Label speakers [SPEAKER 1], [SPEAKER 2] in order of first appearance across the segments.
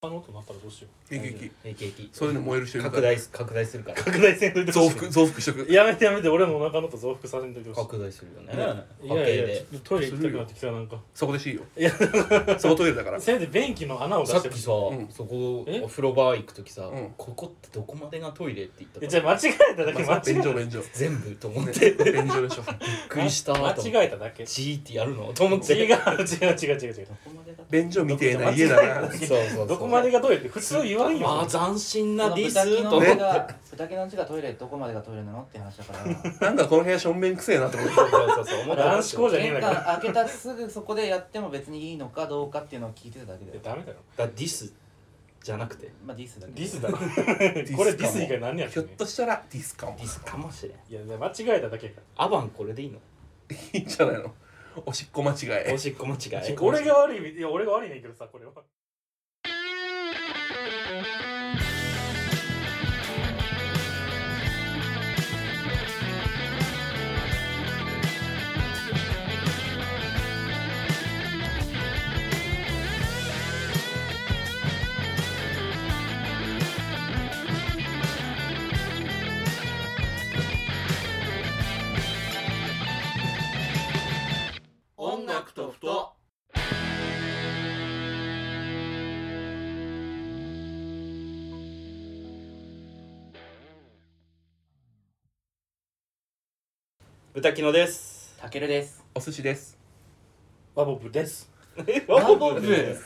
[SPEAKER 1] 可能となったらどうしよ
[SPEAKER 2] 平気平気
[SPEAKER 3] 平気平気
[SPEAKER 2] そういうの燃える人いるか
[SPEAKER 3] 拡
[SPEAKER 2] ら
[SPEAKER 3] 大す拡大するから
[SPEAKER 1] う拡大せんといて
[SPEAKER 2] 増
[SPEAKER 1] ほしい
[SPEAKER 2] 幅増幅しとく
[SPEAKER 1] やめてやめて俺も中野と増幅させんといてほし
[SPEAKER 3] 拡大するよね
[SPEAKER 1] いい
[SPEAKER 3] 波
[SPEAKER 1] や
[SPEAKER 3] 形
[SPEAKER 1] いや
[SPEAKER 3] で
[SPEAKER 1] ちょっとトイレ行きたくなってきたなんか
[SPEAKER 2] そこでしいよ
[SPEAKER 1] いや
[SPEAKER 2] そこトイレだから
[SPEAKER 1] せめて便器の穴を出
[SPEAKER 3] さ
[SPEAKER 1] し
[SPEAKER 3] ってきさ、
[SPEAKER 2] ん
[SPEAKER 3] そこ
[SPEAKER 1] え
[SPEAKER 3] お風呂場行く時さ、
[SPEAKER 2] うん
[SPEAKER 3] ここってどこまでがトイレって言った
[SPEAKER 1] い
[SPEAKER 3] か
[SPEAKER 1] や
[SPEAKER 3] ら
[SPEAKER 1] じゃあ間違えただけ間違
[SPEAKER 2] 便
[SPEAKER 1] えた
[SPEAKER 2] 所便所
[SPEAKER 3] 全部と思ってびっ
[SPEAKER 2] 便所でしょ
[SPEAKER 3] くりしたと思って
[SPEAKER 1] 間違えただけ違
[SPEAKER 3] チーってやるのと思っ
[SPEAKER 1] う違う
[SPEAKER 3] て
[SPEAKER 1] 違う違う違う
[SPEAKER 3] どこまでだ
[SPEAKER 2] 便所みてえな家だな
[SPEAKER 3] そうそうそう
[SPEAKER 1] どこまでがトイレって普通言わんよ
[SPEAKER 3] あー斬新なディ
[SPEAKER 4] その
[SPEAKER 3] スと思っ
[SPEAKER 4] 豚木の字
[SPEAKER 3] て
[SPEAKER 4] が豚木の字がトイレどこまでがトイレなのって話だから
[SPEAKER 2] なんかこの部屋しょんべんくせえなと思って
[SPEAKER 3] そうそうそう思った
[SPEAKER 1] 男子校じゃねえん
[SPEAKER 4] 玄
[SPEAKER 1] だか
[SPEAKER 4] 関
[SPEAKER 1] ら
[SPEAKER 4] 開けたすぐそこでやっても別にいいのかどうかっていうのを聞いてただけだ
[SPEAKER 1] いや
[SPEAKER 4] よ
[SPEAKER 1] ダメだろ
[SPEAKER 3] だからディスじゃなくて
[SPEAKER 4] まあディスだけど
[SPEAKER 1] ディスだろこれディス以外何や
[SPEAKER 2] ひょっとしたらディスかも
[SPEAKER 3] ディスかもしれん
[SPEAKER 1] いや間違えただけやか
[SPEAKER 3] アバンこれでいいの
[SPEAKER 2] いいんじゃないのおしっこ間違え
[SPEAKER 3] おしっこ間違
[SPEAKER 1] ら
[SPEAKER 3] え
[SPEAKER 1] 俺が悪いいや俺が悪いねんけどさこれは
[SPEAKER 4] 音楽とふと
[SPEAKER 3] 豚キノです
[SPEAKER 4] たけるです
[SPEAKER 2] お寿司です
[SPEAKER 1] バボブです
[SPEAKER 3] ワ
[SPEAKER 4] ボブ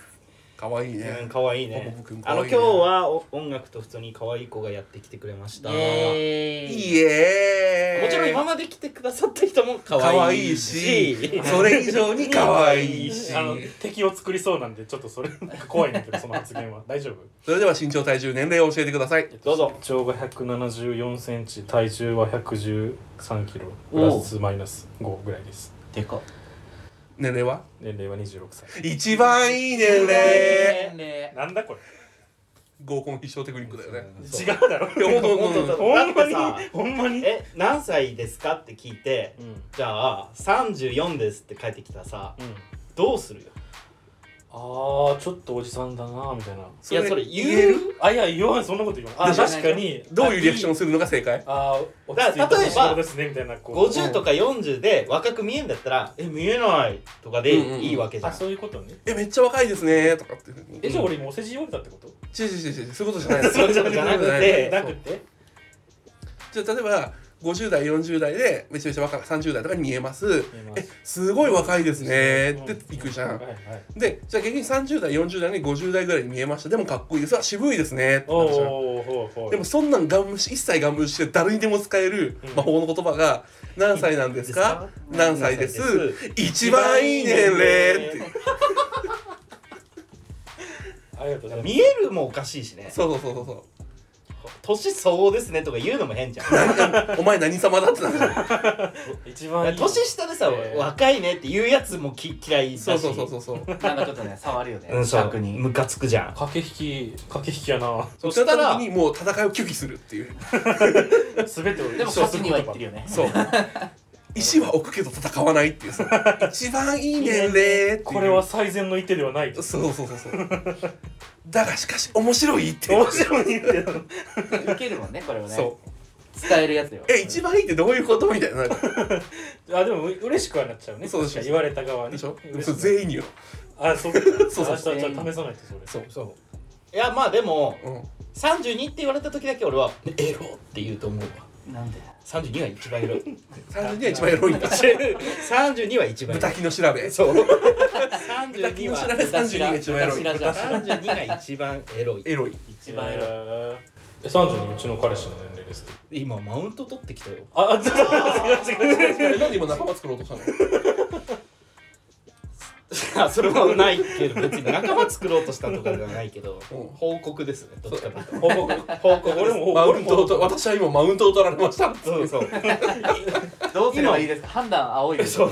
[SPEAKER 2] かわいい
[SPEAKER 3] うん
[SPEAKER 2] ね
[SPEAKER 3] 可愛いね
[SPEAKER 2] ワボブくん可
[SPEAKER 3] あ
[SPEAKER 2] 愛い
[SPEAKER 3] の
[SPEAKER 2] ね
[SPEAKER 3] 今日はお音楽と普通に可愛い子がやってきてくれました
[SPEAKER 4] イ
[SPEAKER 3] も
[SPEAKER 4] エーイ
[SPEAKER 2] イエーイ
[SPEAKER 3] ちろん今まで来てくださった人も可愛い
[SPEAKER 2] 可愛いしそれ以上に可愛いし
[SPEAKER 1] あの敵を作りそうなんでちょっとそれなんか怖いねんけどその発言は大丈夫
[SPEAKER 2] それでは身長体重年齢を教えてください
[SPEAKER 3] どうぞ
[SPEAKER 1] 身長が174センチ体重は113キロプ
[SPEAKER 4] お
[SPEAKER 1] ラ
[SPEAKER 4] う
[SPEAKER 1] スマイナス5ぐらいです
[SPEAKER 4] でかっ
[SPEAKER 2] 年齢は
[SPEAKER 1] 年齢は26歳
[SPEAKER 2] 一番いい年齢
[SPEAKER 4] 年齢
[SPEAKER 1] なんだこれ
[SPEAKER 2] 合コン必勝テクニックだよね
[SPEAKER 1] 違うだろ
[SPEAKER 2] いやほんと
[SPEAKER 3] 本当
[SPEAKER 2] ほんと
[SPEAKER 1] ほんまに
[SPEAKER 3] だってさ
[SPEAKER 1] ほんまに
[SPEAKER 3] え何歳ですかって聞いて
[SPEAKER 1] うんうん
[SPEAKER 3] じゃあ34ですって帰ってきたらさどうするよ
[SPEAKER 1] あーちょっとおじさんだなみたいな
[SPEAKER 3] それいやそれ言う
[SPEAKER 1] あいや言わんそんなこと言わんあ
[SPEAKER 4] でしょ
[SPEAKER 1] 確かに
[SPEAKER 2] どういうリアクション
[SPEAKER 1] ン
[SPEAKER 2] をするのが正解
[SPEAKER 1] あー落ち着い
[SPEAKER 3] だ
[SPEAKER 1] た
[SPEAKER 3] から例えば
[SPEAKER 1] 年頃ですねみたいなこう
[SPEAKER 3] 50とか40で若く見えんだったら「え見えない」とかでいいわけじゃ
[SPEAKER 1] あ
[SPEAKER 3] ん
[SPEAKER 1] そういうことね
[SPEAKER 2] えめっちゃ若いですねとかって
[SPEAKER 1] えじゃあ俺今お世辞言われたってこと
[SPEAKER 2] 違う違う違う違うそういうことじゃないです
[SPEAKER 3] そういうことじゃなくて
[SPEAKER 1] なくて
[SPEAKER 2] じゃあ例えば50代40代でめちゃめちゃ若い30代とかに見えます
[SPEAKER 1] 見えます
[SPEAKER 2] えすごい若いですね
[SPEAKER 1] うん
[SPEAKER 2] っていくじゃ
[SPEAKER 1] はい
[SPEAKER 2] ん
[SPEAKER 1] はい
[SPEAKER 2] でじゃあ逆に30代40代に50代ぐらいに見えましたでもかっこいいですわ渋いですねってな
[SPEAKER 1] お
[SPEAKER 2] るじゃん
[SPEAKER 1] ーほうほう
[SPEAKER 2] でもそんなんガン無視一切ガン無視して誰にでも使える
[SPEAKER 1] うん
[SPEAKER 2] 魔法の言葉が「何歳なんですか何歳です
[SPEAKER 3] 何
[SPEAKER 2] 一番いい年齢」って
[SPEAKER 1] ありがとうございます
[SPEAKER 3] 見えるもおかしいしね
[SPEAKER 2] そうそうそうそう
[SPEAKER 3] 年相応ですねとか言うのも変じゃん
[SPEAKER 2] そうお前何様だってなるじゃん
[SPEAKER 1] 一番いい
[SPEAKER 3] 年下でさ
[SPEAKER 1] えー
[SPEAKER 3] 若いねって言うやつもき嫌いだし
[SPEAKER 2] そうそうそうそうそう
[SPEAKER 4] なんかちょっとね触るよね
[SPEAKER 3] うんそう
[SPEAKER 4] 逆に
[SPEAKER 3] ムカつくじゃん
[SPEAKER 1] 駆け引き駆け引きやな
[SPEAKER 3] そした
[SPEAKER 2] 歌っ
[SPEAKER 3] ら
[SPEAKER 2] 時にもう戦いを拒否するっていう
[SPEAKER 1] 全てを
[SPEAKER 4] でも勝ちには言ってるよね
[SPEAKER 2] そう石は置くけど戦わないっていうそう一番いい年齢っていう
[SPEAKER 1] これは最善の一手ではない
[SPEAKER 2] そうそうそうそうだがしかし面白いっていう
[SPEAKER 1] 面白いってやつ
[SPEAKER 4] 受けるもんねこれをね
[SPEAKER 2] そう
[SPEAKER 4] 伝えるやつよ
[SPEAKER 2] え一番いいってどういうことみたいになる
[SPEAKER 1] あでもう嬉しくはなっちゃうね
[SPEAKER 2] そう
[SPEAKER 1] 確かに言われた側に
[SPEAKER 2] でしょでも
[SPEAKER 1] 嬉
[SPEAKER 2] そ
[SPEAKER 1] し
[SPEAKER 2] れ
[SPEAKER 1] く
[SPEAKER 2] 全員によ
[SPEAKER 1] あそう
[SPEAKER 2] そうそう
[SPEAKER 1] 明日じゃあ試さないとそれ
[SPEAKER 2] そうそ
[SPEAKER 3] いやまあでも
[SPEAKER 2] う、うん、
[SPEAKER 3] 32って言われた時だけ俺は「エロ」って言うと思うわ
[SPEAKER 4] なんで
[SPEAKER 3] 32は一番エロ い
[SPEAKER 2] 32は一番エロいんだ
[SPEAKER 3] 32は一番エロ
[SPEAKER 2] 豚
[SPEAKER 3] い
[SPEAKER 2] キの調べ
[SPEAKER 3] そう
[SPEAKER 2] 豚キ
[SPEAKER 3] 32
[SPEAKER 2] の調
[SPEAKER 3] は
[SPEAKER 2] べ32が一番エロい
[SPEAKER 3] 32が一番エ
[SPEAKER 4] 豚知らず
[SPEAKER 3] ロい
[SPEAKER 2] エロい
[SPEAKER 4] 一番エロい
[SPEAKER 1] ロい三十にうちの彼氏の年齢ですって
[SPEAKER 3] 今マウント取ってきたよ
[SPEAKER 1] あ ちょっと違う違う違う違う
[SPEAKER 2] なんで今仲間作ろうとしたの
[SPEAKER 3] あそれはないけど別に仲間作ろうとしたとかではないけど、
[SPEAKER 2] うん
[SPEAKER 3] 報告ですねどっちかというと
[SPEAKER 1] 報告報告俺も
[SPEAKER 2] マウ
[SPEAKER 1] 俺
[SPEAKER 2] ント
[SPEAKER 1] も
[SPEAKER 2] をと私は今マウントを取られました
[SPEAKER 3] そうそう
[SPEAKER 4] どうすればいいですか判断青いです
[SPEAKER 3] そう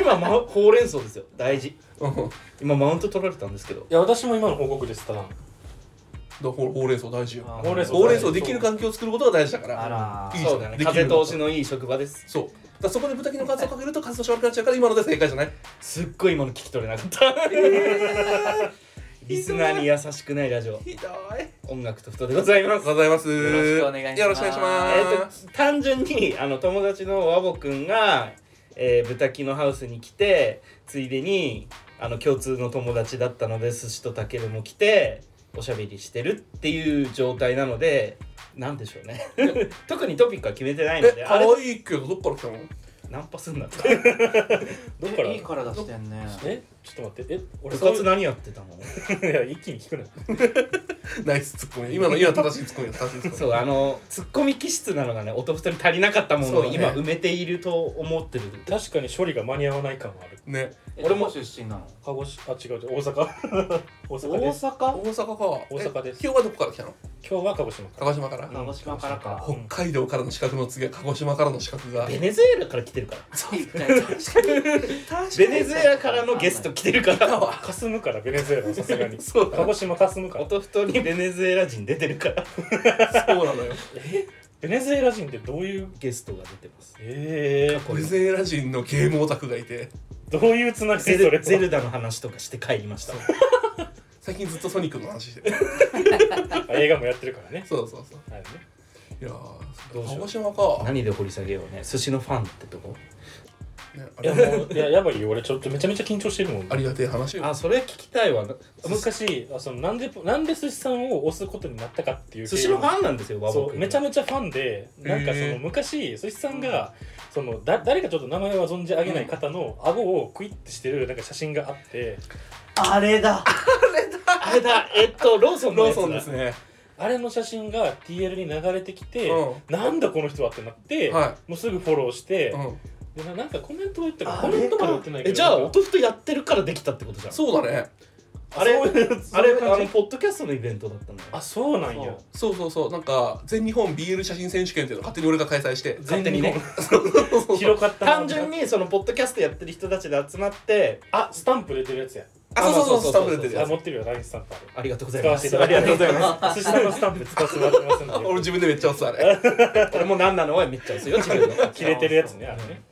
[SPEAKER 3] 今、ま、ほうれん草ですよ大事
[SPEAKER 2] うん
[SPEAKER 3] 今マウント取られたんですけど
[SPEAKER 1] いや私も今の報告ですただ
[SPEAKER 2] だほうほうれん草大事よ
[SPEAKER 4] あ
[SPEAKER 1] ほうれん草
[SPEAKER 2] ほうれん草できる環境を作ることが大事だから
[SPEAKER 4] あら
[SPEAKER 2] いいじゃん
[SPEAKER 3] そうだね
[SPEAKER 2] できる
[SPEAKER 3] 風通しのいい職場です
[SPEAKER 2] そうだからそこで豚キの数をかけると数通し悪くなっちゃうから今ので正解じゃない
[SPEAKER 3] すっごい今の聞き取れなかった リスナーに優しくないラジオ
[SPEAKER 2] ひどい
[SPEAKER 3] 音楽と太でございます
[SPEAKER 2] ございます
[SPEAKER 4] よろしくお願いします
[SPEAKER 2] よろしくお願いし
[SPEAKER 3] えっ
[SPEAKER 2] ま
[SPEAKER 3] と単純にあの友達のワボくんが、えー、ブタキのハウスに来てついでにあの共通の友達だったので寿司とタケルも来ておしゃべりしてるっていう状態なのでなんでしょうね特にトピックは決めてないの
[SPEAKER 2] す
[SPEAKER 3] で
[SPEAKER 2] え
[SPEAKER 3] あ
[SPEAKER 2] 可
[SPEAKER 3] れ
[SPEAKER 2] 愛いけどどっから来たの
[SPEAKER 3] ナンパすんなって
[SPEAKER 1] どっから
[SPEAKER 4] いいから出してんね
[SPEAKER 1] えちょっと待ってえ俺
[SPEAKER 3] 部
[SPEAKER 1] そうい
[SPEAKER 3] 活何やってたの
[SPEAKER 1] ういや一気に聞くな
[SPEAKER 2] ナイスツッコミ今の今正しいツッコミだ正しいツッコミ
[SPEAKER 3] そうあのツッコミ気質なのがね音太に足りなかったもの
[SPEAKER 2] そ
[SPEAKER 3] を
[SPEAKER 2] うね
[SPEAKER 3] 今埋めていると思ってる
[SPEAKER 1] 確かに処理が間に合わない感はある
[SPEAKER 2] ね
[SPEAKER 4] え
[SPEAKER 1] 俺も
[SPEAKER 4] どこ出身なの
[SPEAKER 1] 鹿児島あ違う違う大阪 大
[SPEAKER 4] 大
[SPEAKER 1] 阪です
[SPEAKER 2] 大
[SPEAKER 4] 阪
[SPEAKER 2] 阪か
[SPEAKER 1] 大阪です
[SPEAKER 2] え今日はどこから来たの
[SPEAKER 1] 今日は鹿児島
[SPEAKER 2] 鹿
[SPEAKER 1] か
[SPEAKER 2] 児島から
[SPEAKER 4] 鹿児島からか
[SPEAKER 2] 北海道からの資格の次は鹿児島からの資格が
[SPEAKER 3] ベネズエラから来てるからベネズエラからのゲスト来てるから
[SPEAKER 1] らかすむからベネズエラはさすがに
[SPEAKER 3] そう
[SPEAKER 1] 鹿児島かすむから
[SPEAKER 3] 音太にベネズエラ人出てるから
[SPEAKER 2] そうなのよ
[SPEAKER 1] ベネズエラ人ってどういう
[SPEAKER 3] ゲストが 出てます
[SPEAKER 1] え
[SPEAKER 2] ベネズエラ人のゲームオタクがいて
[SPEAKER 1] ー、どういうつなが
[SPEAKER 3] ゼ
[SPEAKER 1] りそれ
[SPEAKER 3] ルゼルダの話とかして帰りました
[SPEAKER 2] 最近ずっとソニックの話してる
[SPEAKER 1] あ映画もやってるからね
[SPEAKER 2] そうそうそう
[SPEAKER 1] はいね
[SPEAKER 2] いやー
[SPEAKER 3] どうしよう
[SPEAKER 2] 鹿児島か
[SPEAKER 3] 何で掘り下げようね寿司のファンってとこ
[SPEAKER 2] ねあ
[SPEAKER 1] いや
[SPEAKER 2] れ
[SPEAKER 1] もういややばいよ俺ちょっとめちゃめちゃ緊張してるもん
[SPEAKER 2] ありがてえ話よ
[SPEAKER 3] あそれ聞きたいわ
[SPEAKER 1] 昔あそのなんでなんで寿司さんを押すことになったかっていう
[SPEAKER 3] 寿司のファンなんですよ和
[SPEAKER 1] そうめちゃ
[SPEAKER 3] めち
[SPEAKER 1] めちゃファンでなんかそ
[SPEAKER 2] へ
[SPEAKER 1] の
[SPEAKER 2] ー
[SPEAKER 1] 昔寿司さんがそのだ誰かちょっと名前は存じ上げない方の顎をクイッてしてるなんか写真があって
[SPEAKER 4] あれだ
[SPEAKER 3] ゃあれだえっとローソンの
[SPEAKER 2] ロー
[SPEAKER 3] やつだ
[SPEAKER 2] ソンですね
[SPEAKER 1] あれの写真が TL に流れてきて、
[SPEAKER 2] う
[SPEAKER 1] なんだこの人はってなって、
[SPEAKER 2] は
[SPEAKER 1] もうすぐフォローして、
[SPEAKER 2] うん
[SPEAKER 1] でななんかコメントを言ったか
[SPEAKER 4] あ
[SPEAKER 1] コメントまで言ってないけど
[SPEAKER 3] えじゃあ
[SPEAKER 1] なんか
[SPEAKER 3] 音太やってるからできたってことじゃん
[SPEAKER 2] そうだね
[SPEAKER 3] あれ
[SPEAKER 1] そういう
[SPEAKER 3] あれ
[SPEAKER 1] そういう感
[SPEAKER 3] あ
[SPEAKER 1] じ
[SPEAKER 3] のポッドキャストのイベントだったのよ
[SPEAKER 1] あそうなんや
[SPEAKER 2] そ
[SPEAKER 4] そ
[SPEAKER 2] うそうそうなんか全日本 BL 写真選手権っていうのを勝手に俺が開催して
[SPEAKER 3] 勝 手にね
[SPEAKER 1] 広かったな
[SPEAKER 3] 単純にそのポッドキャストやってる人たちで集まって
[SPEAKER 1] あスタンプ入れてるやつや
[SPEAKER 2] あそうそうそうスタッフ
[SPEAKER 3] そうそうそう
[SPEAKER 2] 出てる
[SPEAKER 1] あ
[SPEAKER 2] やつ
[SPEAKER 1] 持ってるよ LINE スタンプある
[SPEAKER 3] ありがとうござい
[SPEAKER 1] 使
[SPEAKER 3] ま
[SPEAKER 1] わせてい
[SPEAKER 3] す
[SPEAKER 1] ただきありがとうござい
[SPEAKER 3] ま
[SPEAKER 1] ます寿司さんのスタンプ使わせてもらってますんで
[SPEAKER 2] あ俺自分でめっちゃ押すあれ
[SPEAKER 3] す俺もなんなのはめっちゃですよ自分の
[SPEAKER 1] 切れてるやつねあれね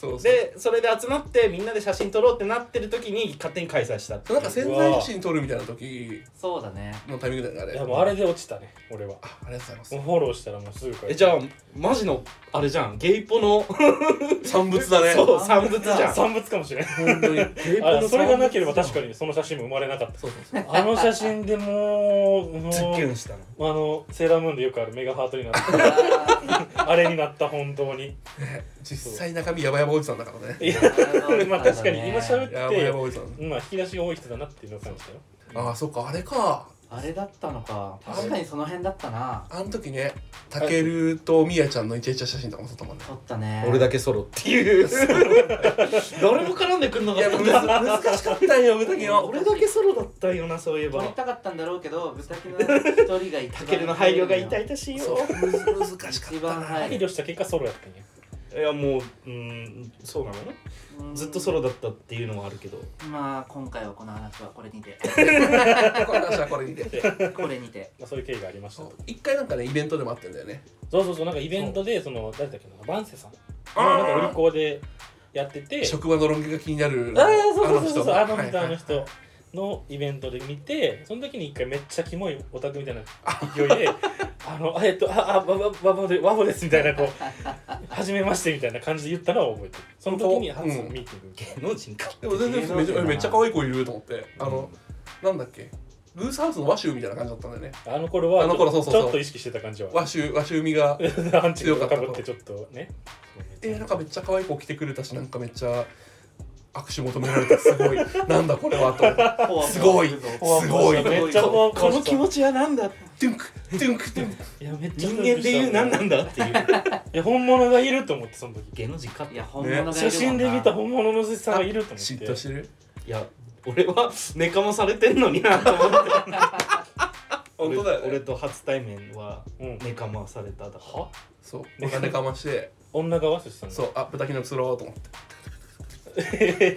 [SPEAKER 2] そうそう
[SPEAKER 3] でそれで集まってみんなで写真撮ろうってなってる時に勝手に開催したって
[SPEAKER 2] なんか潜在写真撮るみたいな時
[SPEAKER 4] そうだね
[SPEAKER 2] のタイミングだよね
[SPEAKER 1] い
[SPEAKER 2] あ
[SPEAKER 1] や
[SPEAKER 2] れ
[SPEAKER 1] もうあれで落ちたね俺はも
[SPEAKER 2] あありがとうござ
[SPEAKER 1] う
[SPEAKER 2] いま
[SPEAKER 1] フォローしたらもうすぐ帰
[SPEAKER 3] えじゃあマジのあれじゃんゲイポの
[SPEAKER 2] す産物だね
[SPEAKER 3] そう産物じ
[SPEAKER 1] あ
[SPEAKER 3] ゃん
[SPEAKER 1] 産物かもしれない
[SPEAKER 2] 本当に
[SPEAKER 3] ゲイポ
[SPEAKER 1] あ
[SPEAKER 3] の
[SPEAKER 1] それがなければ確かにその写真も生まれなかった
[SPEAKER 2] そうそうそう
[SPEAKER 1] あの写真でもうもう
[SPEAKER 3] ズッキュンしたの
[SPEAKER 1] あのセーラームーンでよくあるメガハートになったあれになった本当に
[SPEAKER 2] 実際中身ヤバヤバおじさんだからね
[SPEAKER 1] いやまあ確かに今しゃべっ
[SPEAKER 2] ヤバヤバ
[SPEAKER 1] て
[SPEAKER 2] おじさん
[SPEAKER 1] まあ引き出しが多い人だなっていうのを感じたよ
[SPEAKER 2] ああそっかあれか
[SPEAKER 4] あれだったのか確かにその辺だったな
[SPEAKER 2] あの時ねたけるとみやちゃんのイチャイチャ写真とかも撮ったもんね
[SPEAKER 4] 撮ったね
[SPEAKER 3] 俺だけソロっていう誰も絡んでくんないか
[SPEAKER 2] や
[SPEAKER 3] った
[SPEAKER 2] む
[SPEAKER 3] ん
[SPEAKER 2] ず
[SPEAKER 3] だ
[SPEAKER 2] 難しかったよぶたきは
[SPEAKER 3] 俺だけソロだったよなそういえ
[SPEAKER 4] 撮り
[SPEAKER 3] ば
[SPEAKER 4] たかったんだろうけどブタキの一人がいた
[SPEAKER 3] タケルの配慮が痛々しい
[SPEAKER 2] そ
[SPEAKER 3] よ
[SPEAKER 2] うむず難しか
[SPEAKER 4] 一
[SPEAKER 2] った
[SPEAKER 4] 番
[SPEAKER 2] な
[SPEAKER 4] 配
[SPEAKER 1] 配慮した結果ソロやったんや
[SPEAKER 3] いやもううんそうなのずっとソロだったっていうのはあるけど
[SPEAKER 4] まあ今回はこの話はこれにて
[SPEAKER 2] これ私はこれにて
[SPEAKER 4] これ にて
[SPEAKER 1] まあそういう経緯がありました
[SPEAKER 2] そう
[SPEAKER 1] と
[SPEAKER 2] 一回なんかねイベントでもあったんだよね
[SPEAKER 1] そうそうそうなんかイベントでその誰だっけなバンセさんな
[SPEAKER 2] あー
[SPEAKER 1] んか売り子でやってて
[SPEAKER 2] 職場のロン毛が気になる
[SPEAKER 1] ああそうそうそうそうあ
[SPEAKER 2] 人
[SPEAKER 1] の人あの
[SPEAKER 2] はい
[SPEAKER 1] 人のイベントで見てその時に一回めっちゃキモいオタクみたいな勢いで「あのあえっとああわわわわでわぼです」みたいなこう「はじめまして」みたいな感じで言ったのは覚えてるその時に初
[SPEAKER 2] うん
[SPEAKER 1] ミーティング
[SPEAKER 3] 芸能人か
[SPEAKER 2] でも全然めっちゃめっちゃ可愛い子いると思ってあのなんだっけグースハウスの和州みたいな感じだったんだよね
[SPEAKER 1] あの頃は
[SPEAKER 2] あの頃そうそうそう
[SPEAKER 1] ちょっと意識してた感じは
[SPEAKER 2] 和州和州味が
[SPEAKER 1] アンチがかぶってちょっとね
[SPEAKER 2] えー、なんかめっちゃ可愛い子来てくれたしなんかめっちゃ握手求められてすご いなんだこれはと思ってすごいすごい
[SPEAKER 1] めっちゃ怖
[SPEAKER 3] この気持ちは何だ
[SPEAKER 2] トゥンクトゥンクトゥンク
[SPEAKER 1] いやめっちゃ
[SPEAKER 3] 人間で言う何なん
[SPEAKER 1] い
[SPEAKER 3] だっていう
[SPEAKER 1] や本物がいると思ってその時
[SPEAKER 3] 芸能人かって
[SPEAKER 4] い
[SPEAKER 3] い
[SPEAKER 4] や
[SPEAKER 3] や
[SPEAKER 4] 本物がいるもんな
[SPEAKER 1] 写真で見た本物の寿司さんがいると思って
[SPEAKER 2] 嫉妬してる
[SPEAKER 3] 俺はネカもされてんのになと思 って
[SPEAKER 2] 本当だよ、ね、
[SPEAKER 3] 俺と初対面は
[SPEAKER 1] うん
[SPEAKER 3] ネカまされただ
[SPEAKER 1] は
[SPEAKER 2] そうお金かまして
[SPEAKER 1] 女側寿司さんが
[SPEAKER 2] そうあ豚キのくすろうと思って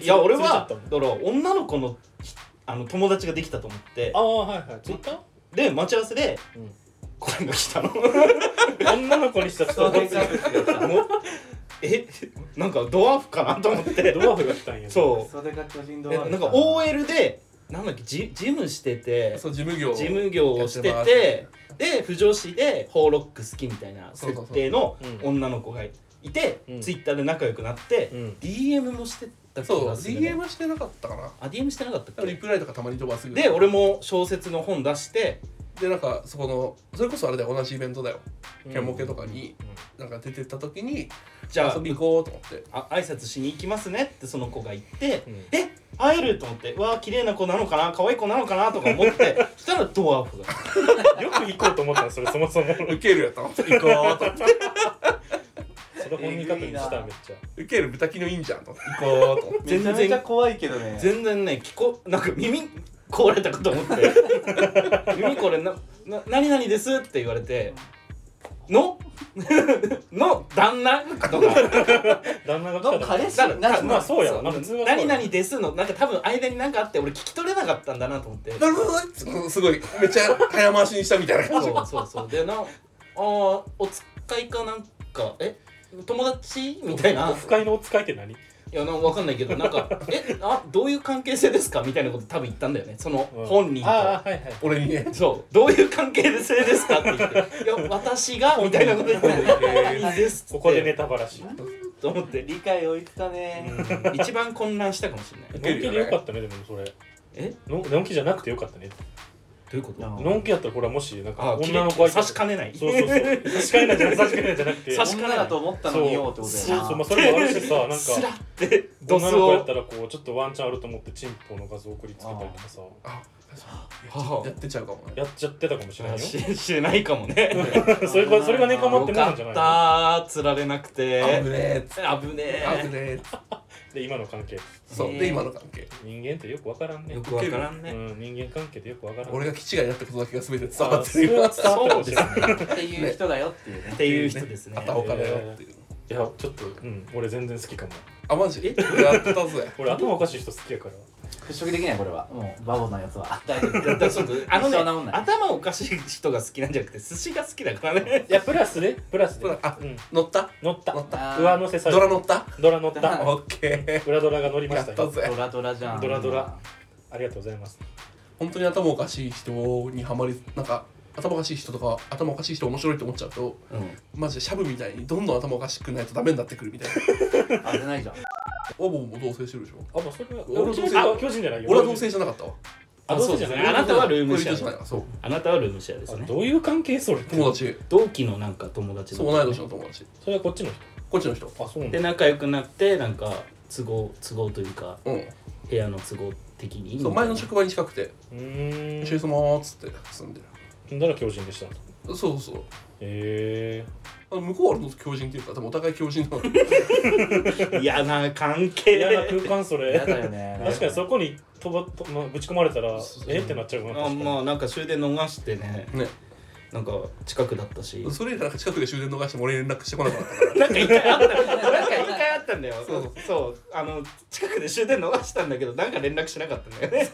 [SPEAKER 3] いや俺は
[SPEAKER 1] ついちゃ
[SPEAKER 3] だ
[SPEAKER 1] っ
[SPEAKER 3] から女の子のひあの友達ができたと思って
[SPEAKER 1] たああはいはいツイッター
[SPEAKER 3] で待ち合わせで
[SPEAKER 1] うん
[SPEAKER 3] これが来たの
[SPEAKER 1] 女の子にしたら
[SPEAKER 4] そう
[SPEAKER 1] ド
[SPEAKER 4] ですよ
[SPEAKER 3] もうえなんかドワーフかなと思って
[SPEAKER 1] ワーフが来たんや
[SPEAKER 3] そう
[SPEAKER 4] それが巨人道
[SPEAKER 3] えなんか OL でなんだっけジジムしてて
[SPEAKER 2] そう事務業
[SPEAKER 3] 事務業をして
[SPEAKER 2] やって
[SPEAKER 3] で不女子でホーロック好きみたいな設定の
[SPEAKER 1] そうそうそう
[SPEAKER 3] 女の子がいて
[SPEAKER 1] うん
[SPEAKER 3] ツイッターで仲良くなって、
[SPEAKER 1] うん
[SPEAKER 3] DM もしてた気
[SPEAKER 2] そう
[SPEAKER 3] がする、ね、
[SPEAKER 2] DM してなかったかな
[SPEAKER 3] あ DM してなかったっ
[SPEAKER 2] リ
[SPEAKER 3] け
[SPEAKER 2] プライとかたまに飛ばすぐらい
[SPEAKER 3] で俺も小説の本出して
[SPEAKER 2] でなんかそこのそれこそあれだよ同じイベントだよ
[SPEAKER 1] うん
[SPEAKER 2] ケンモケとかになんか出てった時に
[SPEAKER 3] じゃあ
[SPEAKER 2] 遊び行こうと思って
[SPEAKER 3] あ挨拶しに行きますねってその子が言って、
[SPEAKER 1] うん
[SPEAKER 3] え会えると思ってわあ綺麗な子なのかな可愛い子なのかなとか思 ってそしたらドアップが
[SPEAKER 1] よく行こうと思ったのそれそもそも
[SPEAKER 2] ウケるやったの行こうと思って
[SPEAKER 1] それ本人確認しためっちゃ
[SPEAKER 2] ウケる豚キのいいんじゃんと思って行こうと思って
[SPEAKER 4] め
[SPEAKER 3] 全
[SPEAKER 4] ち
[SPEAKER 3] 然
[SPEAKER 4] ゃめちゃ怖いけどね
[SPEAKER 3] 全然ね聞こなんか耳壊れたかと思って 「耳これなな何々です」って言われて「の の旦那?」 とか
[SPEAKER 1] 旦那が来た
[SPEAKER 4] の
[SPEAKER 1] ら
[SPEAKER 4] 彼
[SPEAKER 3] だ
[SPEAKER 4] 氏
[SPEAKER 3] から
[SPEAKER 4] な
[SPEAKER 1] まあそうやわな普通はそうやわ
[SPEAKER 3] 何々です」のなんか多分間になんかあって俺聞き取れなかったんだなと思って
[SPEAKER 2] なるほどねそうすごいめっちゃ早回しにしたみたいな感じ
[SPEAKER 3] そうそうそうでなあーお使いかなんかえ友達みたいな
[SPEAKER 1] オフ会のお使いって何
[SPEAKER 3] いやなんかわかんないけどなんか 「えあどういう関係性ですか?」みたいなこと多分言ったんだよねその
[SPEAKER 1] うん
[SPEAKER 3] 本人と。
[SPEAKER 1] ああはいはい
[SPEAKER 2] 俺にね
[SPEAKER 3] そう、どういう関係性ですかって言って、いや、私がみたいなこと言って、何ですって
[SPEAKER 1] ここでネタバラし
[SPEAKER 3] と思って、
[SPEAKER 4] 理解追いつかね
[SPEAKER 3] 一番混乱したかもしれない。
[SPEAKER 1] のんきでよかったねでもそれ
[SPEAKER 3] え、ど
[SPEAKER 1] ののんきじゃなくてよかったね
[SPEAKER 3] ういうこと
[SPEAKER 1] のんきだったらこれはもしなんか
[SPEAKER 3] あ、
[SPEAKER 1] 女の子相手
[SPEAKER 3] 差しかねない。
[SPEAKER 1] そうそう そう差し替えないじゃな差し替えないじゃなくて
[SPEAKER 3] 差し
[SPEAKER 4] 女だと思ったのによってこと
[SPEAKER 1] そう
[SPEAKER 4] だよな
[SPEAKER 1] そうまあそれもあるしさなん
[SPEAKER 3] スラ
[SPEAKER 1] か
[SPEAKER 3] って、ドス
[SPEAKER 1] 女の子やっ
[SPEAKER 3] を
[SPEAKER 1] た。らこうちょっとワンチャンあると思ってチンポの画像送りつけたりとかさ
[SPEAKER 2] あ
[SPEAKER 3] 母
[SPEAKER 2] やってちゃうかもね
[SPEAKER 1] やっちゃってたかもしれないよ
[SPEAKER 3] ししてないかもね。
[SPEAKER 1] それがそれがねかまっ
[SPEAKER 3] よ
[SPEAKER 1] てな
[SPEAKER 3] か
[SPEAKER 1] いん
[SPEAKER 3] っ
[SPEAKER 1] じゃない
[SPEAKER 3] たー、釣られなくて。
[SPEAKER 2] あぶねえっつっ
[SPEAKER 3] 危ね
[SPEAKER 2] てあぶ
[SPEAKER 3] え。
[SPEAKER 2] ねえっつって
[SPEAKER 1] で今の関係
[SPEAKER 2] そう
[SPEAKER 3] ねえ
[SPEAKER 2] で今の関係
[SPEAKER 1] 人間ってよくわからんね
[SPEAKER 3] よくわからん
[SPEAKER 1] う
[SPEAKER 3] ね。
[SPEAKER 1] ん人間関係ってよくわからん
[SPEAKER 2] 俺が気違いだったことだけが全て伝わ
[SPEAKER 1] あ
[SPEAKER 2] っ
[SPEAKER 1] そ
[SPEAKER 2] て
[SPEAKER 1] れ
[SPEAKER 2] る
[SPEAKER 1] は
[SPEAKER 2] よ
[SPEAKER 1] 伝わったかもしれない
[SPEAKER 4] っていう人だよっていうね
[SPEAKER 3] っていう人ですね。
[SPEAKER 2] あたおかだよっていう
[SPEAKER 1] いやちょっとうん俺全然好きかも
[SPEAKER 2] あマジ俺やったぜ
[SPEAKER 1] 俺頭おかしい人好きやから
[SPEAKER 4] 払拭できないこれはもうバボのや つは大丈夫
[SPEAKER 3] だからちょっとあの
[SPEAKER 4] 一生治ん
[SPEAKER 3] ね
[SPEAKER 4] ない
[SPEAKER 3] 頭おかしい人が好きなんじゃなくて寿司が好きだからね
[SPEAKER 1] いやプラスでプラスで
[SPEAKER 2] プラあ
[SPEAKER 1] うん
[SPEAKER 2] 乗った
[SPEAKER 1] 乗った
[SPEAKER 2] 乗った
[SPEAKER 1] 上乗せされ
[SPEAKER 2] ドラ乗った
[SPEAKER 1] ドラ乗 った
[SPEAKER 2] オッケ
[SPEAKER 1] 裏ドラが乗り
[SPEAKER 2] ー
[SPEAKER 1] ま
[SPEAKER 2] や
[SPEAKER 1] し
[SPEAKER 2] ったた
[SPEAKER 1] よ
[SPEAKER 2] ぜ
[SPEAKER 4] ドラドラじゃん
[SPEAKER 1] ドラドラありがとうございます
[SPEAKER 2] 本当に頭おかしい人にはまりなんか頭おかしい人とか頭おかしい人面白いって思っちゃうとマジでシャブみたいにどんどん頭おかしくないとダメになってくるみたい な
[SPEAKER 4] あれないじゃん
[SPEAKER 2] オボも同棲してるでしょ
[SPEAKER 1] あもうそれは
[SPEAKER 2] 俺は同性
[SPEAKER 1] あ巨人じゃないよ
[SPEAKER 2] 俺は同棲じゃなかったわ
[SPEAKER 1] あ同棲じゃない
[SPEAKER 3] あなたはルーム
[SPEAKER 2] 恋
[SPEAKER 3] シェ
[SPEAKER 2] 人じゃ
[SPEAKER 3] ア
[SPEAKER 2] ないわそう
[SPEAKER 3] あなたはルームシェアです
[SPEAKER 1] あ
[SPEAKER 3] ね
[SPEAKER 1] どういう関係それ
[SPEAKER 2] 友達
[SPEAKER 3] 同期のなんか友達
[SPEAKER 2] そ
[SPEAKER 3] の
[SPEAKER 2] う同い年の友達
[SPEAKER 1] それはこっちの
[SPEAKER 2] こっちの人
[SPEAKER 1] 人あそうなん
[SPEAKER 3] で
[SPEAKER 1] だ
[SPEAKER 3] 仲良くなってなんか都合都合というか
[SPEAKER 2] うん
[SPEAKER 3] 部屋の都合的に
[SPEAKER 2] そう前の職場に近くて
[SPEAKER 1] う
[SPEAKER 2] 「
[SPEAKER 1] ーん
[SPEAKER 2] 一緒に住もう」っつって住んでる
[SPEAKER 1] ほんだら巨人でしたへ
[SPEAKER 2] そうそうそう
[SPEAKER 1] え
[SPEAKER 2] あの向こうは俺の強人っていうかでもお互い強人な の
[SPEAKER 3] 嫌な関
[SPEAKER 1] 嫌な
[SPEAKER 3] 係
[SPEAKER 1] 空間それ
[SPEAKER 4] 嫌だよね
[SPEAKER 1] 確かにそこにとばと、まあ、ぶち込まれたら
[SPEAKER 2] そうそう
[SPEAKER 1] えってなっちゃうかな
[SPEAKER 3] あ
[SPEAKER 1] 確かに
[SPEAKER 3] まあなんか終電逃してね
[SPEAKER 2] ね
[SPEAKER 3] なんか近くだったし
[SPEAKER 2] それ以来なんか近くで終電逃しても俺連絡してこなかったから
[SPEAKER 3] なんか一回あったなんか一回あったんだよそ
[SPEAKER 2] そうう
[SPEAKER 3] あの近くで終電逃したんだけどなんか連絡しなかったんだよね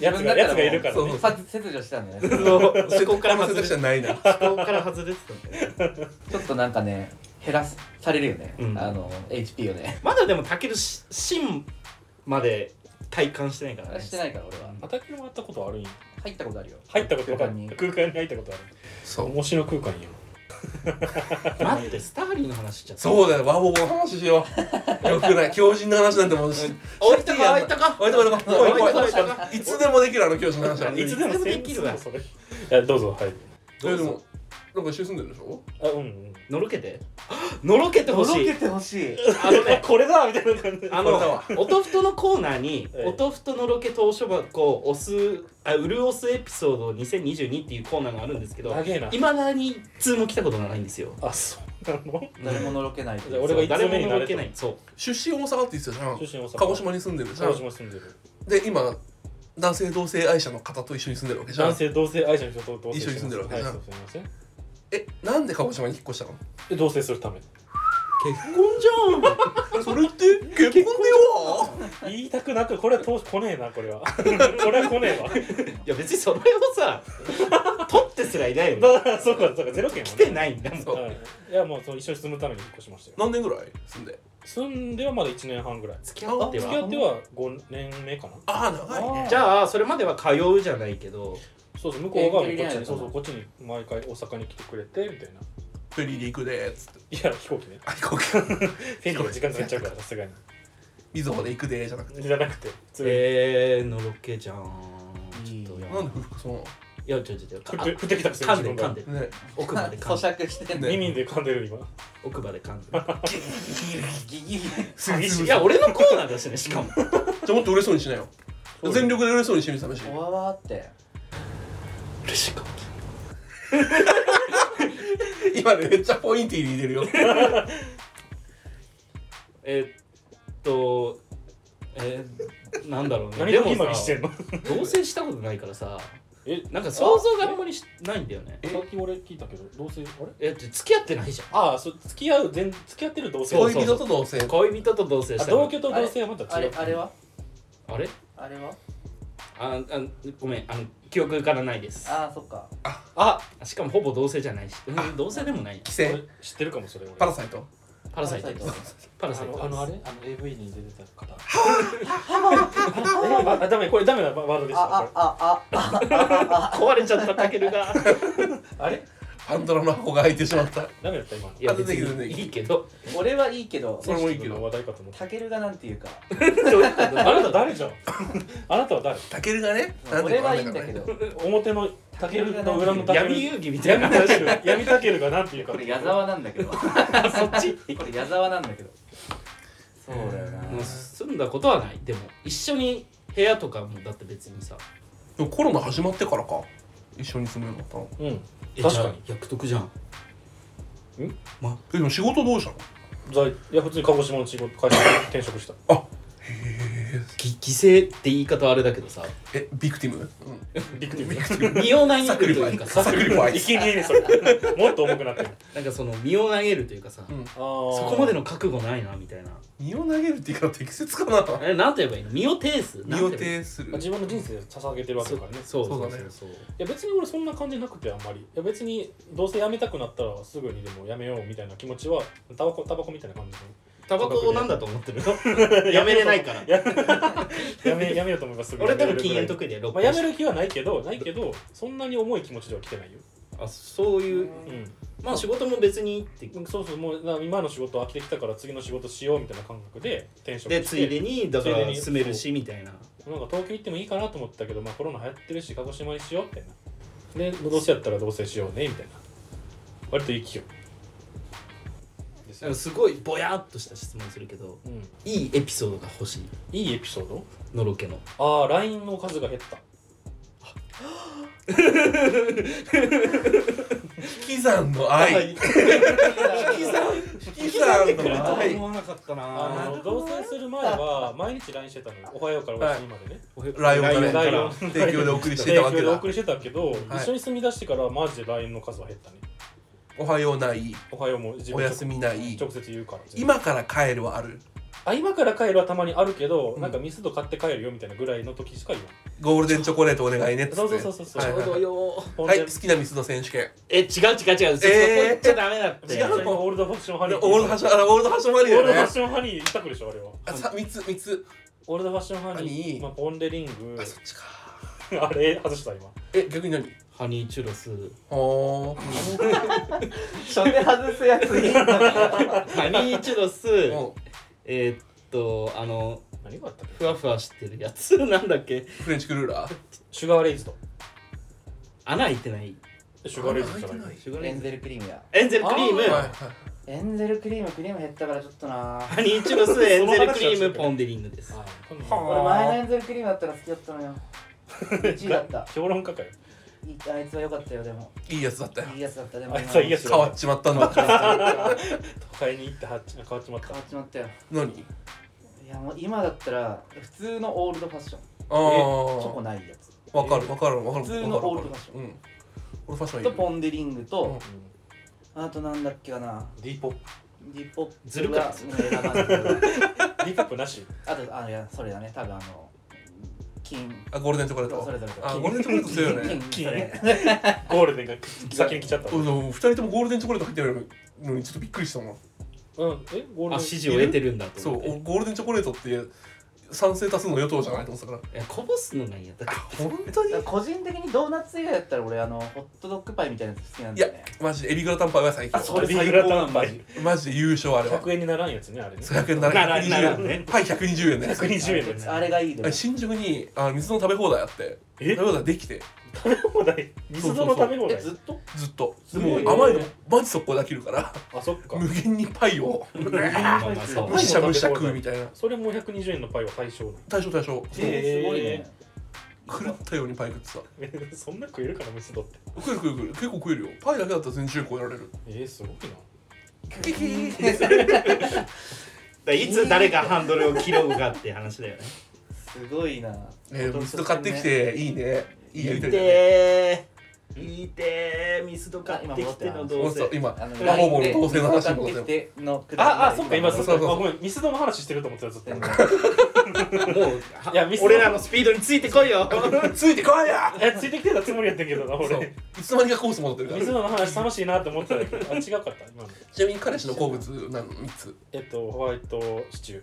[SPEAKER 1] やつがやつがいるから
[SPEAKER 2] そう
[SPEAKER 1] ね
[SPEAKER 2] そう
[SPEAKER 4] さ切除したんだよね
[SPEAKER 3] そう そこから
[SPEAKER 2] 他の選択
[SPEAKER 3] 外れ
[SPEAKER 2] 肢はない な
[SPEAKER 3] そこから外れてたんだよね
[SPEAKER 4] ちょっとなんかね減らすされるよね
[SPEAKER 3] うん
[SPEAKER 4] あの HP をね
[SPEAKER 3] まだでもたけるし芯まで体感してないからね
[SPEAKER 4] してないから俺は
[SPEAKER 1] 畑もやったことあるんや
[SPEAKER 4] 入ったことあるよ
[SPEAKER 1] 入ったことあ
[SPEAKER 4] 空
[SPEAKER 1] る
[SPEAKER 4] 間に
[SPEAKER 1] 空間に入ったことある
[SPEAKER 2] そう
[SPEAKER 1] 面白い空間や
[SPEAKER 3] 待ってスターリーの話しちゃった
[SPEAKER 2] そうだよ和ボの話しよ うよくない強人の話なんてもうし
[SPEAKER 3] 置いたか置いたか
[SPEAKER 2] おいとこおいとこおいとこ
[SPEAKER 3] 置いとこ
[SPEAKER 2] いつでもできるあの教師の話は。
[SPEAKER 3] うん
[SPEAKER 2] え
[SPEAKER 1] いつでも
[SPEAKER 3] いつでもできるわ
[SPEAKER 1] それいやどうぞはい
[SPEAKER 2] でもなんか一緒に住んでるでしょ？
[SPEAKER 1] あうんうん
[SPEAKER 3] のろけて のろけてほしい
[SPEAKER 4] てほしい
[SPEAKER 3] あのね
[SPEAKER 1] これだみたいな感じ
[SPEAKER 3] あ
[SPEAKER 2] これだ
[SPEAKER 3] の
[SPEAKER 2] わ
[SPEAKER 3] 音ふとのコーナーに
[SPEAKER 1] ええ
[SPEAKER 3] 音ふとのろけ投書箱を押すあ潤すエピソード2022っていうコーナーがあるんですけど
[SPEAKER 1] 長えない
[SPEAKER 3] まだに一通も来たことがないんですよ
[SPEAKER 1] あそうなの
[SPEAKER 4] 誰ものろけない
[SPEAKER 1] じゃあ俺が
[SPEAKER 3] そう誰も
[SPEAKER 1] 一通目に
[SPEAKER 3] の
[SPEAKER 1] な
[SPEAKER 3] ろ
[SPEAKER 1] れ
[SPEAKER 3] け
[SPEAKER 1] と
[SPEAKER 3] ないそう
[SPEAKER 2] 出身大阪って言ってたじゃん
[SPEAKER 1] 出。身大阪
[SPEAKER 2] 鹿児島に住んでるじゃ
[SPEAKER 1] 鹿児
[SPEAKER 2] ん。
[SPEAKER 1] 島住んでる
[SPEAKER 2] で今男性同性愛者の方と一緒に住んでるわけじゃ
[SPEAKER 1] 男
[SPEAKER 2] ん。
[SPEAKER 1] 性同性愛者の人と同棲
[SPEAKER 2] 一緒に住んでるわけ
[SPEAKER 1] はい
[SPEAKER 2] じゃ
[SPEAKER 1] そ
[SPEAKER 2] ん
[SPEAKER 1] うすいません
[SPEAKER 2] えなんで鹿児島に引っ越したの？
[SPEAKER 1] で同棲するため
[SPEAKER 3] 結婚じゃ ん
[SPEAKER 2] それって結婚でよ。
[SPEAKER 1] 言いたくなくこれは通し来ねえなこれは これは来ね
[SPEAKER 3] いや別にそれをさ取ってすらいな
[SPEAKER 1] え
[SPEAKER 3] い よね
[SPEAKER 1] わだからそうかそうかゼロ件は
[SPEAKER 3] 来
[SPEAKER 1] ね
[SPEAKER 3] てないんだもん
[SPEAKER 2] そう
[SPEAKER 1] はいいやもうその一緒に住むために引っ越しましたよ
[SPEAKER 2] 何年ぐらい住んで？
[SPEAKER 1] 住んではまだ1年半ぐらい
[SPEAKER 3] 付き合って
[SPEAKER 1] 付き合
[SPEAKER 3] は
[SPEAKER 1] っては5年目かな
[SPEAKER 2] ああ長いね
[SPEAKER 3] じゃあそれまでは通うじゃないけど
[SPEAKER 1] そうそう向こうがこっち
[SPEAKER 4] 遠距離恋愛だった
[SPEAKER 1] に
[SPEAKER 4] の
[SPEAKER 1] そうそうこっちに毎回大阪に来てくれてみたいな
[SPEAKER 2] フェリーで行くでーっつって
[SPEAKER 1] いや飛行機ね
[SPEAKER 2] あ飛行機
[SPEAKER 1] フェリーの時間かかっちゃうからさすがに
[SPEAKER 2] みずほで行くでーじゃなくて
[SPEAKER 1] じゃなくて普通に、
[SPEAKER 3] えー、のろけじゃんちょっとや
[SPEAKER 2] なんで不服そう
[SPEAKER 3] いやちょちょちょ
[SPEAKER 1] ふってふってきたくせに
[SPEAKER 3] 噛んで
[SPEAKER 1] 自分が
[SPEAKER 3] 噛んで
[SPEAKER 2] なのね
[SPEAKER 3] 奥まで 噛んで
[SPEAKER 4] 咀嚼してんだよ
[SPEAKER 1] 耳で噛んでる今
[SPEAKER 3] 奥まで噛んで
[SPEAKER 4] ギリギリ
[SPEAKER 2] すぐ潰す
[SPEAKER 3] いや俺のコーナーだしねしかも
[SPEAKER 2] じゃあもっと売れそうにしなよ
[SPEAKER 1] そう
[SPEAKER 2] 全力で売れそうにしてみてたし
[SPEAKER 4] おわわって
[SPEAKER 3] 嬉しいか
[SPEAKER 2] 今ねめっちゃポインティーに入れる よ
[SPEAKER 3] えーっとえー、なんだろうね
[SPEAKER 1] 何
[SPEAKER 3] で
[SPEAKER 1] でも
[SPEAKER 3] も
[SPEAKER 1] 今にして
[SPEAKER 3] さ
[SPEAKER 1] んの
[SPEAKER 3] 同棲したことないからさ
[SPEAKER 1] え
[SPEAKER 3] なんか想像があんまりしないんだよね
[SPEAKER 1] さっき俺聞いたけど同棲あれ
[SPEAKER 3] えって付き合ってないじゃん
[SPEAKER 1] ああそう付き合う全付き合ってる同
[SPEAKER 3] そう
[SPEAKER 1] 棲
[SPEAKER 2] 恋人と同棲
[SPEAKER 3] 恋人と同棲した
[SPEAKER 1] あ
[SPEAKER 3] の
[SPEAKER 1] 同居と同棲はまた
[SPEAKER 4] あ
[SPEAKER 1] 違
[SPEAKER 4] れ
[SPEAKER 1] う
[SPEAKER 4] あれは
[SPEAKER 3] あれ
[SPEAKER 4] あれは
[SPEAKER 3] ああごめんあの記憶からないです
[SPEAKER 4] ああそっか
[SPEAKER 1] あ
[SPEAKER 3] しかもほぼ同性じゃないし、うん
[SPEAKER 2] あ
[SPEAKER 3] 同性でもないな
[SPEAKER 2] 規
[SPEAKER 1] 俺
[SPEAKER 2] 制
[SPEAKER 1] 知ってるかもそれ俺
[SPEAKER 2] パラサイト
[SPEAKER 3] パラサイトですパラサイトです
[SPEAKER 1] あのあのあれあの AV に出てた方え あダメこれダメなワードでした
[SPEAKER 4] あ
[SPEAKER 1] こ
[SPEAKER 4] あああ
[SPEAKER 3] 壊れちゃったタケ ルが
[SPEAKER 1] れあれ
[SPEAKER 2] パンドラの箱が開いてしまった
[SPEAKER 1] ダメだった今の
[SPEAKER 3] いや
[SPEAKER 2] あ出
[SPEAKER 3] 別
[SPEAKER 2] てきた出てき
[SPEAKER 3] に
[SPEAKER 2] た
[SPEAKER 3] いいけど
[SPEAKER 4] 俺はいいけど
[SPEAKER 2] それもいいけど
[SPEAKER 1] 話題かと思って
[SPEAKER 4] タケルがなんていうか
[SPEAKER 3] どういうこと
[SPEAKER 1] あなた誰じゃんあなたは誰
[SPEAKER 2] タケルがねなんで
[SPEAKER 4] 俺
[SPEAKER 2] か
[SPEAKER 4] はいい
[SPEAKER 2] わか
[SPEAKER 4] ん
[SPEAKER 2] な
[SPEAKER 4] だけど
[SPEAKER 1] 表のタケルの裏のタケル
[SPEAKER 3] 闇遊戯みたい
[SPEAKER 1] 闇
[SPEAKER 3] な
[SPEAKER 1] タケ
[SPEAKER 3] 話
[SPEAKER 1] ル闇タケルがなんていうか
[SPEAKER 4] これ矢沢なんだけどこ
[SPEAKER 3] そっち
[SPEAKER 4] れ矢沢なんだけどそうだよな
[SPEAKER 3] もう住んだことはないでも一緒に部屋とかもだって別にさ
[SPEAKER 2] でもコロナ始まってからか一緒に住むようになったの
[SPEAKER 1] うん
[SPEAKER 3] え
[SPEAKER 1] 確かに
[SPEAKER 3] じゃあ約束じゃん
[SPEAKER 2] えでも仕事どうしたの
[SPEAKER 1] 在いや普通に鹿児島の仕事会社に転職した
[SPEAKER 3] ぎ犠牲って言い方はあれだけど さ
[SPEAKER 2] えビクティム、
[SPEAKER 1] ビクティブ
[SPEAKER 3] 身を投げるというかさ
[SPEAKER 2] サクリファイ
[SPEAKER 1] 生
[SPEAKER 2] ス
[SPEAKER 1] きにいいねそれもっと重くなってる
[SPEAKER 3] なんかその身を投げるというかさ、
[SPEAKER 2] うん
[SPEAKER 1] そ
[SPEAKER 3] そこまでの覚悟ないなみたいな
[SPEAKER 2] 身を投げるって言い方適切かな
[SPEAKER 3] えなんて言えばいいの身を呈す
[SPEAKER 2] 身
[SPEAKER 3] な
[SPEAKER 2] を
[SPEAKER 3] んて言え
[SPEAKER 2] 呈する
[SPEAKER 1] 自分の人生を捧げてる
[SPEAKER 3] ば
[SPEAKER 1] わ
[SPEAKER 3] い
[SPEAKER 1] け
[SPEAKER 3] い
[SPEAKER 1] だ
[SPEAKER 3] の
[SPEAKER 1] からね
[SPEAKER 3] そうそ
[SPEAKER 2] そ
[SPEAKER 3] うそ
[SPEAKER 2] だ
[SPEAKER 3] ううそ
[SPEAKER 2] ね
[SPEAKER 3] うそう
[SPEAKER 1] いや別に俺そんな感じなくてあんまりいや別にどうせやめたくなったらすぐにでもやめようみたいな気持ちはタバコタバコみたいな感じ
[SPEAKER 3] タバコをなんだと思ってるのやめれない から
[SPEAKER 1] でやめやめようと思いますすぐ
[SPEAKER 3] 俺多分
[SPEAKER 1] やめれるぐ
[SPEAKER 3] 禁
[SPEAKER 1] らい
[SPEAKER 3] 煙得意だよ
[SPEAKER 1] まあ、やめる気はないけどないけどそんなに重い気持ちでは来てないよ
[SPEAKER 3] あそういう
[SPEAKER 1] うん
[SPEAKER 3] まあ仕事も別にって
[SPEAKER 1] そうそうもうな今の仕事飽きてきたから次の仕事しようみたいな感覚で転職して
[SPEAKER 3] でついでにだか
[SPEAKER 1] ついで
[SPEAKER 3] ら
[SPEAKER 1] に
[SPEAKER 3] 住めるしみたい
[SPEAKER 1] な
[SPEAKER 3] な
[SPEAKER 1] んか東京行ってもいいかなと思ってたけど、まあ、コロナ流行ってるし鹿児島にしようみたいなでどうせやったらどうせしようねみたいな割といい気よです
[SPEAKER 3] なん
[SPEAKER 1] よ
[SPEAKER 3] かすごいぼやっとした質問するけど
[SPEAKER 1] うん、
[SPEAKER 3] いいエピソードが欲しい
[SPEAKER 1] いいエピソード
[SPEAKER 3] のろけの
[SPEAKER 1] ああ LINE の数が減った
[SPEAKER 2] 引き算の愛
[SPEAKER 3] い
[SPEAKER 2] 引き算
[SPEAKER 3] くれると
[SPEAKER 2] の愛
[SPEAKER 3] 思わなかったな
[SPEAKER 1] あの同棲する前は毎日 LINE してたのよおはようからおやすみまでね、
[SPEAKER 2] ライオンから
[SPEAKER 1] ライオン
[SPEAKER 2] 提供でお送りして
[SPEAKER 1] 提
[SPEAKER 2] た
[SPEAKER 1] 供
[SPEAKER 2] わけ
[SPEAKER 1] でお
[SPEAKER 2] だ
[SPEAKER 1] 送りしてたけど、
[SPEAKER 2] はい
[SPEAKER 1] 一緒に住み出してからマジで LINE の数は減ったね
[SPEAKER 2] おはようない
[SPEAKER 1] おはようも自
[SPEAKER 2] お
[SPEAKER 1] 直
[SPEAKER 2] やすみない
[SPEAKER 1] 直接言うから
[SPEAKER 2] 今から帰るはある
[SPEAKER 1] あ今から帰るはたまにあるけど、
[SPEAKER 2] うん
[SPEAKER 1] なんかミスド買って帰るよみたいなぐらいの時しか言わない
[SPEAKER 2] ゴールデンチョコレートお願いねっつっ
[SPEAKER 1] そ
[SPEAKER 2] て
[SPEAKER 1] うそうそうそうそう
[SPEAKER 2] はい はい
[SPEAKER 3] ちょうどよ
[SPEAKER 2] はい
[SPEAKER 1] ほん
[SPEAKER 2] 好
[SPEAKER 1] で
[SPEAKER 2] きなミスの選手権
[SPEAKER 3] え違う違う違うそこ行っちゃダメだって
[SPEAKER 1] 違うのオールドファッションハニー
[SPEAKER 2] オールドファッションあれオールドファッションマリー
[SPEAKER 1] オ
[SPEAKER 2] だ
[SPEAKER 1] ールドファ
[SPEAKER 2] よ
[SPEAKER 1] ッ
[SPEAKER 2] ね
[SPEAKER 1] ションハニー一択でしょあれは
[SPEAKER 2] あさ三つ三つ
[SPEAKER 1] オールドファッションハニ
[SPEAKER 2] ハニ
[SPEAKER 1] ー、
[SPEAKER 2] ー
[SPEAKER 1] まあ、ポン・デ・リング
[SPEAKER 2] あそっちか
[SPEAKER 1] あれ外した今
[SPEAKER 2] え逆に何
[SPEAKER 3] ハニーチュロス
[SPEAKER 2] おー
[SPEAKER 4] 初手外すやついいんだな
[SPEAKER 3] ハニーチュロス
[SPEAKER 2] も
[SPEAKER 3] えーっとあの
[SPEAKER 1] 何があったっけ
[SPEAKER 3] ふわふわしてるやつ なんだっけ
[SPEAKER 2] うフレンチクルーラー
[SPEAKER 1] シュガーレイズと
[SPEAKER 3] 穴開いてない
[SPEAKER 1] シュガーレイズじゃない
[SPEAKER 2] あ開い
[SPEAKER 3] シュガーレ
[SPEAKER 4] エ
[SPEAKER 3] イ
[SPEAKER 4] ン
[SPEAKER 3] ズ
[SPEAKER 4] ゼルクリームや
[SPEAKER 3] エンゼルクリーム
[SPEAKER 1] あー
[SPEAKER 2] はいはい
[SPEAKER 4] エンゼルクリームクリーム減ったからちょっとな
[SPEAKER 3] ハニーチュロスエンゼルクリームポンデリングです
[SPEAKER 1] あー今度
[SPEAKER 2] は
[SPEAKER 4] 俺前のエンゼルクリームだったら好きだったのよ1位だった
[SPEAKER 1] 評論家かよ
[SPEAKER 4] いあいつは良かったよでも
[SPEAKER 2] いいやつだったよ
[SPEAKER 4] いいやつだったでも
[SPEAKER 1] あいつはいいやつ
[SPEAKER 2] 変わっちまったん だ
[SPEAKER 4] 変わっ
[SPEAKER 1] 都会に行ってはっち変わっちまった
[SPEAKER 4] ちまったよ
[SPEAKER 2] 何
[SPEAKER 4] いやもう今だったら普通のオールドファッション
[SPEAKER 2] あ
[SPEAKER 4] チョコ
[SPEAKER 2] あ
[SPEAKER 4] ないやつ
[SPEAKER 2] わかるわかるわかる
[SPEAKER 4] 普通のオールド
[SPEAKER 2] わか
[SPEAKER 4] ファッショ
[SPEAKER 2] るうんオールドファッションいい
[SPEAKER 4] と
[SPEAKER 2] よ
[SPEAKER 4] ポン・デ・リングと
[SPEAKER 2] う
[SPEAKER 1] う
[SPEAKER 4] あとなんだっけかなん
[SPEAKER 1] D ポップ
[SPEAKER 4] ディポップ
[SPEAKER 3] ずるくない
[SPEAKER 4] は選ばないけど
[SPEAKER 1] D ポップなし
[SPEAKER 4] あとあのいやそれだね多分あの金
[SPEAKER 2] あゴールデンチョコレート
[SPEAKER 4] それぞれ
[SPEAKER 2] あゴールデンチョコレート強いよね
[SPEAKER 4] 金金
[SPEAKER 1] ゴールデンが先に来ちゃった
[SPEAKER 2] うんでも二人ともゴールデンチョコレート入ってるのにちょっとびっくりしたもん
[SPEAKER 1] うん、えゴールデン
[SPEAKER 3] あ支持を得てるんだと
[SPEAKER 2] そう
[SPEAKER 3] 思って
[SPEAKER 2] おゴールデンチョコレートって賛成多数の与党じゃないと思ってたから
[SPEAKER 3] いやこぼすのが嫌だ
[SPEAKER 2] 本当に
[SPEAKER 4] だから個人的にドーナツ以外だったら俺あのホットドッグパイみたいなやつ好きなんだよね
[SPEAKER 2] マジでエビグラタンパイは最強
[SPEAKER 4] あそれ
[SPEAKER 1] ビーグラタンパ
[SPEAKER 4] 最
[SPEAKER 1] イ
[SPEAKER 2] マジで優勝あれは
[SPEAKER 1] 100円にならんやつねあれね
[SPEAKER 2] 100円
[SPEAKER 3] なら
[SPEAKER 2] 720
[SPEAKER 3] なら
[SPEAKER 2] 円
[SPEAKER 3] ね
[SPEAKER 2] パイ120円ね
[SPEAKER 1] 120円のやつ
[SPEAKER 4] あれがいい
[SPEAKER 2] あ
[SPEAKER 4] でも
[SPEAKER 2] れ新宿にあの水の食べ放題あって食べ
[SPEAKER 1] え
[SPEAKER 2] 放題できて
[SPEAKER 1] 食べ放題水戸の食べ放
[SPEAKER 4] え
[SPEAKER 1] 題
[SPEAKER 4] ずっと
[SPEAKER 2] ずっと
[SPEAKER 1] す
[SPEAKER 2] で
[SPEAKER 1] ご
[SPEAKER 2] も
[SPEAKER 1] いね
[SPEAKER 2] 甘いのマジそこだけるから
[SPEAKER 1] あそっか
[SPEAKER 2] 無限にパイを
[SPEAKER 3] まあまあそ う
[SPEAKER 2] むしゃむしゃ食うみたいな
[SPEAKER 1] それも120円のパイは対象な
[SPEAKER 2] 大将大将
[SPEAKER 1] へえ
[SPEAKER 4] すごいね
[SPEAKER 2] 狂ったようにパイ食ってた
[SPEAKER 1] の そんな食えるかな水戸って
[SPEAKER 2] 食える食える食える結構食えるよパイだけだったら全然10超えられる
[SPEAKER 1] えー、すごいな
[SPEAKER 2] キキー
[SPEAKER 3] だからいつ誰がハンドルを切ろうかって話だよね
[SPEAKER 4] すごいな
[SPEAKER 2] えー、水と買ってきていいねいいやり
[SPEAKER 3] い
[SPEAKER 2] と
[SPEAKER 3] て
[SPEAKER 2] りだね
[SPEAKER 3] ーいてーミスと買ってきての
[SPEAKER 2] そう
[SPEAKER 3] ど
[SPEAKER 2] うそう
[SPEAKER 3] せ
[SPEAKER 2] 今
[SPEAKER 4] あの
[SPEAKER 2] 魔法ボール
[SPEAKER 4] LINE で
[SPEAKER 2] 当選の話も
[SPEAKER 4] 買 ってきてのくだり
[SPEAKER 1] ああそっか今
[SPEAKER 4] の
[SPEAKER 1] そ
[SPEAKER 2] そうう
[SPEAKER 1] か
[SPEAKER 2] そ
[SPEAKER 1] あ
[SPEAKER 2] うそう
[SPEAKER 1] ごめん水戸の話してると思ってたずっと
[SPEAKER 4] 全
[SPEAKER 1] い
[SPEAKER 4] 然
[SPEAKER 3] もう
[SPEAKER 1] い やミス
[SPEAKER 3] 俺らのスピードについてこいよ
[SPEAKER 2] ついてこいや
[SPEAKER 1] やついてきてたつもりやったけどな
[SPEAKER 2] そう
[SPEAKER 1] 俺
[SPEAKER 2] いつの間にかコース戻ってるから
[SPEAKER 1] 水戸の話楽しいなって思ってたんだけどあ違うかった今の
[SPEAKER 2] ちなみに彼氏の好物なの3つ
[SPEAKER 1] えっとホワイトシチュー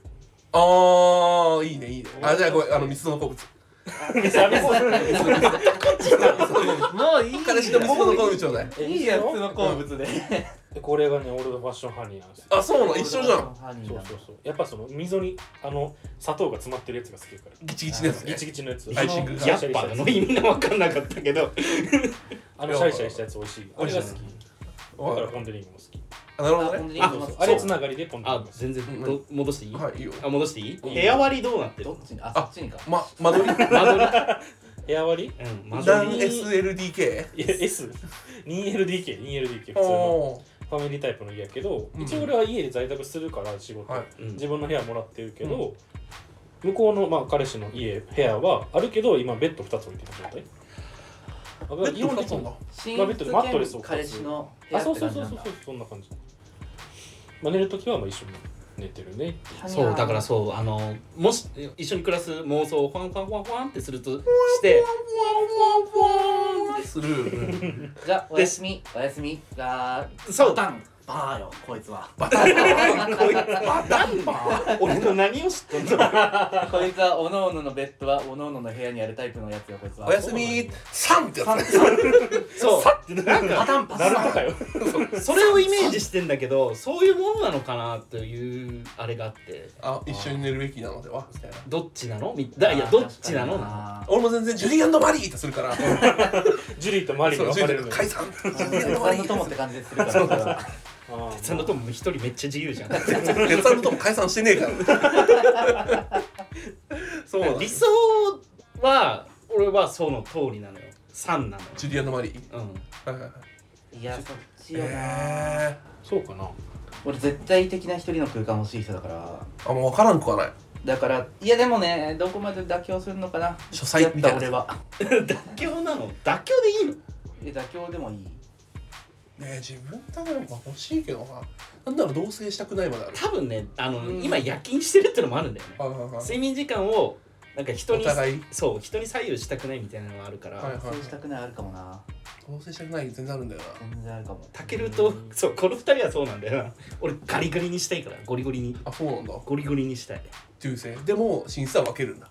[SPEAKER 2] ああいいねいいねあじゃあごめんあの三つの好物
[SPEAKER 4] もういいよ
[SPEAKER 2] 彼氏の三つの好物ちょうだい
[SPEAKER 1] え
[SPEAKER 4] いいやつの好物で
[SPEAKER 1] これがね俺のファッションハニーなんですよ
[SPEAKER 2] あ そうなの一緒じゃ
[SPEAKER 1] そう
[SPEAKER 2] ん
[SPEAKER 4] ん
[SPEAKER 1] そうそうやっぱその溝にあの砂糖が詰まってるやつが好きやから
[SPEAKER 2] ギチギチのやつね
[SPEAKER 1] ギチギチのやつ
[SPEAKER 2] アイシング
[SPEAKER 1] シャ
[SPEAKER 3] や
[SPEAKER 1] リシャ
[SPEAKER 3] っ
[SPEAKER 1] リした
[SPEAKER 3] ぱ
[SPEAKER 1] や
[SPEAKER 3] の
[SPEAKER 1] つ
[SPEAKER 3] 意味が分かんなかったけど
[SPEAKER 1] あのシャリシャリしたやつ美味しいあれが好きだからポン・デ・リングも好き
[SPEAKER 2] あなる
[SPEAKER 4] あ
[SPEAKER 2] ほど
[SPEAKER 4] ほん
[SPEAKER 2] ね
[SPEAKER 4] とにいいと思
[SPEAKER 1] そう
[SPEAKER 4] う
[SPEAKER 1] あれつながりでポン・デ・リン
[SPEAKER 3] あ
[SPEAKER 1] グも好き
[SPEAKER 3] 全然ど戻していい、
[SPEAKER 2] はいいいよ
[SPEAKER 3] あ戻していい、
[SPEAKER 1] うん
[SPEAKER 3] 部屋割りどうなってる
[SPEAKER 4] どっちにあそっちにか
[SPEAKER 2] ま間取り
[SPEAKER 3] 間取り
[SPEAKER 1] 部屋割
[SPEAKER 3] うん間
[SPEAKER 2] 段
[SPEAKER 3] 取り
[SPEAKER 2] SLDK
[SPEAKER 1] りいや S2LDK2LDK 普通の
[SPEAKER 2] おー
[SPEAKER 1] ファミリータイプの家やけど
[SPEAKER 2] うん
[SPEAKER 1] 一応俺は家で在宅するから仕事
[SPEAKER 2] はい
[SPEAKER 3] うん
[SPEAKER 1] 自分の部屋もらってるけど向こうのまあ彼氏の家部屋はあるけど今ベッド2つ置いてる状態あ
[SPEAKER 2] ベッド2
[SPEAKER 1] 的
[SPEAKER 2] つなんだ
[SPEAKER 4] 寝
[SPEAKER 1] まあベッド
[SPEAKER 4] 室
[SPEAKER 1] でマットレス
[SPEAKER 4] 兼
[SPEAKER 1] を
[SPEAKER 4] 彼氏の部
[SPEAKER 1] あ
[SPEAKER 4] 屋
[SPEAKER 1] そ
[SPEAKER 4] っ
[SPEAKER 1] う
[SPEAKER 4] て
[SPEAKER 1] そう
[SPEAKER 4] 感じ
[SPEAKER 1] そうそ
[SPEAKER 4] なん
[SPEAKER 1] う
[SPEAKER 4] だ
[SPEAKER 1] そうそんな感じ、まあ、寝るときはまあ一緒に寝てるね
[SPEAKER 3] そうだからそうあのもし一緒に暮らす妄想をファンファンファンファンってするとして
[SPEAKER 2] する
[SPEAKER 4] じゃあおやすみおやすみが
[SPEAKER 3] そう
[SPEAKER 4] バタンバーよこいつは
[SPEAKER 2] バター
[SPEAKER 3] こいつバタンバー俺の何を知ってんの
[SPEAKER 4] こいつはおのおののベッドはおのおのの部屋にあるタイプのやつよこいつは
[SPEAKER 2] おやすみサンってやつね
[SPEAKER 3] そうなん
[SPEAKER 4] パ
[SPEAKER 3] か
[SPEAKER 4] タンパ
[SPEAKER 1] な
[SPEAKER 4] タ
[SPEAKER 1] る
[SPEAKER 4] ン
[SPEAKER 1] とかよ
[SPEAKER 3] それをイメージしてんだけどそういうものなのかなというあれがあって
[SPEAKER 2] あ一緒に寝るべきなのではみたいな
[SPEAKER 3] どっちなのみだいやどっちなの
[SPEAKER 4] あ
[SPEAKER 2] 俺も全然ジュリーマリーってするからそ
[SPEAKER 1] ジュリーとマリーが
[SPEAKER 2] う
[SPEAKER 1] 分
[SPEAKER 2] ジュ
[SPEAKER 1] かれ
[SPEAKER 2] リ
[SPEAKER 1] るの
[SPEAKER 2] ー
[SPEAKER 1] よ
[SPEAKER 2] 解散ジ
[SPEAKER 4] ー
[SPEAKER 2] ュ
[SPEAKER 4] あ
[SPEAKER 2] リーマリ
[SPEAKER 4] の鉄腕の
[SPEAKER 2] ー
[SPEAKER 4] 友って感じでするから俺は
[SPEAKER 1] あー
[SPEAKER 3] そのとも一人めっちゃ自由じゃん
[SPEAKER 2] 鉄腕の友解散してねえからそうなんだ
[SPEAKER 3] 理
[SPEAKER 2] ジ
[SPEAKER 3] 想は俺はその通りなのよ3なのよ
[SPEAKER 2] ュリーマリー
[SPEAKER 3] うん
[SPEAKER 2] はいはいはい
[SPEAKER 4] いやそっちよな
[SPEAKER 2] え
[SPEAKER 1] そうかな
[SPEAKER 4] 俺絶対的な一人の空間欲しい人だから
[SPEAKER 2] ーあもう分からんくはない
[SPEAKER 4] だからいやでもねどこまで妥協するのかな
[SPEAKER 2] 書斎みたいな
[SPEAKER 4] やった俺は
[SPEAKER 3] 妥協なの妥協でいいの
[SPEAKER 4] いや妥協でもいい
[SPEAKER 2] ねえ自分ためのが欲しいけどななんなら同棲したくないまである
[SPEAKER 3] 多分ねあの、
[SPEAKER 2] うん
[SPEAKER 3] 今夜勤してるってのもあるんだよね
[SPEAKER 2] はいはいはい
[SPEAKER 3] 睡眠時間をなんか人
[SPEAKER 2] お
[SPEAKER 3] に
[SPEAKER 2] 互い
[SPEAKER 3] そう人に左右したくないみたいなのがあるから、
[SPEAKER 2] はい
[SPEAKER 4] そうしたくないあるかもな
[SPEAKER 2] 同棲したくない全然あるんだよ
[SPEAKER 4] 全然あるかも
[SPEAKER 3] タケルと
[SPEAKER 1] うん
[SPEAKER 3] そうこの二人はそうなんだよな俺ガリガリにしたいからゴリゴリに
[SPEAKER 2] なあそうなんだ
[SPEAKER 3] ゴリゴリにしたい
[SPEAKER 2] 中世でも寝室は分けるんだ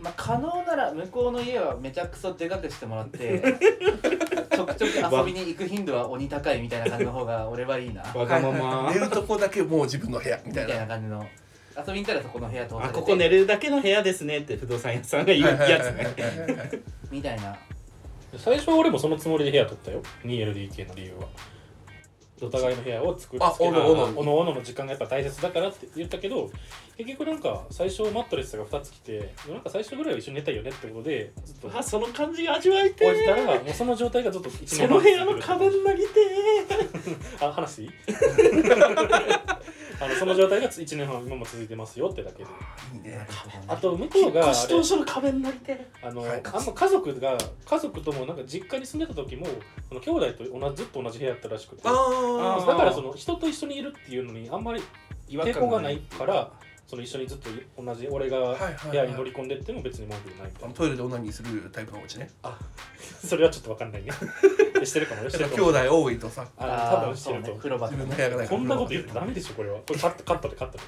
[SPEAKER 4] まあ可能なら向こうの家はめちゃくそでかくしてもらって ちょくちょく遊びに行く頻度は鬼高いみたいな感じの方が俺はいいな
[SPEAKER 3] わがま ま
[SPEAKER 2] 寝るとこだけもう自分の部屋み
[SPEAKER 4] み
[SPEAKER 2] たい
[SPEAKER 4] たい
[SPEAKER 2] な
[SPEAKER 4] な感じの遊びに行ったらそこの部屋通さ
[SPEAKER 3] あ
[SPEAKER 4] れて
[SPEAKER 3] ここ寝るだけの部屋ですねって不動産屋さんが言う
[SPEAKER 2] はいはい
[SPEAKER 3] や
[SPEAKER 2] は
[SPEAKER 3] つ
[SPEAKER 2] いはい
[SPEAKER 3] ね
[SPEAKER 2] はいはい
[SPEAKER 4] みたいな
[SPEAKER 1] 最初は俺もそのつもりで部屋取ったよ 2LDK の理由はお互いの部屋を作り
[SPEAKER 2] あ
[SPEAKER 1] つけ
[SPEAKER 2] おのおの
[SPEAKER 1] おのおのの時間がやっぱ大切だからって言ったけど結局なんか最初マットレスが2つ来てなんか最初ぐらいは一緒に寝たいよねってことでずっと
[SPEAKER 3] あその感じ味わいて
[SPEAKER 1] 置いてた
[SPEAKER 3] ー
[SPEAKER 1] らもうその状態がずっと1
[SPEAKER 3] その部屋の壁になりて
[SPEAKER 1] あ話していい あのその状態が1年半今も続いてますよってだけで
[SPEAKER 2] いいね
[SPEAKER 1] あと向こう
[SPEAKER 3] ー
[SPEAKER 1] があれ
[SPEAKER 3] 引っ越し当初の壁になりてー
[SPEAKER 1] あの、
[SPEAKER 2] はい
[SPEAKER 1] あんま家族が家族ともなんか実家に住んでた時もその兄弟と同じずっと同じ部屋だったらしくてだ
[SPEAKER 2] あ
[SPEAKER 1] からその人と一緒にいるっていうのにあんまり
[SPEAKER 3] 違和
[SPEAKER 1] 抵
[SPEAKER 3] 感
[SPEAKER 1] 抗がないからその一緒にずっと同じ俺が
[SPEAKER 2] はいはい
[SPEAKER 1] 部屋に乗り込んでっても別に文句ないみた
[SPEAKER 2] あ
[SPEAKER 1] い
[SPEAKER 2] の
[SPEAKER 1] な
[SPEAKER 2] トイレでオナニーするタイプのお家ね
[SPEAKER 1] それはちょっとわかんないねしてるかもねして
[SPEAKER 2] や
[SPEAKER 1] る
[SPEAKER 2] っぱ
[SPEAKER 1] か
[SPEAKER 2] 兄
[SPEAKER 1] も
[SPEAKER 2] 弟多いとさ
[SPEAKER 1] あの多分して
[SPEAKER 4] そう
[SPEAKER 1] る
[SPEAKER 4] ね
[SPEAKER 1] と
[SPEAKER 4] 風呂場と
[SPEAKER 2] 自分の
[SPEAKER 4] かね
[SPEAKER 2] 部屋がないか
[SPEAKER 1] こ
[SPEAKER 2] ら
[SPEAKER 1] んなこと言ってダメでしょこれはこれカットカットでカット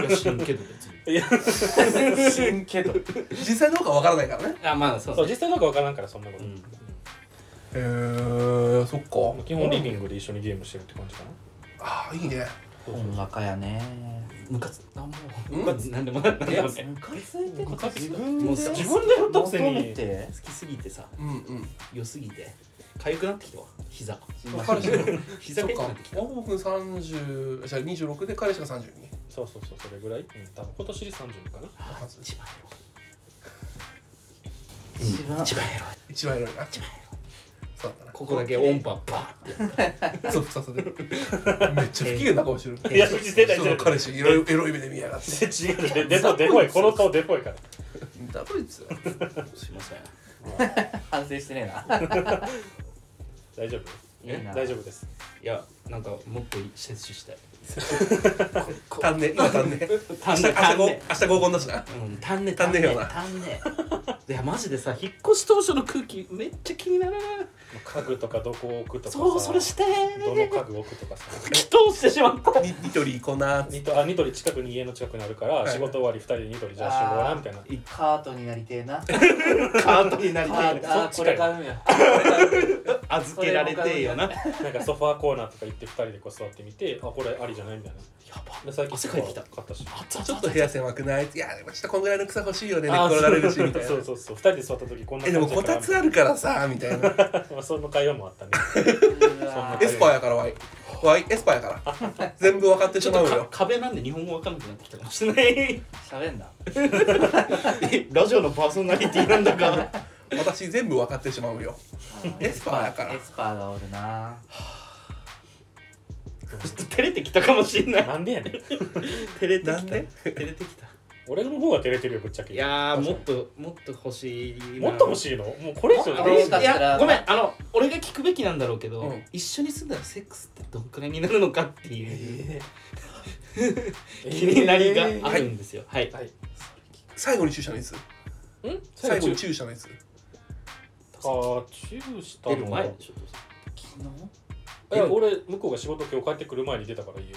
[SPEAKER 1] で
[SPEAKER 3] いや、死ぬけど別に。
[SPEAKER 1] いや
[SPEAKER 4] 死んけど
[SPEAKER 2] 実際の方がわからないからね
[SPEAKER 3] あ、まあ、そう
[SPEAKER 1] そう
[SPEAKER 3] ね。
[SPEAKER 1] 実際なんかわからんからそんなこと、
[SPEAKER 3] うん
[SPEAKER 1] うん
[SPEAKER 2] へえー、そっか
[SPEAKER 1] 基本リビングで一緒にゲームしてるって感じかな
[SPEAKER 2] ああいいね
[SPEAKER 1] そうそう
[SPEAKER 4] 音楽家やね
[SPEAKER 3] ムカつ、なんも
[SPEAKER 2] うん
[SPEAKER 3] ムカつ、なんでもなんでもない。
[SPEAKER 4] ムカついて
[SPEAKER 1] ムカついて
[SPEAKER 4] 自分で
[SPEAKER 3] もう
[SPEAKER 4] 求
[SPEAKER 3] 自分で振ったくせに
[SPEAKER 4] めて
[SPEAKER 3] 好きすぎてさ、
[SPEAKER 2] うんうん
[SPEAKER 3] 良すぎて、痒くなってきたわ、膝。
[SPEAKER 2] まあ彼氏が
[SPEAKER 3] 膝
[SPEAKER 2] そっ
[SPEAKER 3] 痒く
[SPEAKER 2] か
[SPEAKER 3] なってきた。
[SPEAKER 2] 大久保君30じゃあ26で彼氏が32
[SPEAKER 1] そうそうそうそれぐらい、うん、多分今年で30かな
[SPEAKER 3] あ一番
[SPEAKER 4] 一
[SPEAKER 3] エロい。
[SPEAKER 4] 番
[SPEAKER 3] 一番エロい。
[SPEAKER 2] 一番偉いなそうだった
[SPEAKER 3] ここだけ音波バーって。
[SPEAKER 2] なそうさせてるめっちゃ不機嫌な顔してる
[SPEAKER 1] いやうち出ない
[SPEAKER 2] そ
[SPEAKER 1] 出な
[SPEAKER 2] の
[SPEAKER 1] い
[SPEAKER 2] 彼氏いろいろエロい目で見やがって
[SPEAKER 1] 違う でデコデコいこの顔デコいから
[SPEAKER 2] だこいつ
[SPEAKER 3] すいません。
[SPEAKER 4] 反省してねえな
[SPEAKER 1] 大丈夫
[SPEAKER 3] え
[SPEAKER 4] いいな
[SPEAKER 1] 大丈夫です
[SPEAKER 3] いや、なんかもっと摂取したい。
[SPEAKER 2] 足んね今足んね
[SPEAKER 3] 足んね
[SPEAKER 2] 明日
[SPEAKER 3] 足ん
[SPEAKER 2] 合
[SPEAKER 3] ね
[SPEAKER 2] 明日合コンだしな
[SPEAKER 3] うん、足んね
[SPEAKER 2] 足んねえよな
[SPEAKER 3] 足んねえいやマジでさ引っ越し当初の空気めっちゃ気になる
[SPEAKER 1] 家具とかどこを置くとかさ
[SPEAKER 3] そうそれして
[SPEAKER 1] どの家具置くとかさ
[SPEAKER 3] 吹き通してしまった
[SPEAKER 2] ニニトリ行こうな
[SPEAKER 1] ニトあニトリ近くに家の近くにあるから、
[SPEAKER 2] い
[SPEAKER 1] 仕事終わり2人でニトリじゃあ集合なみたいな
[SPEAKER 4] カートになり てえな
[SPEAKER 3] カートにな
[SPEAKER 4] あ
[SPEAKER 3] りて
[SPEAKER 1] そ
[SPEAKER 3] えな
[SPEAKER 1] っ
[SPEAKER 4] ーあ
[SPEAKER 1] ちか
[SPEAKER 4] ーこれ
[SPEAKER 1] よ
[SPEAKER 4] 買うんや
[SPEAKER 3] 預けられてえよなや
[SPEAKER 1] なんかソファーコーナーとか行って2人でこう座ってみてあこれありじゃないみたいな
[SPEAKER 3] ば
[SPEAKER 1] で最近
[SPEAKER 3] 汗かいてきた
[SPEAKER 1] 買ったし
[SPEAKER 3] 熱々
[SPEAKER 2] ちょっと部屋狭くないいやでもちょっとこんぐらいの草欲しいよね寝っ
[SPEAKER 1] あー
[SPEAKER 2] 転がれるしみたいな
[SPEAKER 1] そうそうそう2人で座った時こんな
[SPEAKER 2] えでもこたつあるからさみたいな
[SPEAKER 1] まあその会話もあったね
[SPEAKER 4] う
[SPEAKER 1] そんな
[SPEAKER 4] わ
[SPEAKER 2] エスパーやからわいわいエスパーやから全部分かって
[SPEAKER 3] ち
[SPEAKER 2] し
[SPEAKER 3] ょっ
[SPEAKER 2] まう
[SPEAKER 3] とか
[SPEAKER 2] よ
[SPEAKER 3] 壁なんで日本語わかんなくなってきたかもしれ ない
[SPEAKER 4] 喋んな
[SPEAKER 3] ラジオのパーソナリティなんだから
[SPEAKER 2] 私全部分かってしまうよエスパーやから
[SPEAKER 4] エスパーがおるな
[SPEAKER 3] ちょっと照れてきたかもしれない
[SPEAKER 1] なんでやねん
[SPEAKER 3] 照れて
[SPEAKER 2] な
[SPEAKER 3] き
[SPEAKER 2] ん
[SPEAKER 3] た
[SPEAKER 2] で
[SPEAKER 3] 照れてきた
[SPEAKER 1] 俺の方が照れてるよぶっちゃけ
[SPEAKER 3] いやーもっともっと欲しいな
[SPEAKER 1] もっと欲しいのもうこれ以上
[SPEAKER 4] もっ
[SPEAKER 1] ど
[SPEAKER 4] と
[SPEAKER 1] う
[SPEAKER 4] 欲
[SPEAKER 1] し
[SPEAKER 4] し
[SPEAKER 1] よ
[SPEAKER 4] いか
[SPEAKER 1] う
[SPEAKER 4] っ
[SPEAKER 3] い
[SPEAKER 4] た
[SPEAKER 3] や
[SPEAKER 4] ら
[SPEAKER 3] ごめんあの俺が聞くべきなんだろうけど、
[SPEAKER 2] うん
[SPEAKER 3] 一緒に住んだらセックスってどんくらいになるのかっていう気になりがあるんですよ、はい、
[SPEAKER 1] はい
[SPEAKER 2] 最後に注射のやつ
[SPEAKER 1] ん
[SPEAKER 2] 最
[SPEAKER 1] 最後
[SPEAKER 2] 後に
[SPEAKER 1] にチュ
[SPEAKER 2] 注射のやつ
[SPEAKER 1] ーチューした
[SPEAKER 3] 出
[SPEAKER 1] の
[SPEAKER 3] る前でしょ
[SPEAKER 4] 昨日
[SPEAKER 1] いや俺向こうが仕事今日帰ってくる前に出たからいいよ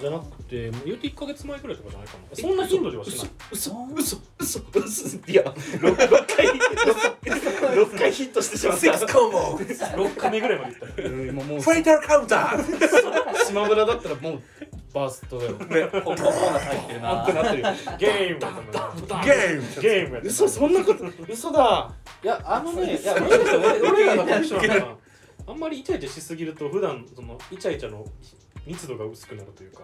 [SPEAKER 1] じゃなくてもう言うて1か月前くらいとかじゃないかなそんな頻度ではしない
[SPEAKER 3] 嘘嘘嘘嘘嘘いや 6, 回六回ヒットしてしまっ
[SPEAKER 2] セックス
[SPEAKER 3] た
[SPEAKER 2] コンボ
[SPEAKER 1] 6回目ぐらいまで行ったよ
[SPEAKER 3] うんもうもう
[SPEAKER 2] ファイターカウンター
[SPEAKER 3] スマブラだったらもうバーストだよ
[SPEAKER 4] ポップコーンが入ってる
[SPEAKER 3] あ
[SPEAKER 4] な
[SPEAKER 3] ってなってるよ
[SPEAKER 1] ゲームやったもんな
[SPEAKER 2] ゲーム
[SPEAKER 1] ゲームやった
[SPEAKER 3] 嘘そんなこと嘘だ
[SPEAKER 1] いやあのねいやもしかして俺俺らの特殊なのかなあんまりイチャイチャしすぎると普段そのイチャイチャの密度が薄くなるというか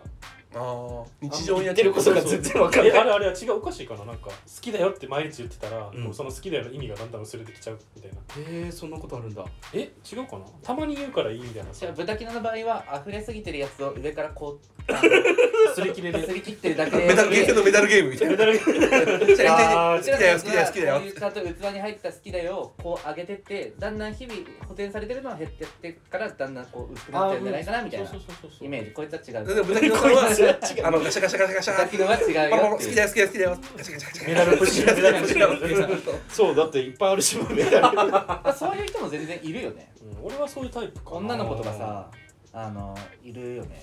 [SPEAKER 2] あー日常にやっ
[SPEAKER 3] 言ってて
[SPEAKER 2] るこ
[SPEAKER 3] ることと
[SPEAKER 2] が
[SPEAKER 3] が
[SPEAKER 2] 全
[SPEAKER 3] 全
[SPEAKER 2] 然
[SPEAKER 3] 然わかん
[SPEAKER 1] え
[SPEAKER 3] ない
[SPEAKER 1] あれあれ違うおかしいかななんか好きだよって毎日言ってたら、
[SPEAKER 3] うん
[SPEAKER 1] もうその好きだよの意味がだんだん薄れてきちゃうみたいな
[SPEAKER 3] えー、そんなことあるんだ
[SPEAKER 1] え違うかなたまに言うからいいみたいな
[SPEAKER 4] じゃ
[SPEAKER 1] さ
[SPEAKER 4] あ豚キノの場合は溢れすぎてるやつを上からこう
[SPEAKER 1] 擦り切れ
[SPEAKER 4] 擦
[SPEAKER 1] で
[SPEAKER 4] り切ってるだけで
[SPEAKER 2] メダルゲームのメダルゲームみたい
[SPEAKER 1] メ
[SPEAKER 2] な
[SPEAKER 1] ダルが
[SPEAKER 2] じゃあ
[SPEAKER 1] あー
[SPEAKER 2] 好きだよ好きだよ好きだよ
[SPEAKER 4] こういうちゃんと器に入った好きだよをこう上げてってだんだん日々補填されてるのは減ってってからだんだんこう薄くなってるんじゃないかなみたいな
[SPEAKER 1] そうそうそうそう
[SPEAKER 4] イメージこいつは違う
[SPEAKER 2] でも豚キノさんはあのガシャガシャガシャガシャ
[SPEAKER 4] 豚キノは違う
[SPEAKER 2] パラパ
[SPEAKER 4] よ
[SPEAKER 2] ラ
[SPEAKER 4] っ
[SPEAKER 2] 好
[SPEAKER 4] て
[SPEAKER 2] き
[SPEAKER 4] い
[SPEAKER 2] だ
[SPEAKER 4] う
[SPEAKER 2] よ好きだよ好きだよガシャガシャガシャ
[SPEAKER 1] メダルプッシュメダルプッシュ
[SPEAKER 3] そうだっていっぱいあるしもメダル
[SPEAKER 4] まあそういう人も全然いるよね
[SPEAKER 1] うん俺はそういうタイプかな
[SPEAKER 4] 女の子とかさあのいるよね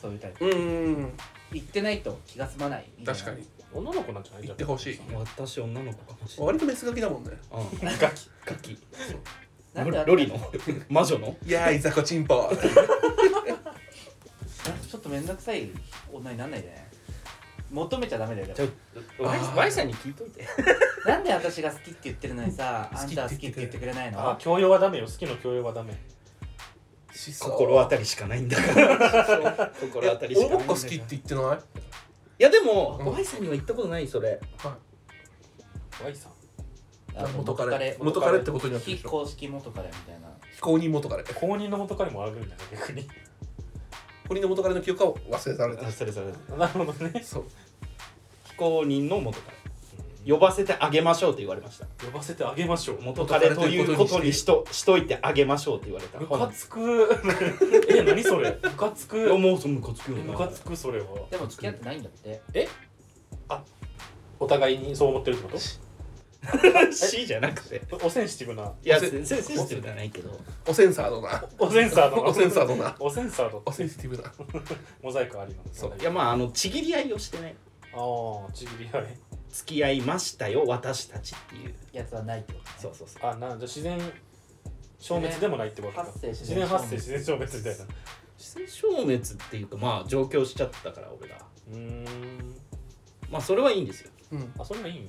[SPEAKER 4] そういうタイプ
[SPEAKER 2] うんうん
[SPEAKER 4] 言ってないと気が済まないみたいな
[SPEAKER 2] 確かに
[SPEAKER 1] 女の子なんじゃない
[SPEAKER 2] 言ってほしい
[SPEAKER 3] 私女の子かもしれない
[SPEAKER 2] 割とメスガキだもんね
[SPEAKER 3] うん
[SPEAKER 1] ガキ
[SPEAKER 3] ガキ
[SPEAKER 4] なんであ
[SPEAKER 3] ロリの魔女の
[SPEAKER 2] いやーいざこちんぽ
[SPEAKER 4] なんかちょっと面倒くさい女になんないでね求めちゃダメだよだ
[SPEAKER 3] ち
[SPEAKER 4] か
[SPEAKER 3] ょ
[SPEAKER 4] ら
[SPEAKER 3] っとワイワイさんに聞いといて
[SPEAKER 4] なんで私が好きって言ってるのにさあんたは好きって言ってくれない
[SPEAKER 1] あ
[SPEAKER 4] の
[SPEAKER 1] 教養はダメよ好きの教養はダメ
[SPEAKER 3] 心当たりしかないんだから 心当たりしか
[SPEAKER 2] お
[SPEAKER 3] ない
[SPEAKER 2] ぼっこ好きって言ってないはい
[SPEAKER 3] いやでも、
[SPEAKER 2] うん
[SPEAKER 3] おばあさんには言ったことないそれ
[SPEAKER 1] ワイさん
[SPEAKER 4] あの
[SPEAKER 2] 元彼元彼ってことになってるで
[SPEAKER 4] 非
[SPEAKER 2] しょ
[SPEAKER 4] 公式元彼みたいな
[SPEAKER 2] 非公認元彼公
[SPEAKER 1] 公認の元彼もあるんだよ逆 に
[SPEAKER 2] 認の元彼の記憶は忘れされてる
[SPEAKER 3] それそれ
[SPEAKER 1] なるほどね
[SPEAKER 2] そう
[SPEAKER 3] 非公認の元から呼ばせてあげましょうって言われました
[SPEAKER 1] 呼ばせてあげましょう
[SPEAKER 3] 元彼ということにしとしといてあげましょうって言われた
[SPEAKER 1] ムカつく え何それムカつ
[SPEAKER 3] いや
[SPEAKER 1] く
[SPEAKER 3] もうそムカつくよ
[SPEAKER 1] ムカつくそれは
[SPEAKER 4] でも付き合ってないんだって
[SPEAKER 1] お互いにそう思ってるってこ
[SPEAKER 3] C じゃなくて
[SPEAKER 1] とおセンシティブない
[SPEAKER 3] や
[SPEAKER 2] おせ
[SPEAKER 3] 先生先生じゃないけど
[SPEAKER 2] おセンサーのな
[SPEAKER 1] おセンサーの
[SPEAKER 2] おセンサーのな
[SPEAKER 1] おセンサーの
[SPEAKER 2] おセンシティブな
[SPEAKER 1] モザイクあります
[SPEAKER 2] そう
[SPEAKER 3] いやまああのちぎり合いをしてね
[SPEAKER 1] ああちぎり合い
[SPEAKER 3] 付き合いましたよ私たちっていう
[SPEAKER 4] やつはないってことね
[SPEAKER 3] そうそうそう
[SPEAKER 1] あなんじゃあ自然消滅でもないってことか
[SPEAKER 4] 発生
[SPEAKER 1] 自然発生自然消滅みたいな
[SPEAKER 3] 自然消滅っていうかまあ上京しちゃったから俺が
[SPEAKER 1] うーん
[SPEAKER 3] まあそれはいいんですよ
[SPEAKER 2] うん
[SPEAKER 1] あそれがいいね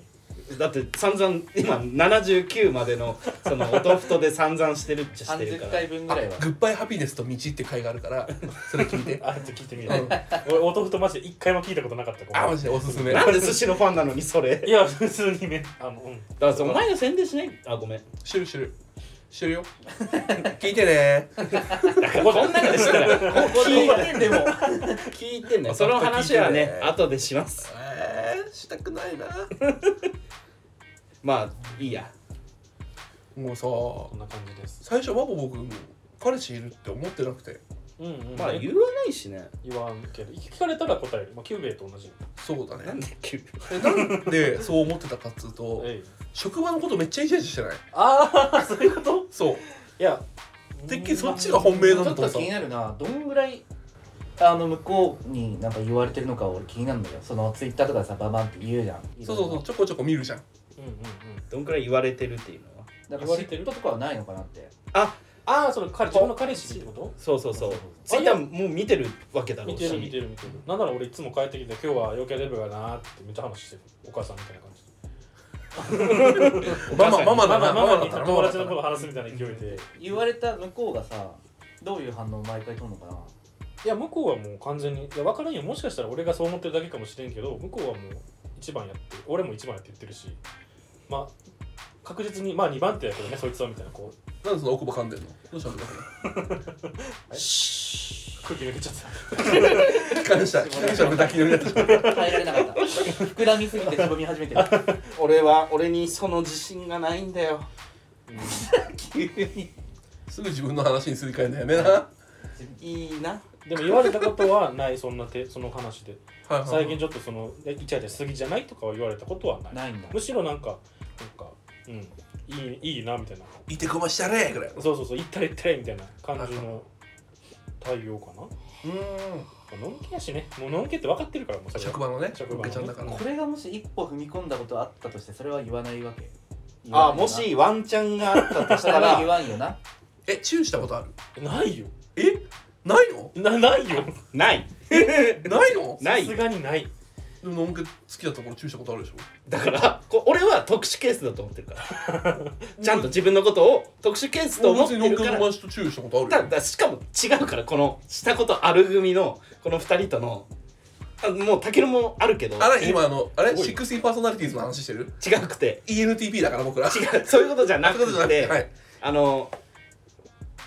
[SPEAKER 3] だって散々今79までのそのお豆腐とで散々してるっちゃしてるか
[SPEAKER 4] 30
[SPEAKER 3] ら
[SPEAKER 4] 回分ぐ
[SPEAKER 2] あ
[SPEAKER 4] らいは
[SPEAKER 2] グッバイハピネスと道って回があるからそれ聞いて
[SPEAKER 1] あちょっと聞いてみよ
[SPEAKER 2] うん
[SPEAKER 1] う俺お豆腐とマジで一回も聞いたことなかった
[SPEAKER 2] あ
[SPEAKER 1] か
[SPEAKER 2] マ
[SPEAKER 1] ら
[SPEAKER 2] ジでおすすめ
[SPEAKER 3] なんで寿司のファンなのにそれ
[SPEAKER 1] いや普通にねあ のうん
[SPEAKER 3] だからそのお前の宣伝しない あごめん
[SPEAKER 2] 知る知る知るよ聞いてね
[SPEAKER 3] こん中で知ったら聞いてんでも聞いてんだよその話はね後でします
[SPEAKER 2] えー、したくないな
[SPEAKER 3] まあいいや
[SPEAKER 2] もうさ
[SPEAKER 1] こんな感じです
[SPEAKER 2] 最初ワボボ君彼氏いるって思ってなくて
[SPEAKER 1] うんうん
[SPEAKER 3] まあ
[SPEAKER 1] 言
[SPEAKER 3] 言わないしね
[SPEAKER 1] わんけど聞かれたら答えるまあキューベイと同じ
[SPEAKER 2] そうだ
[SPEAKER 3] なん
[SPEAKER 2] ね
[SPEAKER 3] で急に
[SPEAKER 2] えなんでそう思ってたかっつうと
[SPEAKER 1] えい
[SPEAKER 2] 職場のことめっちゃイチャイチャしてない
[SPEAKER 1] ああそういうこと
[SPEAKER 2] そう
[SPEAKER 1] いや
[SPEAKER 2] てっきりそっちが本命なん
[SPEAKER 4] ち
[SPEAKER 2] だ
[SPEAKER 4] ょっ
[SPEAKER 2] と思
[SPEAKER 4] と
[SPEAKER 2] って
[SPEAKER 4] 気
[SPEAKER 2] た
[SPEAKER 4] になるなどんぐらいあの向こうになんか言われてるのか俺気になるんだよそのツイッターとかさババンって言うじゃん
[SPEAKER 2] そうそうそうちょこちょこ見るじゃん
[SPEAKER 1] うんうんうん
[SPEAKER 3] どんくらい言われてるっていうのは
[SPEAKER 4] だから嫉妬とかはないのかなって
[SPEAKER 1] ああそれ彼自分の彼氏ってこと
[SPEAKER 3] そうそうそう
[SPEAKER 1] あ
[SPEAKER 3] ツイッターもう見てるわけだろ
[SPEAKER 1] 見
[SPEAKER 3] う
[SPEAKER 1] てる見て
[SPEAKER 3] し
[SPEAKER 1] る見てるなんなら俺いつも帰ってきて今日は余計レベルがなーってめっちゃ話してるお母さんみたいな感じで
[SPEAKER 3] お
[SPEAKER 2] マ
[SPEAKER 3] 母さん
[SPEAKER 2] ママ
[SPEAKER 1] マ
[SPEAKER 2] マだな
[SPEAKER 1] マ
[SPEAKER 2] ママ
[SPEAKER 1] マ
[SPEAKER 2] だ
[SPEAKER 1] に
[SPEAKER 2] な
[SPEAKER 1] 友
[SPEAKER 2] ママ
[SPEAKER 1] 達
[SPEAKER 2] だ
[SPEAKER 1] のこ
[SPEAKER 2] な
[SPEAKER 1] と話すみたいな勢いで
[SPEAKER 4] 言われた向こうがさどういう反応を毎回取るのかない
[SPEAKER 1] や向こうはもう完全にいや分からんよもしかしたら俺がそう思ってるだけかもしれんけど向こうはもう一番やって俺も一番やって言ってるしまあ確実にまあ二番手やけどねそいつはみたいなこう
[SPEAKER 2] なんでその奥歯噛んでんのどうしたの
[SPEAKER 1] 空気抜けちゃった
[SPEAKER 2] 機関車機関車豚気になってしまう
[SPEAKER 4] 耐えられなかった膨らみすぎてしぼみ始めてる
[SPEAKER 3] 俺は俺にその自信がないんだよ
[SPEAKER 4] 急に
[SPEAKER 2] すぐ自分の話にすり替えんだよねなはい
[SPEAKER 3] いいな
[SPEAKER 1] でも言われたことはないそんな手その話で
[SPEAKER 2] はいはい
[SPEAKER 1] 最近ちょっとそのイチャイチャしすぎじゃないとかは言われたことはない
[SPEAKER 4] ないんだ
[SPEAKER 1] むしろなんかなんかうんいいいいなみたいない
[SPEAKER 2] てこましたれぐらいの
[SPEAKER 1] そうそうそう行ったれ行ったれみたいな感じの対応かな
[SPEAKER 2] うん
[SPEAKER 1] のんけやしねもうのんけって分かってるからもうそれは
[SPEAKER 2] 職場のね
[SPEAKER 1] 職場のね
[SPEAKER 2] 受けちゃんだから
[SPEAKER 4] これがもし一歩踏み込んだことあったとしてそれは言わないわけ
[SPEAKER 3] あもしワンチャンがあったとし
[SPEAKER 4] それ
[SPEAKER 3] た
[SPEAKER 4] は
[SPEAKER 3] ら
[SPEAKER 4] 言わんよな
[SPEAKER 2] えチューしたことある
[SPEAKER 1] ないよ
[SPEAKER 2] えないの
[SPEAKER 1] なないよ
[SPEAKER 3] ない
[SPEAKER 2] ないの
[SPEAKER 3] な
[SPEAKER 1] さ
[SPEAKER 3] い
[SPEAKER 1] すがにない
[SPEAKER 2] でものんけ好きだったからチューしたことあるでしょ
[SPEAKER 3] だからこ俺は特殊ケースだと思ってるからちゃんと自分のことを特殊ケースと思って
[SPEAKER 2] 別にのん
[SPEAKER 3] る
[SPEAKER 2] け
[SPEAKER 3] か
[SPEAKER 2] の
[SPEAKER 3] ら
[SPEAKER 2] 友達とチューしたことあ
[SPEAKER 3] だ
[SPEAKER 2] るよ
[SPEAKER 3] だしかも違うからこのしたことある組のこの2人とのあもうたけるもあるけど
[SPEAKER 2] あれ今あのあれ
[SPEAKER 1] すごい
[SPEAKER 2] 60パーソナリティーズの話してる
[SPEAKER 3] 違くて
[SPEAKER 2] ENTP だから僕ら違う
[SPEAKER 3] 違うそういうことじゃな
[SPEAKER 2] そういうことじゃなくて
[SPEAKER 3] くて
[SPEAKER 2] はい
[SPEAKER 3] あの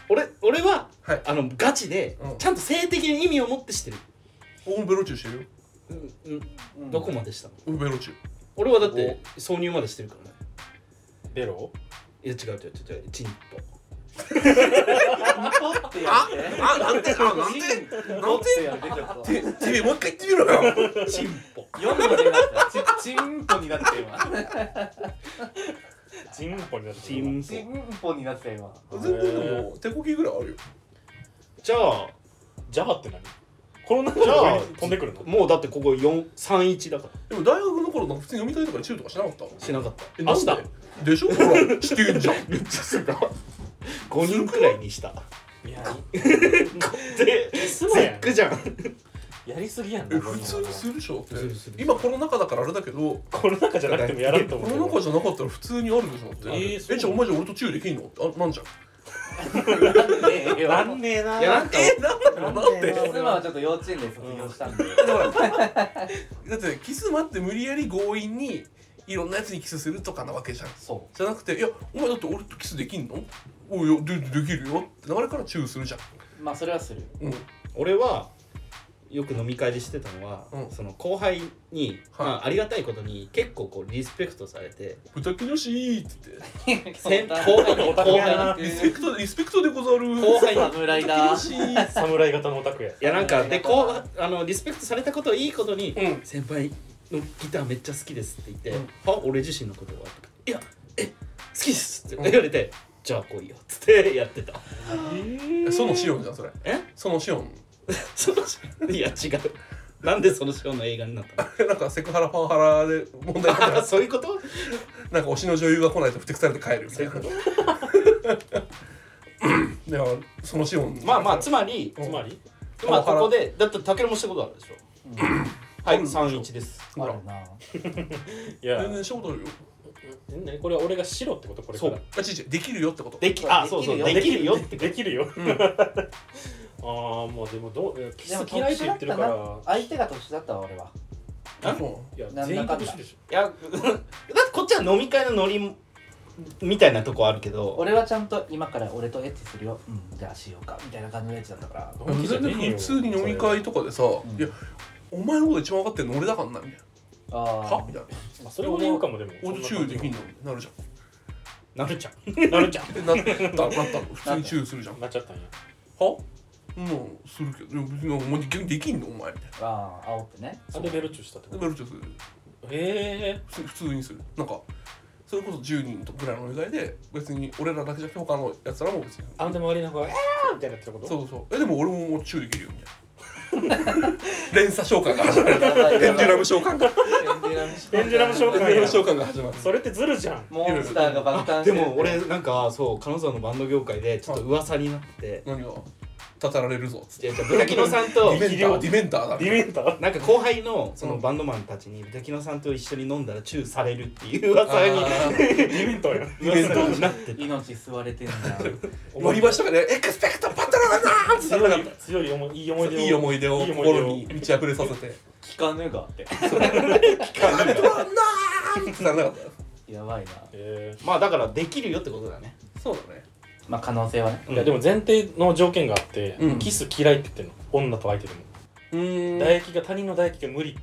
[SPEAKER 3] 俺俺は、
[SPEAKER 2] はい
[SPEAKER 3] あのガチで、
[SPEAKER 2] うん
[SPEAKER 3] ちゃんと性的に意味を持ってしてる、
[SPEAKER 2] オンベロチューしてるよ
[SPEAKER 3] うんうん、どこまでしたの
[SPEAKER 2] オンベロチュー
[SPEAKER 3] 俺はだって挿入までしてるからね
[SPEAKER 1] ベロ
[SPEAKER 3] いや違う違う違う違うチンポ
[SPEAKER 4] 取ってやって
[SPEAKER 2] あなんであなんで
[SPEAKER 4] 取ってやってちょっと
[SPEAKER 2] ててめえもう一回言ってみろ よ
[SPEAKER 3] チンポ
[SPEAKER 4] 4文字になったちちんぽになって今
[SPEAKER 1] チンポになって
[SPEAKER 3] チン
[SPEAKER 4] ち
[SPEAKER 3] ポ
[SPEAKER 4] んぽになって今
[SPEAKER 2] 全然でも手こきぐらいあるよ
[SPEAKER 3] じゃあ
[SPEAKER 1] じゃあって何この中
[SPEAKER 3] じゃあ
[SPEAKER 1] で飛んでくるの
[SPEAKER 3] もうだってここ431だか
[SPEAKER 2] でも大学の頃なんか普通に飲み会とかでチューとかしなかった
[SPEAKER 3] らしなかった
[SPEAKER 2] えなん
[SPEAKER 3] あした
[SPEAKER 2] ででしょほらしてんじゃん
[SPEAKER 3] めっちゃすごい5人くらいにした
[SPEAKER 1] いや
[SPEAKER 3] で
[SPEAKER 1] ス
[SPEAKER 3] ゼ
[SPEAKER 1] マやん
[SPEAKER 3] ックじゃん
[SPEAKER 1] やりすぎやん
[SPEAKER 2] え
[SPEAKER 1] な
[SPEAKER 2] 普通にするでしょって
[SPEAKER 3] 普通にする
[SPEAKER 2] 今コロナ禍だからあれだけど
[SPEAKER 1] この中じゃなくてもやらんと思
[SPEAKER 2] コ
[SPEAKER 1] うけ
[SPEAKER 2] ロナ
[SPEAKER 1] ど
[SPEAKER 2] 禍じゃなかったら普通にあるでしょだって
[SPEAKER 1] えーそう
[SPEAKER 2] えじゃあお前じゃあ俺とチューできんのってあなんじゃん
[SPEAKER 1] なんねえない
[SPEAKER 3] やなんか
[SPEAKER 2] えなんだろうなって
[SPEAKER 4] 妻はちょっと幼稚園で卒業したんで
[SPEAKER 2] だってキス待って無理やり強引にいろんなやつにキスするとかなわけじゃん
[SPEAKER 4] そ
[SPEAKER 2] じゃなくて「いやお前だって俺とキスできんの?」「おいやでできるよ」って流れからチューするじゃん
[SPEAKER 4] うまあそれはする
[SPEAKER 2] うん
[SPEAKER 3] 俺はよく飲み会でしてたのは、
[SPEAKER 2] うん
[SPEAKER 3] その後輩に、
[SPEAKER 2] はい
[SPEAKER 3] まあ、ありがたいことに結構こうリスペクトされて
[SPEAKER 2] 「ブタキ女子」っつって
[SPEAKER 3] 先後輩後
[SPEAKER 1] オタク
[SPEAKER 3] 輩
[SPEAKER 1] やな
[SPEAKER 2] 「リスペクトリスペクトでござる」
[SPEAKER 3] 後輩に
[SPEAKER 4] 侍
[SPEAKER 2] ブタキ
[SPEAKER 4] だ
[SPEAKER 2] 女子
[SPEAKER 1] 侍型のオタクや
[SPEAKER 3] いやなんかでこうあのリスペクトされたことをいいことに、
[SPEAKER 2] うん
[SPEAKER 3] 先輩のギターめっちゃ好きですって言って
[SPEAKER 2] うん
[SPEAKER 3] 「は俺自身のことは?」とか「いやえ好きです」って言われて「じゃあ来いよ」っつってやってた
[SPEAKER 2] そのシオンじゃんそれ
[SPEAKER 3] え
[SPEAKER 2] そのシオン
[SPEAKER 3] そのいや違うなんでそのショーの映画になったの
[SPEAKER 2] なんかセクハラパワハラで問題になった
[SPEAKER 3] あ
[SPEAKER 2] ら
[SPEAKER 3] そういうこと
[SPEAKER 2] なんか推しの女優が来ないと不適されて帰るみたいなうんでもそのシオン
[SPEAKER 3] まあまあつまり
[SPEAKER 1] つまり
[SPEAKER 3] まあここでだってタケルもしたことあるでしょはい31です
[SPEAKER 2] ほら
[SPEAKER 4] るない
[SPEAKER 1] や
[SPEAKER 2] 全然仕事あるよ
[SPEAKER 1] ねこれは俺が白ってことこれから
[SPEAKER 2] あちいちできるよってこと
[SPEAKER 3] できあそうそうできるよって
[SPEAKER 1] できるよ、
[SPEAKER 2] ん
[SPEAKER 1] ああもうでもどうキ
[SPEAKER 4] で
[SPEAKER 1] ス
[SPEAKER 4] も
[SPEAKER 1] 嫌いっ
[SPEAKER 4] 年
[SPEAKER 1] て
[SPEAKER 4] だ
[SPEAKER 1] 言
[SPEAKER 4] っ
[SPEAKER 1] ってる
[SPEAKER 4] た
[SPEAKER 1] か
[SPEAKER 4] な
[SPEAKER 1] ら
[SPEAKER 4] 相手が年だったわ俺は
[SPEAKER 2] あも
[SPEAKER 1] いや
[SPEAKER 4] なん
[SPEAKER 1] 全
[SPEAKER 4] だ
[SPEAKER 1] 員
[SPEAKER 4] かんだ
[SPEAKER 1] 得してるでし
[SPEAKER 3] いや だってこっちは飲み会のノリみたいなとこあるけど
[SPEAKER 4] 俺はちゃんと今から俺とエッチするよ、うん、じゃあしようかみたいな感じのエッチだったから
[SPEAKER 1] ょ
[SPEAKER 2] う全然普通に飲み会とかでさ
[SPEAKER 4] ん
[SPEAKER 2] 「いやお前のこと一番分かってんの俺だからな」みたい
[SPEAKER 4] あ
[SPEAKER 2] な「
[SPEAKER 4] あ
[SPEAKER 2] はみたいな
[SPEAKER 1] まあそれも言うかもでも
[SPEAKER 2] 「俺とチューできんの?」なるじゃ
[SPEAKER 3] なるちゃん
[SPEAKER 1] のなるじゃん
[SPEAKER 2] んでなったなったの普通にチューするじ ゃん「は
[SPEAKER 1] なっちゃったんや
[SPEAKER 2] もうするけどいや別にお前逆にできんのお前」みたいな
[SPEAKER 4] ああ煽ってね
[SPEAKER 1] あでベロチューしたってこ
[SPEAKER 2] で
[SPEAKER 1] と
[SPEAKER 2] ベルチョする
[SPEAKER 1] へえ
[SPEAKER 2] 普通普通にするなんかそれこそ10人とぐらいのお願いで別に俺らだけじゃなくて他のやつらも別に
[SPEAKER 1] あんで周りの子が「えー!」みたいになってること
[SPEAKER 2] そうそうえでも俺ももうチューできるよみたいな 連鎖召喚が始 まる
[SPEAKER 4] やばい
[SPEAKER 2] ペン
[SPEAKER 4] やば
[SPEAKER 2] デ
[SPEAKER 4] い
[SPEAKER 2] ュラム召喚がペ
[SPEAKER 1] エンジュラム召
[SPEAKER 2] ンデ
[SPEAKER 1] 喚
[SPEAKER 2] ュラム
[SPEAKER 1] や
[SPEAKER 2] 召喚が始まる
[SPEAKER 1] それってズルじゃん
[SPEAKER 4] モンスターが爆誕して
[SPEAKER 3] で
[SPEAKER 4] る
[SPEAKER 3] も俺なんかそう金沢のバンド業界でちょっと噂になってて
[SPEAKER 2] 何がたたられるぞっつって
[SPEAKER 3] じゃあじゃあブタキノさんと
[SPEAKER 2] ディメンターディメンターだ
[SPEAKER 1] ディメンター
[SPEAKER 3] なんか後輩のそうの
[SPEAKER 2] ん
[SPEAKER 3] バンドマンたちにブタキノさんと一緒に飲んだらチューされるっていう噂に
[SPEAKER 2] に
[SPEAKER 1] ディメンターやん
[SPEAKER 3] 噂になってて
[SPEAKER 4] 命吸われてんだ
[SPEAKER 2] 割り箸とかで「エクスペクトパトラだな!」ってされ
[SPEAKER 1] 強
[SPEAKER 2] なかっ
[SPEAKER 1] い強い思いいい思い
[SPEAKER 2] た
[SPEAKER 1] 出を
[SPEAKER 2] いい思い出を
[SPEAKER 1] いい思い出を
[SPEAKER 2] 心に満ち溢れさせて
[SPEAKER 4] 聞かぬがって
[SPEAKER 2] 「パトラだな!」ってならなかった
[SPEAKER 4] やばいな
[SPEAKER 1] え
[SPEAKER 3] まあだからできるよってことだね
[SPEAKER 2] そうだね
[SPEAKER 4] まあ可能性はね
[SPEAKER 1] ーいやでも前提の条件があって、
[SPEAKER 2] うん
[SPEAKER 1] キス嫌いって言ってんの女と相手でも、
[SPEAKER 2] うーん
[SPEAKER 1] 唾液が他人の唾液が無理って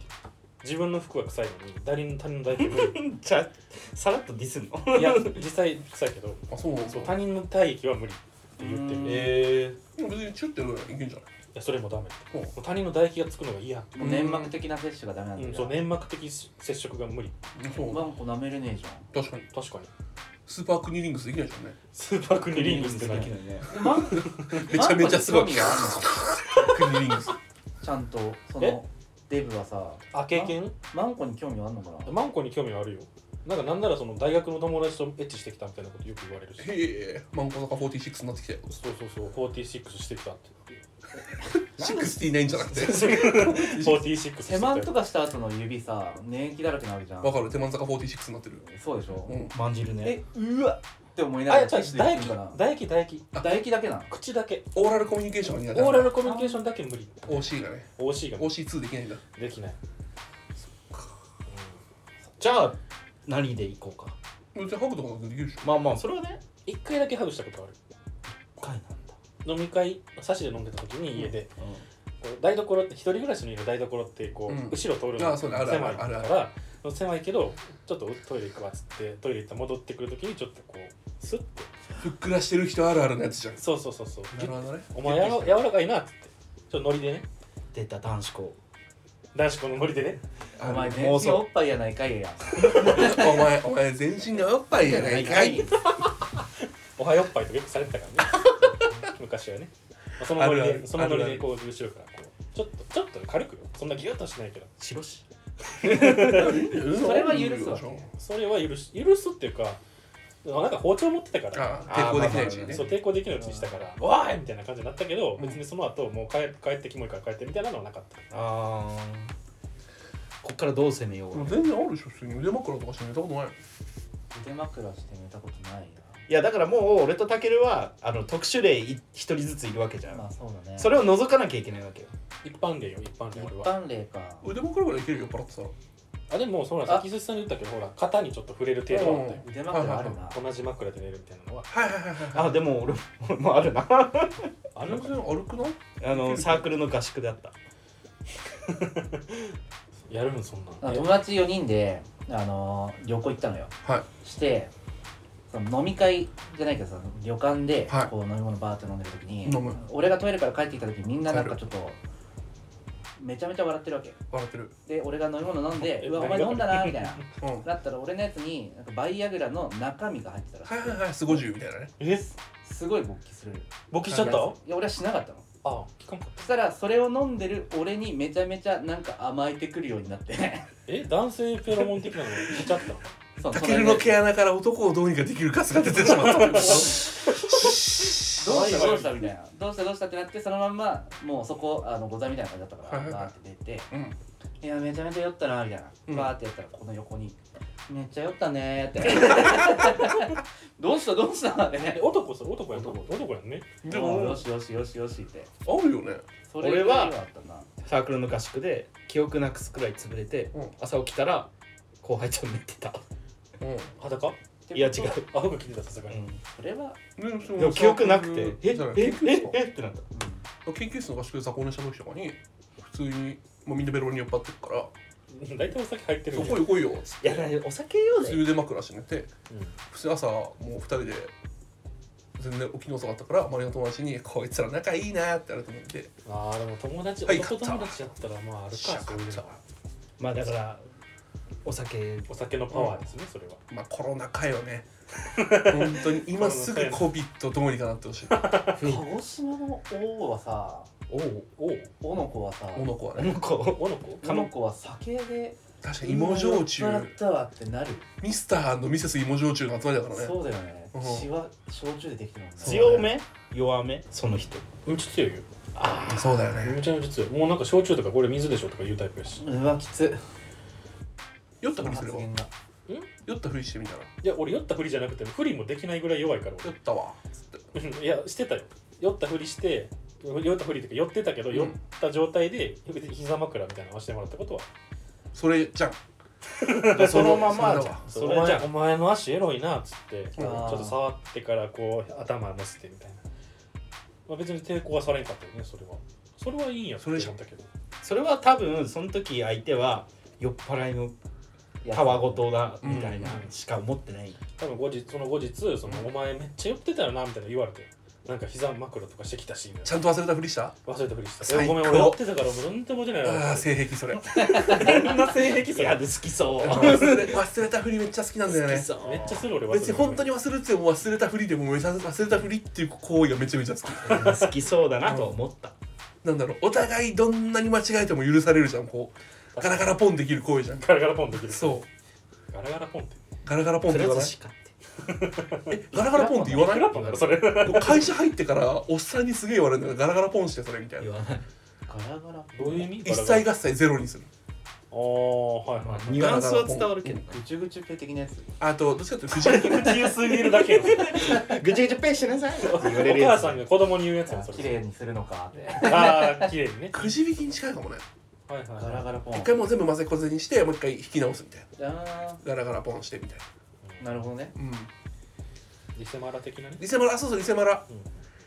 [SPEAKER 1] 自分の服は臭いのに他人の他人の唾液が無理
[SPEAKER 3] じゃあさらっとディスん の
[SPEAKER 1] いや実際臭いけど
[SPEAKER 2] あそうなんだ
[SPEAKER 1] そう他人の体液は無理って言ってる
[SPEAKER 4] うん
[SPEAKER 1] い
[SPEAKER 3] え
[SPEAKER 2] でも別にチュッてやるのはいけんじゃない
[SPEAKER 1] やそれもダメ
[SPEAKER 2] ほう
[SPEAKER 1] もう他人の唾液がつくのが嫌、
[SPEAKER 4] もう粘膜的な摂取がダメなんだ
[SPEAKER 1] うん、
[SPEAKER 4] け
[SPEAKER 1] そう
[SPEAKER 4] ど
[SPEAKER 1] 粘膜的接触が無理
[SPEAKER 2] そう
[SPEAKER 4] ワンコ舐めれねえじ
[SPEAKER 2] 確かに
[SPEAKER 1] 確かに
[SPEAKER 2] スーパークニーリングスできないじゃん ね
[SPEAKER 1] スーパークニリングスって
[SPEAKER 3] で
[SPEAKER 1] 何
[SPEAKER 3] きないね
[SPEAKER 4] ゃんマン
[SPEAKER 2] めちゃめちゃすごい
[SPEAKER 4] マンコに興味がある
[SPEAKER 2] ク
[SPEAKER 4] の
[SPEAKER 2] ニーリングス
[SPEAKER 4] ちゃんとそ
[SPEAKER 1] え
[SPEAKER 4] のデブはさ
[SPEAKER 1] あ経験
[SPEAKER 4] マンコに興味あんのかな
[SPEAKER 1] マンコに興味はあるよなんかなんならその大学の友達とエッチしてきたみたいなことよく言われるし
[SPEAKER 2] へえマンコ坂46になってきたよ
[SPEAKER 1] そうそうそう46してきたって
[SPEAKER 2] 69じゃなくて
[SPEAKER 1] 46してきた
[SPEAKER 4] 手満とかした後の指さ粘液だらけになるじゃん
[SPEAKER 2] わかる手満坂46になってる
[SPEAKER 4] そうでしょ、
[SPEAKER 2] うん
[SPEAKER 3] まんじるね
[SPEAKER 4] えうわって思いな
[SPEAKER 1] あ
[SPEAKER 4] が
[SPEAKER 1] い
[SPEAKER 4] ら
[SPEAKER 1] や唾液唾液
[SPEAKER 4] いくんか
[SPEAKER 1] 唾液唾液
[SPEAKER 4] な唾液だけなの
[SPEAKER 1] 口だけ
[SPEAKER 2] オーラルコミュニケーションが苦
[SPEAKER 1] オー
[SPEAKER 2] 手なんだ
[SPEAKER 1] ラルコミュニケーションだけ無理
[SPEAKER 2] OC がね
[SPEAKER 1] OC が
[SPEAKER 2] OC2 できないんだ
[SPEAKER 1] できない
[SPEAKER 3] じゃあ何でいこうか
[SPEAKER 2] 別にハグとかだってできるでしょ
[SPEAKER 3] まあまあそれはね
[SPEAKER 1] 一回だけハグしたことある
[SPEAKER 3] 一回なんだ
[SPEAKER 1] 飲み会サシで飲んでた時に家で、こう台所って一人暮らしの家の台所ってこう、
[SPEAKER 2] うん
[SPEAKER 1] 後ろ通る
[SPEAKER 2] あ
[SPEAKER 1] の
[SPEAKER 2] あそうだあるある
[SPEAKER 1] 狭いか
[SPEAKER 2] あるある
[SPEAKER 1] ら狭いけどちょっとトイレ行くわっつってトイレ行ったら戻ってくる時にちょっとこうスッて
[SPEAKER 2] ふっくらしてる人あるあるのやつじゃん
[SPEAKER 1] そうそうそうそう
[SPEAKER 2] なるほどね
[SPEAKER 1] お前やろ柔らかいなっつってちょっとノリでね
[SPEAKER 3] 出た男子校
[SPEAKER 1] 男子このノリでね
[SPEAKER 2] あ
[SPEAKER 4] お前
[SPEAKER 2] の
[SPEAKER 4] 全身おっぱいやないかいや
[SPEAKER 2] お前お前全身がおっぱいやないかい
[SPEAKER 1] おはよっぱいとかよくされてたから ね昔はねまあそのノリ
[SPEAKER 2] あるあ
[SPEAKER 1] で
[SPEAKER 2] る
[SPEAKER 1] そのノリ
[SPEAKER 2] あるあ
[SPEAKER 1] で
[SPEAKER 2] る
[SPEAKER 1] こう後ろからこうちょっとちょっと軽くよそんなギュッとはしないけど
[SPEAKER 3] 白し
[SPEAKER 2] そ
[SPEAKER 4] それは許すわ
[SPEAKER 1] それは許す許すっていうかなんか包丁持ってたから
[SPEAKER 2] ああ抵抗できないうちにね
[SPEAKER 1] そう抵抗できるうちにしたから「わーい!」みたいな感じになったけど、別にその後もう帰帰ってキモいから帰ってみたいなのはなかった
[SPEAKER 3] ああこっからどう攻めよう
[SPEAKER 2] でも全然あるでしょ普通に腕枕とかして寝たことない
[SPEAKER 4] 腕枕して寝たことない
[SPEAKER 3] いやだからもう俺とタケルはあの特殊例い一人ずついるわけじゃ、
[SPEAKER 4] なんまあそうだね
[SPEAKER 3] それを除かなきゃいけないわけよ
[SPEAKER 1] 一般例よ一般
[SPEAKER 4] 一
[SPEAKER 1] 例俺は
[SPEAKER 4] 般例か
[SPEAKER 2] 腕枕ぐらいいけるよ酔っ払ってたら
[SPEAKER 1] あでもそうなんです先さんに言ったけどほら肩にちょっと触れる程度はあったよ、
[SPEAKER 4] 腕枕あるな
[SPEAKER 1] 同じ枕で寝るみたいなのは
[SPEAKER 2] はいはいはいはい
[SPEAKER 3] あでも俺俺もあるな
[SPEAKER 1] あ
[SPEAKER 2] 全
[SPEAKER 1] るのか
[SPEAKER 2] 然歩くない
[SPEAKER 3] あのサークルの合宿であった
[SPEAKER 1] やるんそんな
[SPEAKER 4] あ
[SPEAKER 1] ん
[SPEAKER 4] 友達4人で、あのー旅行行ったのよ
[SPEAKER 2] はい
[SPEAKER 4] してその飲み会じゃないけどさ旅館で
[SPEAKER 2] はい
[SPEAKER 4] こう飲み物バーって飲んでる時に、
[SPEAKER 2] 飲む
[SPEAKER 4] 俺がトイレから帰ってきた時にみんななんかちょっとめちゃめちゃ笑ってるわけ
[SPEAKER 2] 笑ってる
[SPEAKER 4] で俺が飲み物飲んで
[SPEAKER 1] え
[SPEAKER 4] うわお
[SPEAKER 1] 何
[SPEAKER 4] 前
[SPEAKER 1] が
[SPEAKER 4] 飲んだなみたいな
[SPEAKER 2] うんは
[SPEAKER 4] だったら俺のやつになんかバイアグラの中身が入ってたらし
[SPEAKER 2] い
[SPEAKER 4] くて
[SPEAKER 2] はいはいスゴジュウみたいなね
[SPEAKER 1] え
[SPEAKER 4] すごい勃起する
[SPEAKER 1] 勃起しちゃったあ
[SPEAKER 4] いや俺はしなかったの
[SPEAKER 1] あ聞かんかった
[SPEAKER 4] そしたらそれを飲んでる俺にめちゃめちゃなんか甘えてくるようになって
[SPEAKER 1] え男性フェロモン的なのが出ちゃったの
[SPEAKER 4] そ う
[SPEAKER 2] タ
[SPEAKER 4] そ
[SPEAKER 2] ケルの毛穴から男をどうにかできるガスが出てしまったってこと
[SPEAKER 4] どうしたどうしたみたいなどうしたどうしたってなってそのまんまもうそこあのござみたいな感じだったか
[SPEAKER 2] はい
[SPEAKER 4] ら
[SPEAKER 2] はいはい
[SPEAKER 4] バーって出て
[SPEAKER 2] うん
[SPEAKER 4] いやめちゃめちゃ酔ったなみたいな、
[SPEAKER 2] うん
[SPEAKER 4] バーってやったらこの横にめっちゃ酔ったねーって どうしたどうしたって
[SPEAKER 1] え男それ男やん男男やんね
[SPEAKER 2] で
[SPEAKER 4] もうよ
[SPEAKER 2] も
[SPEAKER 4] しよしよしよしって
[SPEAKER 2] あるよね
[SPEAKER 4] それ
[SPEAKER 3] 俺は
[SPEAKER 4] ぐらいあったな
[SPEAKER 3] サークルの合宿で記憶なくすくらい潰れて、
[SPEAKER 2] うん
[SPEAKER 3] 朝起きたら後輩ちゃん寝てた
[SPEAKER 2] う
[SPEAKER 1] 裸
[SPEAKER 3] いや違う、
[SPEAKER 1] あ服着てたさすがに、
[SPEAKER 4] それは、
[SPEAKER 2] んでも
[SPEAKER 3] でも記憶なくて
[SPEAKER 2] ええ
[SPEAKER 3] ええ
[SPEAKER 2] 研究
[SPEAKER 3] え
[SPEAKER 2] 室か
[SPEAKER 3] えってなった
[SPEAKER 4] う
[SPEAKER 2] 研究室の合宿で雑魚寝した時とかに普通にもうみんなベロベロに酔っ払ってるから
[SPEAKER 1] 大体お酒入っ
[SPEAKER 2] 「
[SPEAKER 1] てる
[SPEAKER 2] そ
[SPEAKER 1] ん
[SPEAKER 2] こよ来いよ」っつっ
[SPEAKER 3] いや
[SPEAKER 2] て
[SPEAKER 3] だからお酒用
[SPEAKER 2] 普
[SPEAKER 3] だよ
[SPEAKER 2] 通で枕して寝て
[SPEAKER 1] う
[SPEAKER 2] 普通朝もう2人で全然起きの遅かったから周りの友達に「こいつら仲いいな」って言われて思って
[SPEAKER 1] ん、ああでも友達、
[SPEAKER 2] はい
[SPEAKER 1] 男
[SPEAKER 2] 買った
[SPEAKER 1] 友達やったらまあある
[SPEAKER 2] 「
[SPEAKER 1] か
[SPEAKER 2] しゃか
[SPEAKER 1] そういう
[SPEAKER 2] っ
[SPEAKER 1] の
[SPEAKER 2] た
[SPEAKER 1] は
[SPEAKER 3] まあだからお酒
[SPEAKER 1] お酒のパワーですね、それは
[SPEAKER 2] まあコロナ禍よ ね本当に今すぐ COVID どうにかなってほしい
[SPEAKER 4] ん鹿児島の王はさ
[SPEAKER 3] おう
[SPEAKER 1] おう
[SPEAKER 4] 王の子はさ
[SPEAKER 2] この子は
[SPEAKER 3] あ
[SPEAKER 2] ね
[SPEAKER 3] の子
[SPEAKER 1] おの子
[SPEAKER 4] かの子は酒で
[SPEAKER 2] 確かに芋焼酎
[SPEAKER 4] 今酔っ払ったわってなる、
[SPEAKER 2] ミスターミセス芋焼酎の集まりだからね
[SPEAKER 4] そうだよね
[SPEAKER 2] うん
[SPEAKER 4] 血は焼酎でできてるもんね
[SPEAKER 3] 強め弱めその人
[SPEAKER 1] めっちゃ強いよ
[SPEAKER 2] あそうだよね
[SPEAKER 1] めちゃめちゃ強いもうなんか焼酎とかこれ水でしょとか言うタイプやし
[SPEAKER 4] うわきつ
[SPEAKER 2] 酔ったふりすれば
[SPEAKER 4] 発言が
[SPEAKER 2] 酔ったふりしてみたら
[SPEAKER 1] いや俺酔ったふりじゃなくてふりもできないぐらい弱いから
[SPEAKER 2] 酔ったわっつって
[SPEAKER 1] 俺うんいやしてたよ酔ったふりして酔ったふりっていうか酔ってたけど、
[SPEAKER 2] うん
[SPEAKER 1] 酔った状態で膝枕みたいなのをしてもらったことは
[SPEAKER 2] それじゃん
[SPEAKER 3] そのまま
[SPEAKER 2] それだ
[SPEAKER 3] じゃ
[SPEAKER 2] わ
[SPEAKER 3] んそれじゃ
[SPEAKER 1] お前お
[SPEAKER 3] ん
[SPEAKER 1] 前の足エロいなっつってちょ
[SPEAKER 4] あー
[SPEAKER 1] っと触ってからこう頭乗せてみたいな、まあ、別に抵抗はされんかったよねそれはそれはいいんやって
[SPEAKER 2] それじゃ
[SPEAKER 1] 思ったけど
[SPEAKER 3] それは多分その時相手は酔っ払いのたわごとだみたいなしか思ってない、
[SPEAKER 1] 多分後日その後日その、お前めっちゃ酔ってたよなみたいな言われてなんか膝枕とかしてきたしみたい
[SPEAKER 2] ちゃんと忘れたふりした
[SPEAKER 1] な忘れたふりしてた
[SPEAKER 2] 最
[SPEAKER 1] え
[SPEAKER 2] 高
[SPEAKER 1] ごめん俺酔ってたからもう全然覚えてない
[SPEAKER 2] あ
[SPEAKER 1] な
[SPEAKER 2] あ性癖それ
[SPEAKER 1] そんな性癖
[SPEAKER 3] いやで好き そう
[SPEAKER 2] 忘れ忘れたふりめっちゃ好きなんだよ
[SPEAKER 3] 好き
[SPEAKER 2] ね
[SPEAKER 3] そう
[SPEAKER 1] めっちゃする俺忘れ
[SPEAKER 2] 別に本当に忘れてても忘れたふりでもめちゃ忘れたふりっていう行為がめちゃめちゃ好き
[SPEAKER 3] 好きそうだなと思った、
[SPEAKER 2] なんだろうお互いどんなに間違えても許されるじゃんこうガラガラポンできる行為じゃん
[SPEAKER 1] ガラガラポンできる
[SPEAKER 2] そ
[SPEAKER 1] ガラガラポンって
[SPEAKER 2] うガラガラポンっ
[SPEAKER 3] く
[SPEAKER 2] て言
[SPEAKER 3] ら
[SPEAKER 2] わ
[SPEAKER 3] 寿
[SPEAKER 2] ない
[SPEAKER 3] 司買って
[SPEAKER 2] えガラガラポンって言わな
[SPEAKER 1] ガ
[SPEAKER 2] い
[SPEAKER 1] ラポンだろそれど
[SPEAKER 2] こう会社入ってからおっさんにすげえ言われるんだよガラガラポンしてそれみたい
[SPEAKER 3] 言
[SPEAKER 2] な
[SPEAKER 3] わない、
[SPEAKER 4] ガラガラ
[SPEAKER 1] ういう意味
[SPEAKER 2] 一切
[SPEAKER 1] が
[SPEAKER 2] 合切ゼロにする
[SPEAKER 1] ああはい
[SPEAKER 3] ま
[SPEAKER 1] は
[SPEAKER 3] あ
[SPEAKER 1] い、
[SPEAKER 3] ニュアンスは伝わるけど
[SPEAKER 4] ぐちゅぐちゅペ的なやつ
[SPEAKER 2] あとどっちかっていうとくじ 引き
[SPEAKER 1] 口ゆすぎるだけよ
[SPEAKER 3] ぐちゃぐちゃペンしてなさいって言われる
[SPEAKER 1] お
[SPEAKER 3] や
[SPEAKER 1] 母
[SPEAKER 3] つ
[SPEAKER 1] さんが子供に言うやつやん
[SPEAKER 4] あ
[SPEAKER 1] それ
[SPEAKER 4] 綺麗にするのかって
[SPEAKER 1] ああ綺麗にね
[SPEAKER 2] くじ引きに近いかもね
[SPEAKER 1] はいはい
[SPEAKER 4] ガラガラポン
[SPEAKER 2] 一回もう全部混ぜこぜにしてもう一回引き直すみたいな
[SPEAKER 4] あ
[SPEAKER 2] ガラガラポンしてみたいな
[SPEAKER 4] ーなるほどね
[SPEAKER 2] うん
[SPEAKER 1] リセマラ的なね
[SPEAKER 2] リセマラあそうそうリセマラ
[SPEAKER 1] うん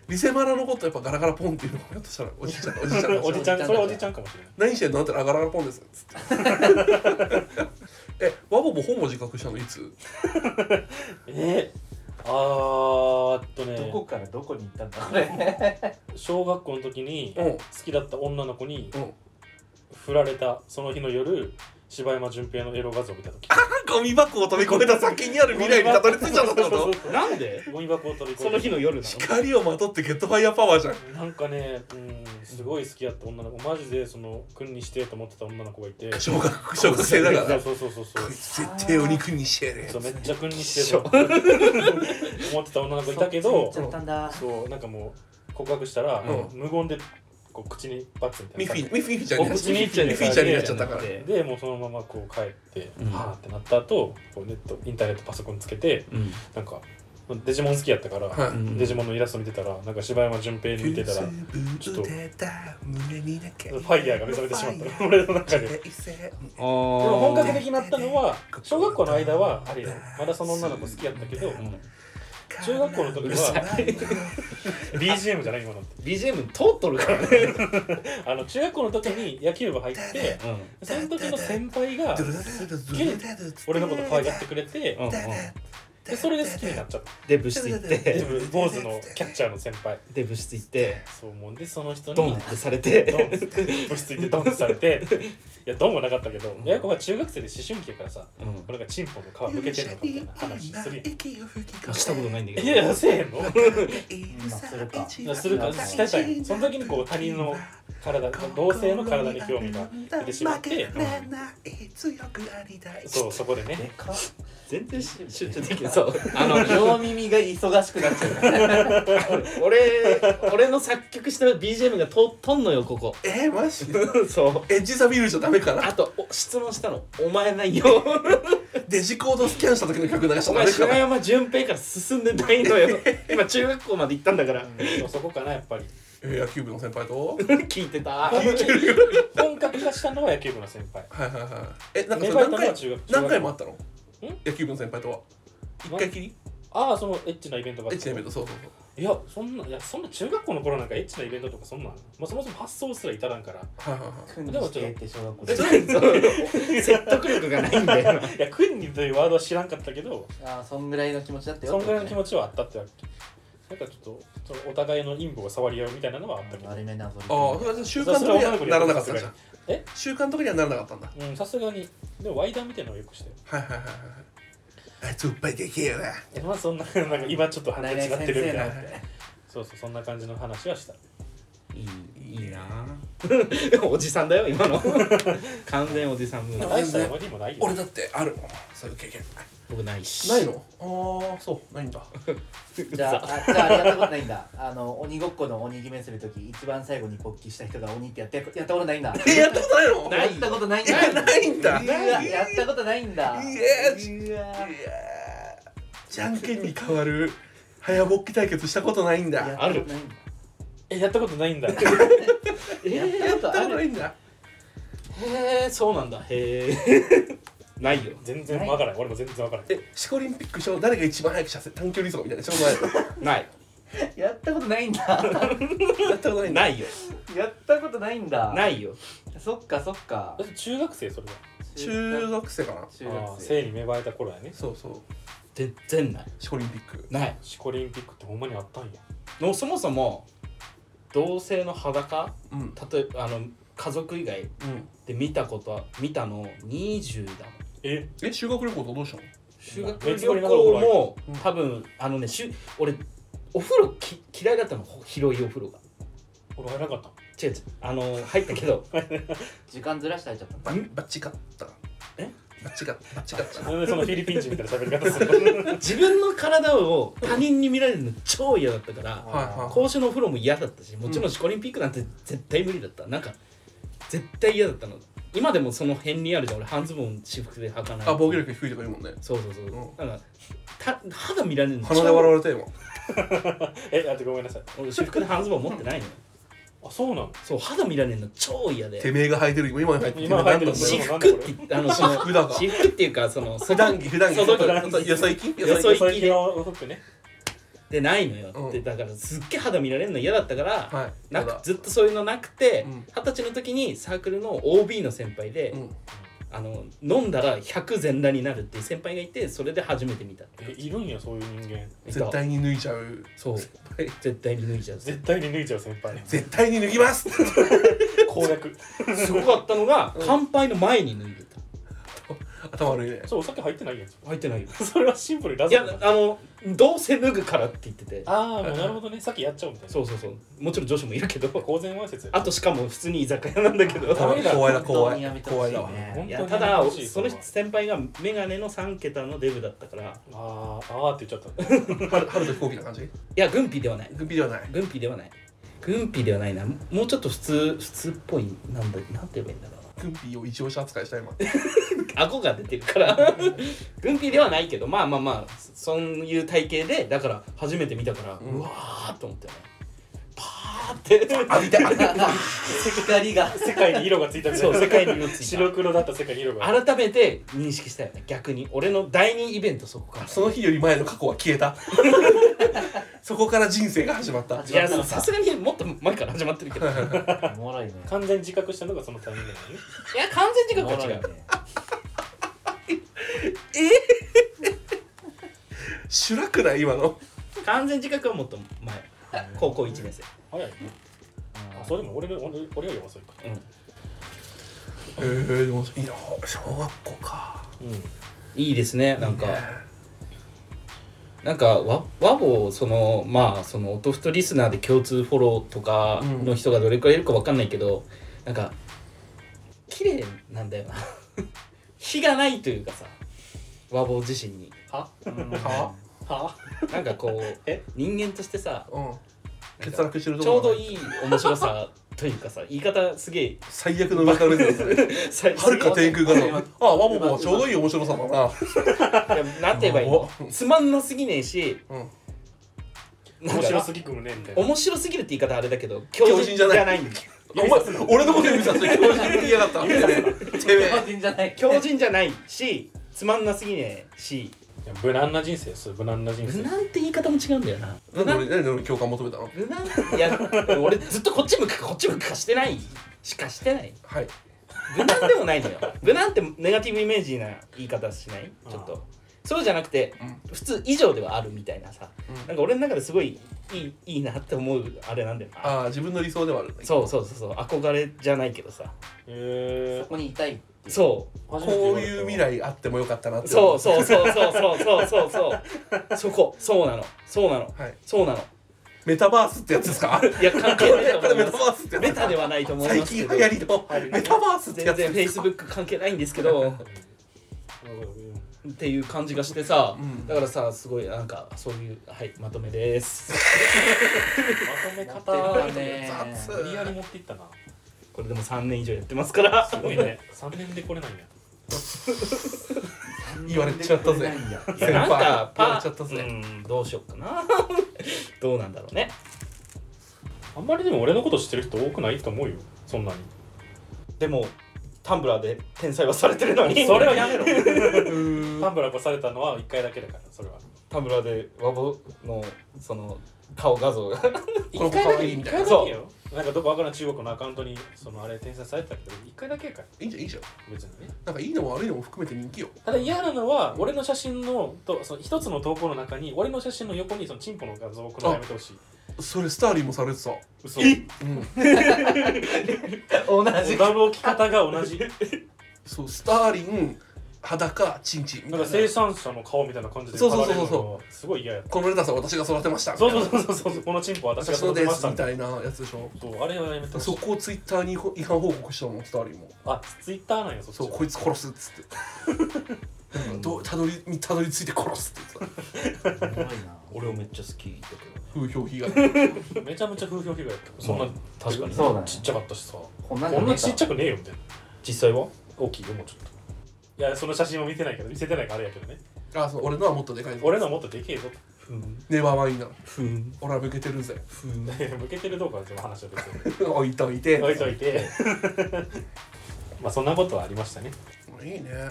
[SPEAKER 2] リセマラのことやっぱガラガラポンっていうのもひょっとしたら おじいちゃんおじいちゃん
[SPEAKER 1] おじちゃんそれおじちゃんかもしれない
[SPEAKER 2] 何してんのって言ったらあガラガラポンですっつ ってえワボボ本も自覚したのいつ
[SPEAKER 1] えー、あーっと
[SPEAKER 4] ど
[SPEAKER 1] ね
[SPEAKER 4] こからどこに行ったんだこれ
[SPEAKER 1] 小学校の時に
[SPEAKER 2] うん
[SPEAKER 1] 好きだった女の子に
[SPEAKER 2] うん
[SPEAKER 1] 振られたその日の夜柴山純平のエロ画像を見た時
[SPEAKER 2] ゴミ箱を飛び越えた先にある未来にたどり着いちゃったってこと
[SPEAKER 3] なんで
[SPEAKER 1] ゴミ箱を飛び越
[SPEAKER 3] そ
[SPEAKER 1] え
[SPEAKER 3] の
[SPEAKER 1] て
[SPEAKER 3] 日の夜な
[SPEAKER 2] 光をまとってゲットファイヤーパワーじゃん
[SPEAKER 1] なんかねうんすごい好きだった女の子マジでその君にしてと思ってた女の子がいてそ
[SPEAKER 2] 小学小学生だから
[SPEAKER 1] うそうそうそうそう
[SPEAKER 2] こいつ絶対お肉にしてやるや
[SPEAKER 1] そう
[SPEAKER 2] つ
[SPEAKER 1] めっちゃ君にしてと思ってた女の子いたけど
[SPEAKER 4] そっちに行っちゃったんだ
[SPEAKER 1] そうなんかもう告白したら、
[SPEAKER 2] う
[SPEAKER 1] 無言でこう口にバッツみた
[SPEAKER 2] ミ
[SPEAKER 1] い
[SPEAKER 2] フ
[SPEAKER 1] な
[SPEAKER 2] ィ
[SPEAKER 1] 感
[SPEAKER 2] ミ
[SPEAKER 1] じ
[SPEAKER 2] フィミフィちゃん
[SPEAKER 1] お口に
[SPEAKER 2] に
[SPEAKER 1] ミフィ
[SPEAKER 2] ミフィちゃんになっちゃったから
[SPEAKER 3] う
[SPEAKER 1] でもうそのままこう帰って、
[SPEAKER 3] うん
[SPEAKER 1] はあってなった後こうネットインターネットパソコンつけて
[SPEAKER 3] ん
[SPEAKER 1] なんかデジモン好きやったから、
[SPEAKER 2] はい
[SPEAKER 3] うん
[SPEAKER 1] デジモンのイラスト見てたらなんか柴山純平に見てたらフ
[SPEAKER 2] ち
[SPEAKER 1] ょっと
[SPEAKER 2] 胸にだけ
[SPEAKER 1] ァイヤーが目覚めてしまった俺の中で。
[SPEAKER 3] あ
[SPEAKER 1] でも本
[SPEAKER 3] ー
[SPEAKER 1] 格的になったのは小学校の間はあれよまだその女の子好きやったけど
[SPEAKER 3] うん
[SPEAKER 1] 中学校の時は
[SPEAKER 2] うるさい
[SPEAKER 1] BGM じゃない今のって
[SPEAKER 3] BGM 通っとるからね、
[SPEAKER 1] あの中学校の時に野球部入って
[SPEAKER 3] うん
[SPEAKER 1] その時の先輩が俺のこと可愛がってくれて
[SPEAKER 3] うんうん、
[SPEAKER 1] でそれで好きになっちゃった
[SPEAKER 3] デブしていって
[SPEAKER 1] 自分坊主のキャッチャーの先輩
[SPEAKER 3] デブしていって
[SPEAKER 1] そう思うんでその人に
[SPEAKER 3] ドンってされて
[SPEAKER 1] ドンってぶついてドンってされていやドンはなかったけど親子が中学生で思春期やからさ
[SPEAKER 3] うん
[SPEAKER 1] これがチンポの皮むけてんのかみたいな話するやん
[SPEAKER 3] したことないんだけど
[SPEAKER 1] いやいやせえへんの
[SPEAKER 4] するか
[SPEAKER 1] いやするからしてたんよその時にこう他人の体同性の体に興味が出てしまって、そうそこでね
[SPEAKER 3] 全然し集中できないそう
[SPEAKER 4] あ の両耳が忙しくなっちゃうからね
[SPEAKER 3] 俺俺の作曲した BGM がととんのよここ
[SPEAKER 2] えー、マジで
[SPEAKER 3] そう
[SPEAKER 2] エッジザビールじゃダメかな
[SPEAKER 3] あとお質問したのお前ないよ
[SPEAKER 2] デジコードスキャンした時の曲流し
[SPEAKER 3] お
[SPEAKER 2] たらダメ
[SPEAKER 3] 前
[SPEAKER 2] か
[SPEAKER 3] 白
[SPEAKER 2] な
[SPEAKER 3] 山純平から進んでないの よ今中学校まで行ったんだから
[SPEAKER 1] そうそこかなやっぱり
[SPEAKER 2] えー野球部の先輩と
[SPEAKER 3] 聞いて た
[SPEAKER 1] 本格化したのは野球部の先輩
[SPEAKER 2] はいはいはいえなんか
[SPEAKER 1] 芽
[SPEAKER 2] そ
[SPEAKER 1] 生えた
[SPEAKER 2] れ何
[SPEAKER 1] のは
[SPEAKER 2] 回
[SPEAKER 1] 中学
[SPEAKER 2] 何回もあったの
[SPEAKER 1] ん
[SPEAKER 2] 野球部の先輩とは一回きり
[SPEAKER 1] ああそのエッチなイベントがあ
[SPEAKER 2] エ
[SPEAKER 1] っ
[SPEAKER 2] ッチ
[SPEAKER 1] た
[SPEAKER 2] なイベ
[SPEAKER 1] い
[SPEAKER 2] ントそうそうそう
[SPEAKER 1] やそんないやそんな中学校の頃なんかエッチなイベントとかそんなんもうそもそも発想すら至らんから
[SPEAKER 2] はいはいはい
[SPEAKER 4] 訓にしてって小学校で
[SPEAKER 3] 説得力がないんだよ
[SPEAKER 1] いや訓にというワードは知らんかったけど
[SPEAKER 4] あーそんぐらいの気持ちだったよ
[SPEAKER 1] そんぐらいの気
[SPEAKER 4] ち
[SPEAKER 1] 持ちはあったってわけなんかちょっとそのお互いの陰部を触り合うみたいなのはあったけど
[SPEAKER 4] 悪めな遊
[SPEAKER 2] あ
[SPEAKER 4] び
[SPEAKER 2] あそれは習慣とかにはならなかったんじゃん
[SPEAKER 1] え
[SPEAKER 2] 習慣とかにはならなかったんだ
[SPEAKER 1] うんさすがにでもワイダーみたいなのをよくして
[SPEAKER 2] はいはいはいはいはいあちょっぱいでけえよな
[SPEAKER 1] まあそんななんか今ちょっと話
[SPEAKER 4] 花
[SPEAKER 1] 違
[SPEAKER 4] 井
[SPEAKER 1] っ
[SPEAKER 4] 先
[SPEAKER 1] てるみ
[SPEAKER 4] 生
[SPEAKER 1] た
[SPEAKER 4] ないん
[SPEAKER 1] な
[SPEAKER 4] て
[SPEAKER 1] そうそうそんな感じの話はした
[SPEAKER 3] いいいいな おじさんだよ今の完全おじさんムード
[SPEAKER 1] 大した思い出もないよ
[SPEAKER 2] 俺だってあるもんそういう経験
[SPEAKER 3] 僕ないし
[SPEAKER 2] ないのああそうないんだ
[SPEAKER 4] じゃああじゃあやったことないんだあの鬼ごっこの鬼決めするとき一番最後に勃起した人が鬼ってやってやったことないんだ
[SPEAKER 2] えやったことないの
[SPEAKER 4] やったことないんだ
[SPEAKER 2] えないんだ
[SPEAKER 4] うわやったことないんだ
[SPEAKER 2] いや
[SPEAKER 4] うわ
[SPEAKER 2] いやーじゃんけんに変わる早ぼっき対決したことないんだ
[SPEAKER 3] ある
[SPEAKER 1] えやったことないんだ
[SPEAKER 4] やった
[SPEAKER 2] やっ
[SPEAKER 4] こと
[SPEAKER 2] た
[SPEAKER 4] ないんだやったことあ
[SPEAKER 2] こ
[SPEAKER 4] る
[SPEAKER 2] とないんだ
[SPEAKER 3] へえそうなんだへえ ないよ
[SPEAKER 1] 全然わからない俺も全然わからない
[SPEAKER 2] えシコリンピック賞誰が一番早く射精短距離走みたいなしょうがない
[SPEAKER 3] ない
[SPEAKER 4] やったことないんだ
[SPEAKER 2] やったことないんだ
[SPEAKER 3] ないよ
[SPEAKER 4] やったことないんだ
[SPEAKER 3] ないよ
[SPEAKER 4] そっかそっか
[SPEAKER 1] だって中学生それは
[SPEAKER 2] 中学生かな
[SPEAKER 4] 中
[SPEAKER 1] ああ
[SPEAKER 4] 学生
[SPEAKER 1] 性に芽生えた頃やね
[SPEAKER 2] そうそう
[SPEAKER 3] 全然ない
[SPEAKER 2] シコリンピック
[SPEAKER 3] ない
[SPEAKER 1] シコリンピックってほんまにあったんや
[SPEAKER 3] のそもそも同性の裸
[SPEAKER 2] うんう
[SPEAKER 3] 例えばあの家族以外
[SPEAKER 2] ん
[SPEAKER 3] で見たことは見たの20だもん
[SPEAKER 1] え
[SPEAKER 2] え修学旅行とどうしたの
[SPEAKER 3] 修学旅行も
[SPEAKER 2] うん
[SPEAKER 3] 多分あのねしゅ俺お風呂き嫌いだったのほ広いお風呂が
[SPEAKER 1] 俺入らなかった
[SPEAKER 3] 違う違うあの入ったけど
[SPEAKER 4] 時間ずらして入っちゃった
[SPEAKER 2] バッバッチかった
[SPEAKER 3] え
[SPEAKER 2] バッチかバッチかった
[SPEAKER 1] なんでそのフィリピン人みたいな喋り方するの
[SPEAKER 3] 自分の体を他人に見られるの超嫌だったから
[SPEAKER 2] はいはい
[SPEAKER 3] 公衆のお風呂も嫌だったしもちろんシコリンピックなんて絶対無理だったなんか絶対嫌だったの今でもその辺にあるじゃん俺半ズボン私服で履かない
[SPEAKER 2] あ防御力低いとか言うもんね
[SPEAKER 3] そうそうそう、
[SPEAKER 2] うん
[SPEAKER 3] なんかた肌見られるの
[SPEAKER 2] 鼻で笑われたよ
[SPEAKER 1] えあとごめんなさい
[SPEAKER 3] 俺私服で半ズボン持ってないのよ
[SPEAKER 1] あそうなの
[SPEAKER 3] そう肌見られるの超嫌
[SPEAKER 2] 今て
[SPEAKER 3] で
[SPEAKER 2] めえが履いてる今今履いてる
[SPEAKER 1] 今履いてる
[SPEAKER 2] てめ
[SPEAKER 3] 私
[SPEAKER 2] え
[SPEAKER 3] 服ってあのその
[SPEAKER 2] 服だが
[SPEAKER 3] 私服っていうかその
[SPEAKER 2] 普段着普段着
[SPEAKER 3] 外
[SPEAKER 2] 外
[SPEAKER 3] 着
[SPEAKER 2] 着よそ行きよ
[SPEAKER 3] よ
[SPEAKER 2] そ
[SPEAKER 3] そ
[SPEAKER 2] 行
[SPEAKER 3] 行
[SPEAKER 2] き
[SPEAKER 3] き
[SPEAKER 1] そういう気の服ね
[SPEAKER 3] でないのよ
[SPEAKER 2] うん
[SPEAKER 3] ってだからすっげえ肌見られるの嫌だったから、
[SPEAKER 2] はい
[SPEAKER 3] な
[SPEAKER 2] やだ
[SPEAKER 3] くずっとそういうのなくて
[SPEAKER 2] うん
[SPEAKER 3] 二十、歳の時にサークルの OB の先輩で、
[SPEAKER 2] うん
[SPEAKER 3] あの飲んだら100全裸になるっていう先輩がいてそれで初めて見たって
[SPEAKER 1] え
[SPEAKER 3] いう
[SPEAKER 1] いるんやそういう人間
[SPEAKER 2] 絶対に脱いちゃう
[SPEAKER 3] そう絶対に脱いじゃう
[SPEAKER 1] 絶対に脱いちゃう先輩
[SPEAKER 2] 絶対に脱ぎます
[SPEAKER 1] 攻略
[SPEAKER 3] すごかったのが、乾杯の前に脱いでた
[SPEAKER 2] 頭悪いね
[SPEAKER 1] そうお酒入ってないやん
[SPEAKER 3] 入ってないよ
[SPEAKER 1] それはシンプルにラ
[SPEAKER 3] い
[SPEAKER 1] ザ
[SPEAKER 3] や
[SPEAKER 1] ロ
[SPEAKER 3] あのどうせ脱ぐからって言ってて
[SPEAKER 1] ああもうなるほどねさっきやっちゃうみたいな
[SPEAKER 3] そうそうそうもちろん女子もいるけど
[SPEAKER 1] 公然わいせつや
[SPEAKER 3] あとしかも普通に居酒屋なんだけど
[SPEAKER 1] ダメだ
[SPEAKER 2] 怖いな
[SPEAKER 4] 本
[SPEAKER 2] 怖
[SPEAKER 4] 当にやめ
[SPEAKER 2] い
[SPEAKER 4] てほ
[SPEAKER 2] 怖
[SPEAKER 4] し
[SPEAKER 2] い
[SPEAKER 4] い
[SPEAKER 2] だわ
[SPEAKER 4] ね
[SPEAKER 3] い
[SPEAKER 1] や
[SPEAKER 3] やただその先輩がメガネの3桁のデブだったから
[SPEAKER 1] あーあーって言っちゃった
[SPEAKER 2] 春春と飛行機な感じ
[SPEAKER 3] いや軍費ではない
[SPEAKER 2] グビではない
[SPEAKER 3] 軍費ではない軍費ではないなもうちょっと普通普通っぽいなんだなんて言えばいいんだろう
[SPEAKER 2] グビを異常者扱いした今
[SPEAKER 3] な顎が出てるから軍費ではないけどまあまあまあそういう体型でだから初めて見たから、う
[SPEAKER 2] うん
[SPEAKER 3] わーっと思ったよねパーって
[SPEAKER 2] 浴びた浴びた
[SPEAKER 4] 光が
[SPEAKER 1] 世界に色がついたみた
[SPEAKER 3] そ
[SPEAKER 1] いうな
[SPEAKER 3] 世界に色つい
[SPEAKER 1] 白
[SPEAKER 3] た
[SPEAKER 1] 黒だった世界に色が
[SPEAKER 3] 改めて認識したよね逆に俺の第二イベントそこから
[SPEAKER 2] その日より前の過去は消えたそこから人生が始まった
[SPEAKER 4] 始
[SPEAKER 3] い
[SPEAKER 4] まっ
[SPEAKER 3] や
[SPEAKER 4] たのか
[SPEAKER 3] さすがにもっと前から始まってるけどいや
[SPEAKER 4] おもろいね
[SPEAKER 1] 完全に自覚したのがそのタイミングだよね
[SPEAKER 3] 完
[SPEAKER 4] お
[SPEAKER 3] 全
[SPEAKER 4] も
[SPEAKER 3] 時
[SPEAKER 4] ろ
[SPEAKER 3] 間
[SPEAKER 4] い
[SPEAKER 3] が
[SPEAKER 4] ね
[SPEAKER 3] 違う
[SPEAKER 2] 主楽ない今の
[SPEAKER 3] 完全自覚はもっと前高校1年生
[SPEAKER 1] 早いねあそれでも俺の俺俺より遅いか
[SPEAKER 2] えー、でもいいな小学校か
[SPEAKER 1] うん
[SPEAKER 3] いいですねなんかなんかわ和をそのまあその音太リスナーで共通フォローとかの人がどれくらいいるかわかんないけど、なんか綺麗なんだよ な火がないというかさ和棒自身に
[SPEAKER 1] は
[SPEAKER 4] うん
[SPEAKER 2] は
[SPEAKER 1] は
[SPEAKER 3] なんかこ う
[SPEAKER 1] え
[SPEAKER 3] 人間としてさ
[SPEAKER 2] うん欠落してると
[SPEAKER 3] ち
[SPEAKER 2] こ
[SPEAKER 3] ょ
[SPEAKER 2] ろ
[SPEAKER 3] うどいい面白さというかさ言い方すげえ
[SPEAKER 2] 最悪の上からですね
[SPEAKER 3] さ
[SPEAKER 2] はるか天空からの
[SPEAKER 4] 今
[SPEAKER 2] ああワボボはちょうどいい面白さだない
[SPEAKER 3] やなんて言えばいいのつまんなすぎねえし
[SPEAKER 2] うん
[SPEAKER 3] なん
[SPEAKER 1] 面
[SPEAKER 3] か
[SPEAKER 1] 白すぎくもねみたいな
[SPEAKER 3] 面白すぎるって言い方あれだけど
[SPEAKER 2] 強
[SPEAKER 3] 強
[SPEAKER 2] 靭
[SPEAKER 3] 靭じゃないんだよ
[SPEAKER 2] お前俺のこと指さして教授に嫌がったてめえ
[SPEAKER 4] 強人じゃない
[SPEAKER 3] 強靭じゃないしつまんなすぎねえし
[SPEAKER 1] いや無難な人生です無難な人
[SPEAKER 3] 無
[SPEAKER 1] 生
[SPEAKER 3] 難って言い方も違うんだよな
[SPEAKER 2] な
[SPEAKER 3] 無
[SPEAKER 2] んで
[SPEAKER 3] 難
[SPEAKER 2] 俺なんで俺共感求めたの
[SPEAKER 3] 無難いや俺ずっとこっち向くかこっち向くかしてないしかしてない
[SPEAKER 2] はい
[SPEAKER 3] 無難でもないのよ 無難ってネガティブイメージな言い方しないちょっ
[SPEAKER 1] ああ
[SPEAKER 3] とそうじゃなくて
[SPEAKER 2] うん
[SPEAKER 3] 普通以上ではあるみたいなさ
[SPEAKER 2] うん
[SPEAKER 3] なんか俺の中ですごいいいいいなって思うあれなんだよな
[SPEAKER 2] ああ自分の理想ではあるんだ
[SPEAKER 3] そうそうそうそう憧れじゃないけどさ
[SPEAKER 1] へ
[SPEAKER 4] そこにいたい
[SPEAKER 3] そう
[SPEAKER 1] こ
[SPEAKER 2] こういう未来あってもよかったなって
[SPEAKER 3] そう
[SPEAKER 2] う
[SPEAKER 3] そうそうそうそうそうそう そうそこそうなのそうなの、
[SPEAKER 2] はい
[SPEAKER 3] そうなの
[SPEAKER 2] メタバースってやつですかこ
[SPEAKER 3] いや関係ない
[SPEAKER 2] れ
[SPEAKER 3] と
[SPEAKER 2] これ
[SPEAKER 3] 思
[SPEAKER 2] メ
[SPEAKER 3] い
[SPEAKER 2] タ
[SPEAKER 3] ま
[SPEAKER 2] バ ースっ
[SPEAKER 3] す
[SPEAKER 2] てや
[SPEAKER 3] メ
[SPEAKER 2] つ
[SPEAKER 3] タではないと思い
[SPEAKER 2] 最
[SPEAKER 3] ます
[SPEAKER 2] 近
[SPEAKER 3] け
[SPEAKER 2] 流行
[SPEAKER 3] ど
[SPEAKER 2] りのメタバースってや
[SPEAKER 3] 全
[SPEAKER 2] つで
[SPEAKER 3] 然
[SPEAKER 2] すか
[SPEAKER 3] フェイスブック関係ないんですけどっていう感じがしてさ、
[SPEAKER 2] うん
[SPEAKER 3] だからさすごいなんかそういうはいまとめです
[SPEAKER 1] ま
[SPEAKER 4] 持って
[SPEAKER 1] と
[SPEAKER 4] る
[SPEAKER 1] め
[SPEAKER 4] わ
[SPEAKER 1] 方
[SPEAKER 4] ね
[SPEAKER 2] 雑
[SPEAKER 1] 無理やり持ってい ったな
[SPEAKER 3] これでも3年以上やってますから
[SPEAKER 1] すご いね3年で来れないんや
[SPEAKER 2] 言われちゃったぜ
[SPEAKER 3] いやなんか
[SPEAKER 2] 言わ
[SPEAKER 3] パ
[SPEAKER 2] れちゃったぜ
[SPEAKER 3] うんどうしよっかな どうなんだろうね
[SPEAKER 1] あんまりでも俺のこと知ってる人多くないと思うよそんなに
[SPEAKER 3] でもタンブラーで転載はされてるのに
[SPEAKER 1] それはや めろ
[SPEAKER 2] うん
[SPEAKER 1] タンブラー越されたのは1回だけだからそれは
[SPEAKER 3] タブラで和ボのその顔画像が
[SPEAKER 2] この子可愛いみたいな
[SPEAKER 3] な
[SPEAKER 1] よなんかどこわからん中国のアカウントにそのあれ転載されてたけど1回だけやから
[SPEAKER 2] いいじゃんいいじゃん
[SPEAKER 1] 別にね
[SPEAKER 2] なんかいいのも悪いのも含めて人気よ
[SPEAKER 1] ただ嫌なのは俺の写真のとその一つの投稿の中に俺の写真の横にそのチンポの画像を送るのやめてほしい
[SPEAKER 2] それスターリーもされてた
[SPEAKER 1] 嘘え
[SPEAKER 2] うん
[SPEAKER 4] 同じ
[SPEAKER 1] 動き方が同 じ
[SPEAKER 2] そうスターリン裸チンチンみ
[SPEAKER 1] な
[SPEAKER 2] た
[SPEAKER 1] んか
[SPEAKER 2] い
[SPEAKER 1] 生
[SPEAKER 2] な
[SPEAKER 1] 産者の顔みたいな感じで
[SPEAKER 2] そうそうそうそう
[SPEAKER 1] 書かれるのがすごい嫌やった
[SPEAKER 2] このレタスは私が育てました
[SPEAKER 1] そうそうそうそうそうこのチンポは私が
[SPEAKER 2] 私の
[SPEAKER 1] 育て
[SPEAKER 2] で
[SPEAKER 1] まし
[SPEAKER 2] す
[SPEAKER 1] た
[SPEAKER 2] み
[SPEAKER 1] みたい
[SPEAKER 2] たいなやつでしょ
[SPEAKER 1] なそうあれはやめてほし
[SPEAKER 2] そ
[SPEAKER 1] い
[SPEAKER 2] こをツイッターに違反報告したもんスターリンも
[SPEAKER 1] あツイッターなんやそっち
[SPEAKER 2] そう
[SPEAKER 1] は
[SPEAKER 2] こいつ殺すっつってなんかどうたどりにたどり着いて殺すって言ってた
[SPEAKER 4] おもろいな
[SPEAKER 3] 俺もめっちゃ好きだけどね
[SPEAKER 2] 風評被害
[SPEAKER 1] めちゃめちゃ風評被害やったそんな
[SPEAKER 3] まあ確かに
[SPEAKER 4] そうだね
[SPEAKER 1] ちっちゃかったしさ
[SPEAKER 4] こんなんじ
[SPEAKER 1] こ
[SPEAKER 4] ゃ
[SPEAKER 1] ん
[SPEAKER 4] ね
[SPEAKER 1] な
[SPEAKER 4] えか
[SPEAKER 1] ちっちゃくねえよみたいな
[SPEAKER 3] 実際は
[SPEAKER 1] 大きいよもうちょっといやその写真を見てないから見せてないからあれやけどね
[SPEAKER 2] あそう俺のはもっとでかいぞ
[SPEAKER 1] 俺のはもっとでけえぞ
[SPEAKER 3] ふん
[SPEAKER 2] ネバーマインド
[SPEAKER 3] ふん
[SPEAKER 2] 俺は向けてるぜ
[SPEAKER 3] ふ ん
[SPEAKER 1] 向けてるどうかはその話は別に
[SPEAKER 2] 置いといて
[SPEAKER 1] 置いといて まあそんなことはありましたね、
[SPEAKER 2] いいね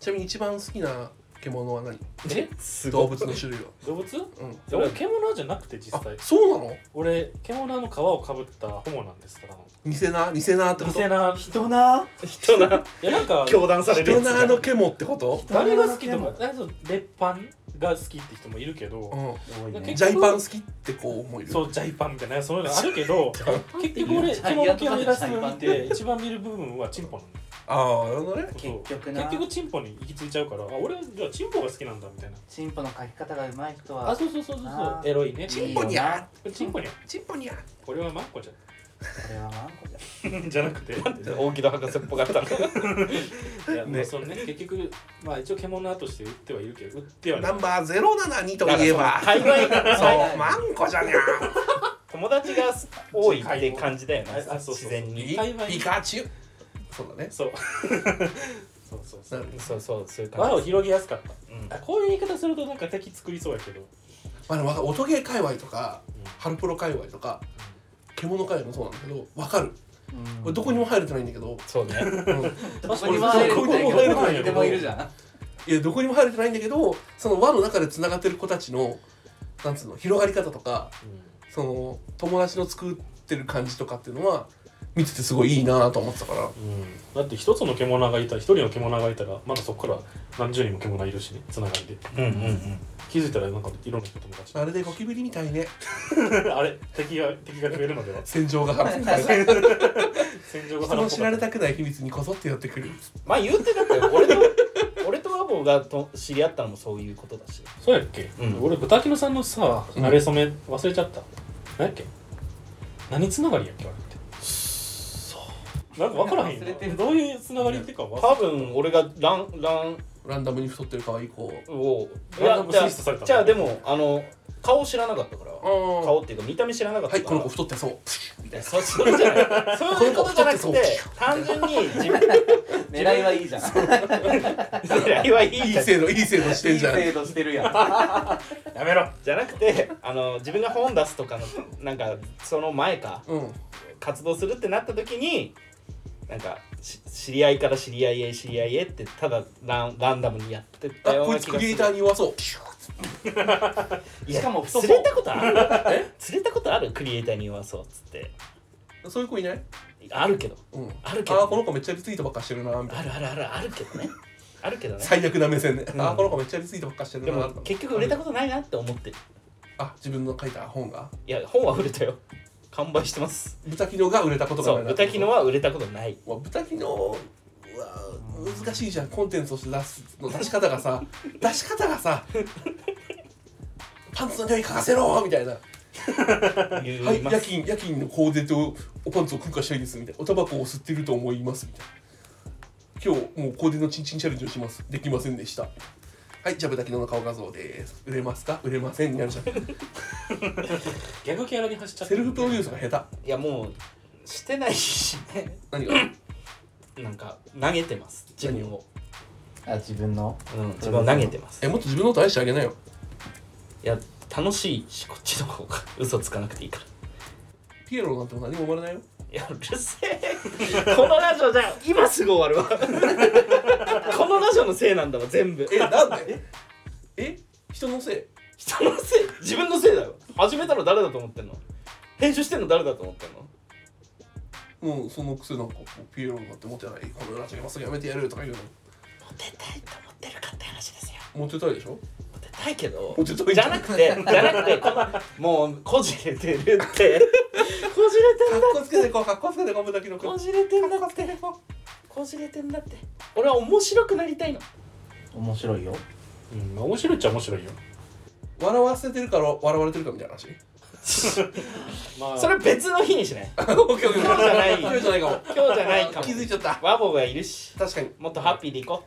[SPEAKER 2] ちなみに一番好きな獣は何
[SPEAKER 1] え
[SPEAKER 3] す
[SPEAKER 2] 動
[SPEAKER 3] ごい
[SPEAKER 2] 物の種類は
[SPEAKER 1] 動物 い
[SPEAKER 2] うん
[SPEAKER 1] や俺獣じゃなくて実
[SPEAKER 2] あ
[SPEAKER 1] 際
[SPEAKER 2] そうなの
[SPEAKER 1] 俺獣の皮をかぶったホモなんですから
[SPEAKER 2] 偽な偽なってこと
[SPEAKER 1] 偽な
[SPEAKER 4] 人な
[SPEAKER 3] 人な
[SPEAKER 1] やなんか
[SPEAKER 3] 教団される
[SPEAKER 2] 人
[SPEAKER 3] やつ
[SPEAKER 2] なの獣ってこと
[SPEAKER 1] 誰が好きでもなんか別版が好きって人もいるけど、
[SPEAKER 2] う
[SPEAKER 4] 多い
[SPEAKER 1] なん
[SPEAKER 4] ね
[SPEAKER 1] か
[SPEAKER 2] んジャイパン好きってこう思える
[SPEAKER 1] そうジャイパンみたいなそういうのあるけど結局俺
[SPEAKER 4] ジャ
[SPEAKER 1] 獣の
[SPEAKER 4] イアン
[SPEAKER 1] 毛
[SPEAKER 4] ト
[SPEAKER 1] を
[SPEAKER 4] まで
[SPEAKER 1] 目
[SPEAKER 4] ジ
[SPEAKER 1] 指す
[SPEAKER 4] ャ
[SPEAKER 1] 部
[SPEAKER 4] イパン
[SPEAKER 1] 分
[SPEAKER 4] っ
[SPEAKER 1] で
[SPEAKER 4] て
[SPEAKER 1] 一番見る部分はチンポなの
[SPEAKER 2] ああなるほどね
[SPEAKER 1] そう
[SPEAKER 4] 結局な
[SPEAKER 1] 結局チンポに行き着いちゃうからあ俺じゃあチンポが好きなんだみたいな
[SPEAKER 4] チンポの描き方がうまい人
[SPEAKER 1] あ
[SPEAKER 4] は
[SPEAKER 1] そうそうそうそうそう
[SPEAKER 4] あー
[SPEAKER 1] エロいね
[SPEAKER 2] チンポにゃ
[SPEAKER 1] チンポにゃ
[SPEAKER 2] チンポニャ
[SPEAKER 1] これはマンコじ
[SPEAKER 4] これはマンコじゃん
[SPEAKER 1] ゃじゃな くて
[SPEAKER 3] 大木戸博士っぽ かった
[SPEAKER 1] いやま
[SPEAKER 2] ね
[SPEAKER 1] あそのね結局まあ一応獣として売ってはいるけど売ってはな
[SPEAKER 2] ナ
[SPEAKER 1] い
[SPEAKER 2] ンバー072といえば
[SPEAKER 3] 海外
[SPEAKER 2] そうマンコじゃにゃ
[SPEAKER 3] 友達が多いって感じだよね
[SPEAKER 1] あそうそう
[SPEAKER 3] 自然に
[SPEAKER 1] い 海外
[SPEAKER 2] ピカチュウそうだね
[SPEAKER 1] そう そうそうそ
[SPEAKER 2] な
[SPEAKER 1] う
[SPEAKER 2] るほど
[SPEAKER 3] そうそうそういう
[SPEAKER 1] 輪
[SPEAKER 3] 感
[SPEAKER 1] を
[SPEAKER 3] じ
[SPEAKER 1] 広げやすかっ
[SPEAKER 3] うん
[SPEAKER 1] たあこういう言い方するとなんか敵作りそうやけど
[SPEAKER 2] まあでも音ゲー界隈とか
[SPEAKER 1] うん
[SPEAKER 2] ハルプロ界隈とか獣界隈もそうなんだけどわかる
[SPEAKER 4] うん
[SPEAKER 2] 俺どこにも入れてないんだけど
[SPEAKER 3] そうね
[SPEAKER 2] うん
[SPEAKER 4] どこにも入れるんだけど
[SPEAKER 1] ど
[SPEAKER 4] ど
[SPEAKER 1] こ
[SPEAKER 4] こ
[SPEAKER 1] に
[SPEAKER 4] に
[SPEAKER 1] で
[SPEAKER 4] で
[SPEAKER 1] も
[SPEAKER 4] も
[SPEAKER 1] い
[SPEAKER 4] い
[SPEAKER 1] る
[SPEAKER 4] る
[SPEAKER 1] じ
[SPEAKER 4] じゃん
[SPEAKER 2] いやどこにも入れてないんだけどその輪の中でつながってる子たちのなんつうの広がり方とかその友達の作ってる感じとかっていうのは見ててすごいいいなと思ってたから
[SPEAKER 1] うんだって一つの獣がいたら一人の獣がいたらまだそこから何十人も獣いるしねつながりで
[SPEAKER 3] うんうんうん
[SPEAKER 1] 気づいたらなんかいろんな人友達
[SPEAKER 2] あれでゴキブリみたいね
[SPEAKER 1] あれ敵が敵が増えるのでは
[SPEAKER 2] 戦場が腹
[SPEAKER 4] うん
[SPEAKER 1] 戦場が
[SPEAKER 2] 人
[SPEAKER 1] 腹っ
[SPEAKER 2] の
[SPEAKER 1] ぽ
[SPEAKER 2] 知
[SPEAKER 1] から
[SPEAKER 2] れ
[SPEAKER 1] った
[SPEAKER 2] くない秘密にこそって寄ってくる
[SPEAKER 3] まあ言うてだって俺と 俺とワボがと知り合ったのもそういうことだし
[SPEAKER 1] そうやっけ、
[SPEAKER 3] うん
[SPEAKER 1] 俺豚キノさんのさ
[SPEAKER 2] うん
[SPEAKER 1] 慣れ初め忘れちゃった、何やっけ何つながりやっけあれってそうなんか分からへん
[SPEAKER 4] 忘れて
[SPEAKER 1] な
[SPEAKER 4] る
[SPEAKER 1] どういうつながりっていうか忘れ
[SPEAKER 3] 多分俺がランラン
[SPEAKER 2] ランダムに太ってる可愛い子
[SPEAKER 3] をい
[SPEAKER 1] ランダ
[SPEAKER 3] や
[SPEAKER 1] ム
[SPEAKER 3] じゃ
[SPEAKER 1] シフトされた
[SPEAKER 3] あ
[SPEAKER 1] の
[SPEAKER 3] じゃあでもあの顔知らなかったから
[SPEAKER 2] は
[SPEAKER 3] 顔っていうか見た目知らなかった
[SPEAKER 2] い
[SPEAKER 3] か
[SPEAKER 2] こ
[SPEAKER 3] ら
[SPEAKER 2] の子太ってそう
[SPEAKER 3] いやそそれじゃないそういうことじゃな
[SPEAKER 2] こ
[SPEAKER 3] く
[SPEAKER 2] の子太って
[SPEAKER 3] て
[SPEAKER 2] そ
[SPEAKER 3] 単純に自分
[SPEAKER 4] 狙いはいいじゃん
[SPEAKER 3] 狙いはいい
[SPEAKER 2] いい制度いい制度して
[SPEAKER 4] い
[SPEAKER 2] ん
[SPEAKER 4] い
[SPEAKER 2] じゃん
[SPEAKER 4] 制度してるやん
[SPEAKER 1] やめろ
[SPEAKER 3] じゃなくてあの自分が本出すとかのなんかその前か
[SPEAKER 2] うん
[SPEAKER 3] 活動するってなった時になんかし知り合いから知り合いへ知り合いへってただランランダムにやって
[SPEAKER 2] あ
[SPEAKER 3] たよう
[SPEAKER 2] こ
[SPEAKER 3] ない気
[SPEAKER 2] つ
[SPEAKER 3] が
[SPEAKER 2] ク
[SPEAKER 3] す
[SPEAKER 2] リエイ
[SPEAKER 3] る
[SPEAKER 2] ターに弱そう
[SPEAKER 3] いや
[SPEAKER 4] しかも太そう
[SPEAKER 3] 釣れたことある釣れたことあるクリエイターにはそうっつって
[SPEAKER 2] そういう子いない
[SPEAKER 3] あるけど
[SPEAKER 2] うん
[SPEAKER 3] あるけど
[SPEAKER 2] あーこの子めっちゃリツイートばっかしてるなみたい
[SPEAKER 3] あ
[SPEAKER 2] な
[SPEAKER 3] るあるあるあるけどねあるけどね
[SPEAKER 2] 最悪な目線ね
[SPEAKER 3] うん
[SPEAKER 2] あーこの子めっちゃリツイートばっかしてる
[SPEAKER 3] で
[SPEAKER 2] な
[SPEAKER 3] も結局売れたことないなって思ってる
[SPEAKER 2] あ自分の書いた本が
[SPEAKER 3] いや本は売れたよ完売してます
[SPEAKER 2] 豚キノが売れたことが
[SPEAKER 3] そう豚キノは売れたことないう
[SPEAKER 2] わ豚キノは難しいじゃんコンテンツとして出すの出し方が さ出し方がさパンツの匂い嗅がせろみたいな「
[SPEAKER 3] 言
[SPEAKER 2] はいい
[SPEAKER 3] ま
[SPEAKER 2] 夜
[SPEAKER 3] す
[SPEAKER 2] 勤夜勤のコーデとおパンツを空化したいです」みたいな「おタバコを吸ってると思います」みたいな「今日もうコーデのチンチンチャレンジをしますできませんでした」はいじゃあ豚キノの顔画像です売れますか売れませんになるじゃん
[SPEAKER 1] ギャグキャラに走っちゃった
[SPEAKER 2] セルフプロデュースが下手
[SPEAKER 3] いやもうしてないしね
[SPEAKER 2] 何が
[SPEAKER 3] なんか投げてます自分を、
[SPEAKER 4] あ自分の
[SPEAKER 3] うん、自分を投げてます
[SPEAKER 2] えもっと自分のこと愛してあげなよ
[SPEAKER 3] いや楽しいしこっちの方が 嘘つかなくていいから
[SPEAKER 2] ピエロなんて何も生まれないよ
[SPEAKER 3] いやうるせえこのラジオじゃあ今すぐ終わる わこのラジオのせいなんだわ全部
[SPEAKER 2] えなんで え人のせい
[SPEAKER 3] 人のせい自分のせいだよ始めたの誰だと思ってんの編集してんの誰だと思ってんの
[SPEAKER 2] もうそのくせなんかこうピエロになってモテないこのラジオ今すぐやめてやるとか言うの
[SPEAKER 3] モテたいと思ってるかって話ですよ
[SPEAKER 2] モテたいでしょ
[SPEAKER 3] モテたいけど
[SPEAKER 2] モテたい
[SPEAKER 3] じゃなくてじゃなくてこのもうこじれてるって こじれてんだ
[SPEAKER 2] こつけてこうかっこつけてこぶだけの
[SPEAKER 3] こじれてんだってこじれてんだって俺は面白くなりたいの
[SPEAKER 4] 面白いよ
[SPEAKER 1] うんまあ面白いっちゃ面白いよ
[SPEAKER 2] 笑わせてるから笑われてるかみたいな話
[SPEAKER 1] まあ
[SPEAKER 3] それ別の日にしない
[SPEAKER 2] オッケーオッケー
[SPEAKER 3] 今日じゃない
[SPEAKER 2] 今日じゃないかも
[SPEAKER 3] 今日じゃないかも
[SPEAKER 2] 気づいちゃった
[SPEAKER 3] ワボがいるし
[SPEAKER 2] 確かに
[SPEAKER 3] もっとハッピーでいこ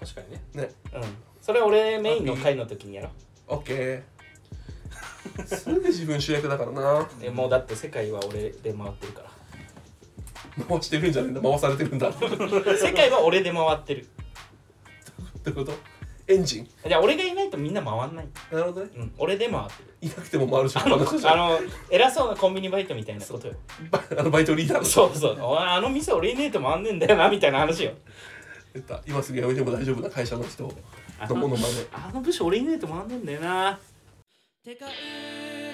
[SPEAKER 1] 確かにね
[SPEAKER 2] ね
[SPEAKER 3] ううんそれ俺メインの回の時にやろ
[SPEAKER 2] オッケーすぐ自分主役だからな
[SPEAKER 3] うでもうだって世界は俺で回ってるから
[SPEAKER 2] 回してるんじゃないんだ回されてるんだどう
[SPEAKER 3] 世界は俺で回ってる
[SPEAKER 2] いうことエンジン
[SPEAKER 3] じゃあ俺がいないとみんな回んない、
[SPEAKER 2] なるほどね
[SPEAKER 3] うん、俺で回ってる
[SPEAKER 2] いなくても回るし
[SPEAKER 3] あ
[SPEAKER 2] あの人じゃん
[SPEAKER 3] の偉そうなコンビニバイトみたいなことよ
[SPEAKER 2] バあのバイトリーダーの人
[SPEAKER 3] そうそうおいあの店俺いねえと回んねえんだよなみたいな話よ
[SPEAKER 2] 言った今すぐやめても大丈夫な会社の人のものまね
[SPEAKER 3] あの部署俺いねえと回んねえんだよな
[SPEAKER 5] てかう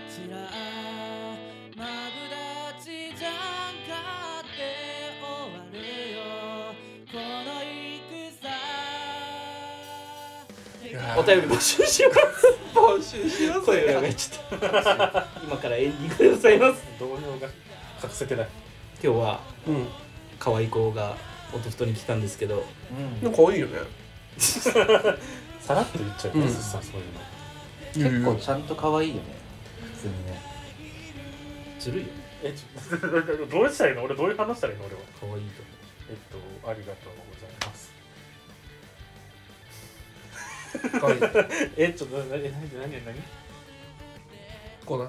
[SPEAKER 5] ちらマブダチじゃんかって終わるよこの戦
[SPEAKER 2] いや
[SPEAKER 3] お便り募集します
[SPEAKER 2] 募集しよう
[SPEAKER 3] 声裏
[SPEAKER 2] ぜ
[SPEAKER 3] がちょっと今からエンディングでございます
[SPEAKER 1] 同僚が隠せてない
[SPEAKER 3] 今日は
[SPEAKER 2] うん
[SPEAKER 3] 可愛い子が弟に来たんですけど
[SPEAKER 4] うん
[SPEAKER 2] でも可愛いよね
[SPEAKER 1] さらっと言っちゃうね
[SPEAKER 2] うん
[SPEAKER 1] すっさんそういうの
[SPEAKER 4] 結構ちゃんと可愛いよね普通にね
[SPEAKER 3] ずるいよ
[SPEAKER 1] えちょ どうしたらいいの俺どういう話したらいいの俺は
[SPEAKER 3] 可愛いと
[SPEAKER 1] えっとありがとうございます
[SPEAKER 2] 可愛い
[SPEAKER 1] えちょっと何何何何
[SPEAKER 2] コーナー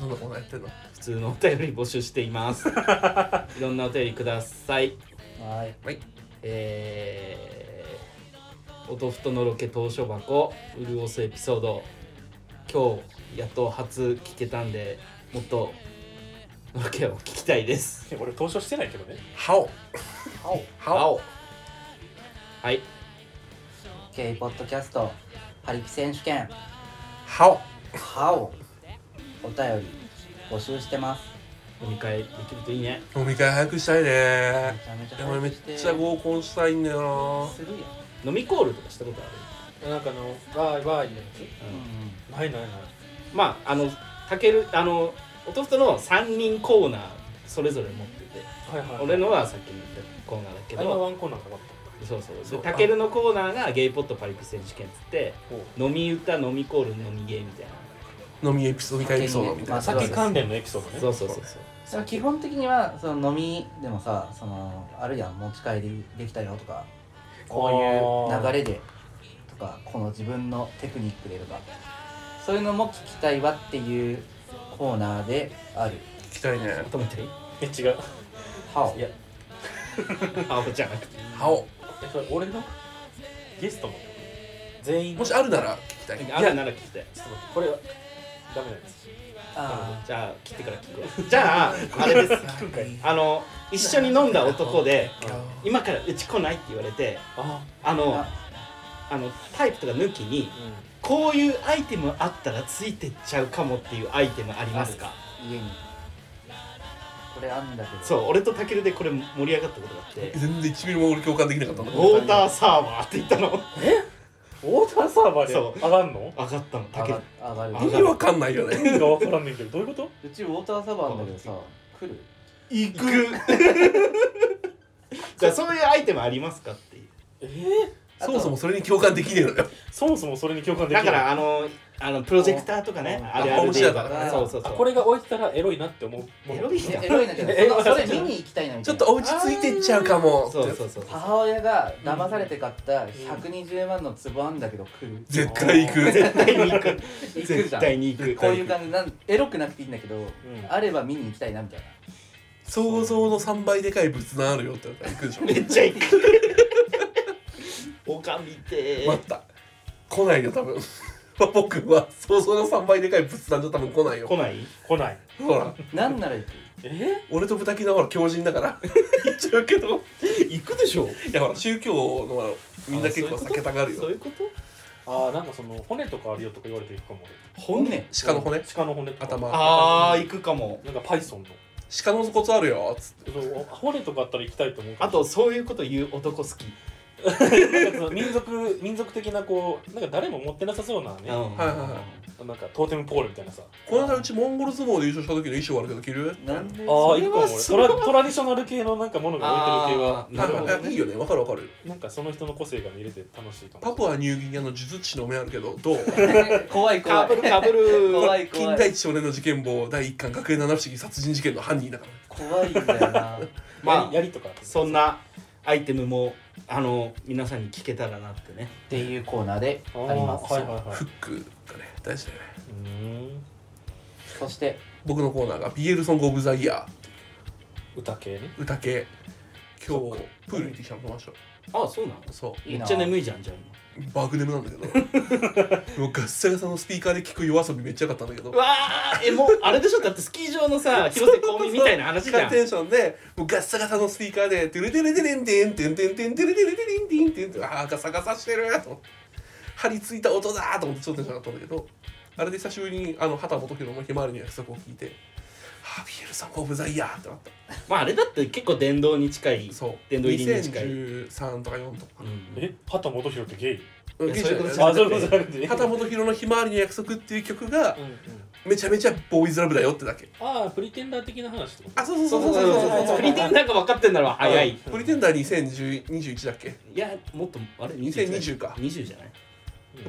[SPEAKER 2] どんなコーナーやってんの
[SPEAKER 3] 普通のお便り募集していますいろんなお便りください
[SPEAKER 4] はい
[SPEAKER 3] えー、おとふとのロケ投書箱潤すエピソード今日やっと初聞けたんでもっとロケを聞きたいです
[SPEAKER 1] 俺投書してないけどね
[SPEAKER 2] ハオ
[SPEAKER 4] お
[SPEAKER 2] ハオ
[SPEAKER 3] はい
[SPEAKER 4] K ポッドキャストハリピ選手権
[SPEAKER 2] ハオ
[SPEAKER 6] 歯をお便り募集してます
[SPEAKER 3] 飲み会できるといいね
[SPEAKER 2] 飲み会早くしたい
[SPEAKER 6] め
[SPEAKER 2] ね
[SPEAKER 6] ちゃめちゃ
[SPEAKER 2] いや俺め
[SPEAKER 6] 早く
[SPEAKER 2] っ
[SPEAKER 6] して
[SPEAKER 2] ちゃ合コンしたいんだよ
[SPEAKER 6] するやん
[SPEAKER 3] 飲みコールとかしたことある
[SPEAKER 1] なんかあのわーいわーいのや
[SPEAKER 6] う
[SPEAKER 1] つないないない
[SPEAKER 3] まああのたけるあの弟の3人コーナーそれぞれ持ってて
[SPEAKER 1] はいはい
[SPEAKER 3] 俺のはさっきのコーナーだけ
[SPEAKER 1] あれは
[SPEAKER 3] ど
[SPEAKER 1] ワンコーナーかかった
[SPEAKER 3] そうそう
[SPEAKER 2] そう
[SPEAKER 3] でたけるのコーナーがゲイポットパリピ選手権っつって
[SPEAKER 1] ほう
[SPEAKER 3] 飲み歌飲みコール飲みゲーみたいな
[SPEAKER 2] 飲みエピソード飲み会エピソードみたいな
[SPEAKER 6] まあ
[SPEAKER 1] 酒関連のエピソードね
[SPEAKER 3] そうそうそうそうん
[SPEAKER 6] でも基本的にはその飲みでもさそのあるやん持ち帰りできたよとかこういう流れでとかこの自分のテクニックでとかそういうのも聞きたいわっていうコーナーである
[SPEAKER 2] 聞きたいね
[SPEAKER 3] まとめていい
[SPEAKER 1] え違う
[SPEAKER 6] 歯を
[SPEAKER 1] いや
[SPEAKER 3] あおじゃなくて
[SPEAKER 2] 歯を
[SPEAKER 1] えそれ俺のゲストも全員の
[SPEAKER 2] もしあるなら聞きたい
[SPEAKER 3] あるなら聞きたい
[SPEAKER 1] ちょっと待ってこれはダメなんです
[SPEAKER 6] あ
[SPEAKER 3] じゃあ切ってから聞くわじゃああれです
[SPEAKER 1] 聞くんかい
[SPEAKER 3] あの一緒に飲んだ男で
[SPEAKER 2] あ
[SPEAKER 3] 今からうち来ないって言われて
[SPEAKER 1] あ
[SPEAKER 3] あの
[SPEAKER 6] あ
[SPEAKER 3] あのタイプとか抜き
[SPEAKER 1] う
[SPEAKER 3] に
[SPEAKER 1] ん
[SPEAKER 3] こういうアイテムあったらついてっちゃうかもっていうアイテムありますか
[SPEAKER 6] 家にこれあんだけど
[SPEAKER 3] そう俺とたけるでこれ盛り上がったことがあって
[SPEAKER 2] 全然1ミリも俺共感できなかったん
[SPEAKER 3] ウ
[SPEAKER 2] だ
[SPEAKER 3] ォーターサーバーって言った の
[SPEAKER 1] ウォーターサーバーで
[SPEAKER 3] そう
[SPEAKER 1] 上がんの
[SPEAKER 3] 上がったのた
[SPEAKER 6] 上
[SPEAKER 3] け
[SPEAKER 6] が
[SPEAKER 3] る
[SPEAKER 6] 上がる
[SPEAKER 3] 上
[SPEAKER 2] 意
[SPEAKER 3] が
[SPEAKER 2] 味わかんないよ
[SPEAKER 1] 意
[SPEAKER 2] ね
[SPEAKER 1] 味がわからんねんけどどういうこと
[SPEAKER 6] うちウォーターサーバーなんだけどさ来る
[SPEAKER 3] 行く じゃあそういうアイテムありますかっていう
[SPEAKER 1] え
[SPEAKER 2] そもそもそれに共感できねえのよ
[SPEAKER 1] そもそもそれに共感でき
[SPEAKER 3] だ
[SPEAKER 1] ない
[SPEAKER 3] からあのあのプロジェクターとかね
[SPEAKER 6] うん
[SPEAKER 3] あれあるで
[SPEAKER 2] あホームシアターだ
[SPEAKER 6] ね
[SPEAKER 3] そうそうそ
[SPEAKER 1] あ
[SPEAKER 3] う
[SPEAKER 1] これが置いてたらエロいなって思うも
[SPEAKER 3] エ
[SPEAKER 1] の
[SPEAKER 3] ロいやん
[SPEAKER 6] エロいなけど
[SPEAKER 1] え
[SPEAKER 6] そのそれ見に行きたいなみ
[SPEAKER 2] ち
[SPEAKER 6] た
[SPEAKER 2] ょっ
[SPEAKER 6] いな
[SPEAKER 2] とお家ついてっちゃうかも
[SPEAKER 3] そうそうそうそう
[SPEAKER 6] 母親が騙されて買った120万の壺あんだけど来る
[SPEAKER 2] 絶対行く
[SPEAKER 3] 絶対に行く
[SPEAKER 6] 行く
[SPEAKER 3] 絶
[SPEAKER 6] じゃん
[SPEAKER 3] 対に行く
[SPEAKER 6] こういう感じなんエロくなくていいんだけど
[SPEAKER 1] うん
[SPEAKER 6] あれば見に行きたいなみたいな
[SPEAKER 2] 想像の3倍でかい仏壇あるよって言われたら行くでしょ
[SPEAKER 3] めっちゃ行 くおかみてー
[SPEAKER 2] 待った来ないよ多分 僕は想像の3倍でかい仏壇じゃ多分来ないよ
[SPEAKER 3] 来ない
[SPEAKER 1] 来ない
[SPEAKER 2] ほら
[SPEAKER 6] なんなら行く
[SPEAKER 1] え
[SPEAKER 2] 俺と豚キのほら強人だから言っちゃうけど
[SPEAKER 3] 行くでしょ
[SPEAKER 2] いやほら宗教のほらみんな結構避けたがる
[SPEAKER 3] そ
[SPEAKER 2] よ
[SPEAKER 3] ういうこと
[SPEAKER 1] あーなんかその骨とかあるよとか言われていくかも
[SPEAKER 6] 本音
[SPEAKER 2] 鹿の骨
[SPEAKER 1] 俺鹿の骨とか
[SPEAKER 2] 頭
[SPEAKER 3] あー行くかも
[SPEAKER 1] なんかパイソンの
[SPEAKER 2] 鹿の骨あるよつって
[SPEAKER 1] そう骨とかあったら行きたいと思うけど
[SPEAKER 3] あとそういうこと言う男好き、
[SPEAKER 1] なんかその民族民族的なこうなんか誰も持ってなさそうなね
[SPEAKER 3] ん
[SPEAKER 2] はいはいは
[SPEAKER 1] なんかトーテムポールみたいなさ
[SPEAKER 2] この間うちモンゴル相撲で優勝した時の衣装あるけど着る
[SPEAKER 6] なんで
[SPEAKER 1] ああ
[SPEAKER 6] それは
[SPEAKER 1] 一個俺トラトラディショナル系のなんかものが置いてる系は
[SPEAKER 3] あー
[SPEAKER 2] な
[SPEAKER 3] な
[SPEAKER 2] る
[SPEAKER 3] る
[SPEAKER 2] ほ
[SPEAKER 3] ほ
[SPEAKER 2] ど、
[SPEAKER 3] ど
[SPEAKER 2] いいよねわかるわかる
[SPEAKER 1] なんかその人の個性が見れて楽しいかも
[SPEAKER 2] パプアニューギニアの呪術師のお面あるけどどう
[SPEAKER 6] 怖い
[SPEAKER 3] か
[SPEAKER 6] 怖
[SPEAKER 3] ぶ
[SPEAKER 6] い
[SPEAKER 3] るかぶる
[SPEAKER 6] 怖い怖
[SPEAKER 2] 近
[SPEAKER 6] い
[SPEAKER 2] 代一少年の事件簿第1巻学園七不思議殺人事件の犯人だから
[SPEAKER 6] 怖いんだよな
[SPEAKER 3] まあ
[SPEAKER 1] やりとか
[SPEAKER 3] そんなアイテムもあの皆さんに聞けたらなってね
[SPEAKER 6] っていうコーナーで
[SPEAKER 1] あー
[SPEAKER 6] あります
[SPEAKER 1] はいはいはい
[SPEAKER 2] フックがね大事だよね
[SPEAKER 1] うーん
[SPEAKER 6] そして
[SPEAKER 2] 僕のコーナーが BL ソングオブザイヤ
[SPEAKER 1] 歌系ね
[SPEAKER 2] ー歌系今日プール行ってきたの飲ました
[SPEAKER 3] あそうなの
[SPEAKER 2] そう
[SPEAKER 6] いい
[SPEAKER 3] め
[SPEAKER 6] な
[SPEAKER 3] っちゃ眠いじゃんじゃあ今
[SPEAKER 2] バグネムなんだけどもうガッサガサのスピーカーで聞く夜遊びめっちゃ良かったんだけど
[SPEAKER 3] うわーえもうあれでしょだってスキー場の さ広瀬香美みたいな話じゃん
[SPEAKER 2] テンションでもうガッサガサのスピーカーで「テレテレテレンテンテンテンテンテレテレテレンテンテンテン」ああガサガサしてると思って張り付いた音だーと思ってちょっとテンション上がったんだけどあれで久しぶりにあの畑基博の「ひまわりの約束」を聞いて「ああビエルさんオブザイヤー」ってなった
[SPEAKER 3] まああれだって結構殿堂に近い
[SPEAKER 2] そう
[SPEAKER 3] 殿堂入りに近い、うん
[SPEAKER 2] 2013とか4とか
[SPEAKER 1] え畑元博ってゲイ
[SPEAKER 2] うん
[SPEAKER 3] いやそういうこと
[SPEAKER 2] 現
[SPEAKER 3] じ
[SPEAKER 1] あ
[SPEAKER 2] 地
[SPEAKER 3] ゃない
[SPEAKER 1] そういうことじゃなくてね
[SPEAKER 2] 畑基博の「ひまわりの約束」っていう曲が
[SPEAKER 1] うんうん
[SPEAKER 2] めちゃめちゃボーイズラブだよってだけ
[SPEAKER 1] ああプリテンダー的な話ってこと
[SPEAKER 2] あそう
[SPEAKER 3] そ
[SPEAKER 2] そうう
[SPEAKER 3] そ
[SPEAKER 2] そうう
[SPEAKER 3] そ
[SPEAKER 2] そううそううそう
[SPEAKER 3] そそうプリテンダーが分かってんだろ早い
[SPEAKER 2] プリテンダー2021だっけ
[SPEAKER 3] いやもっとあれ
[SPEAKER 2] 2020か
[SPEAKER 3] 20じゃない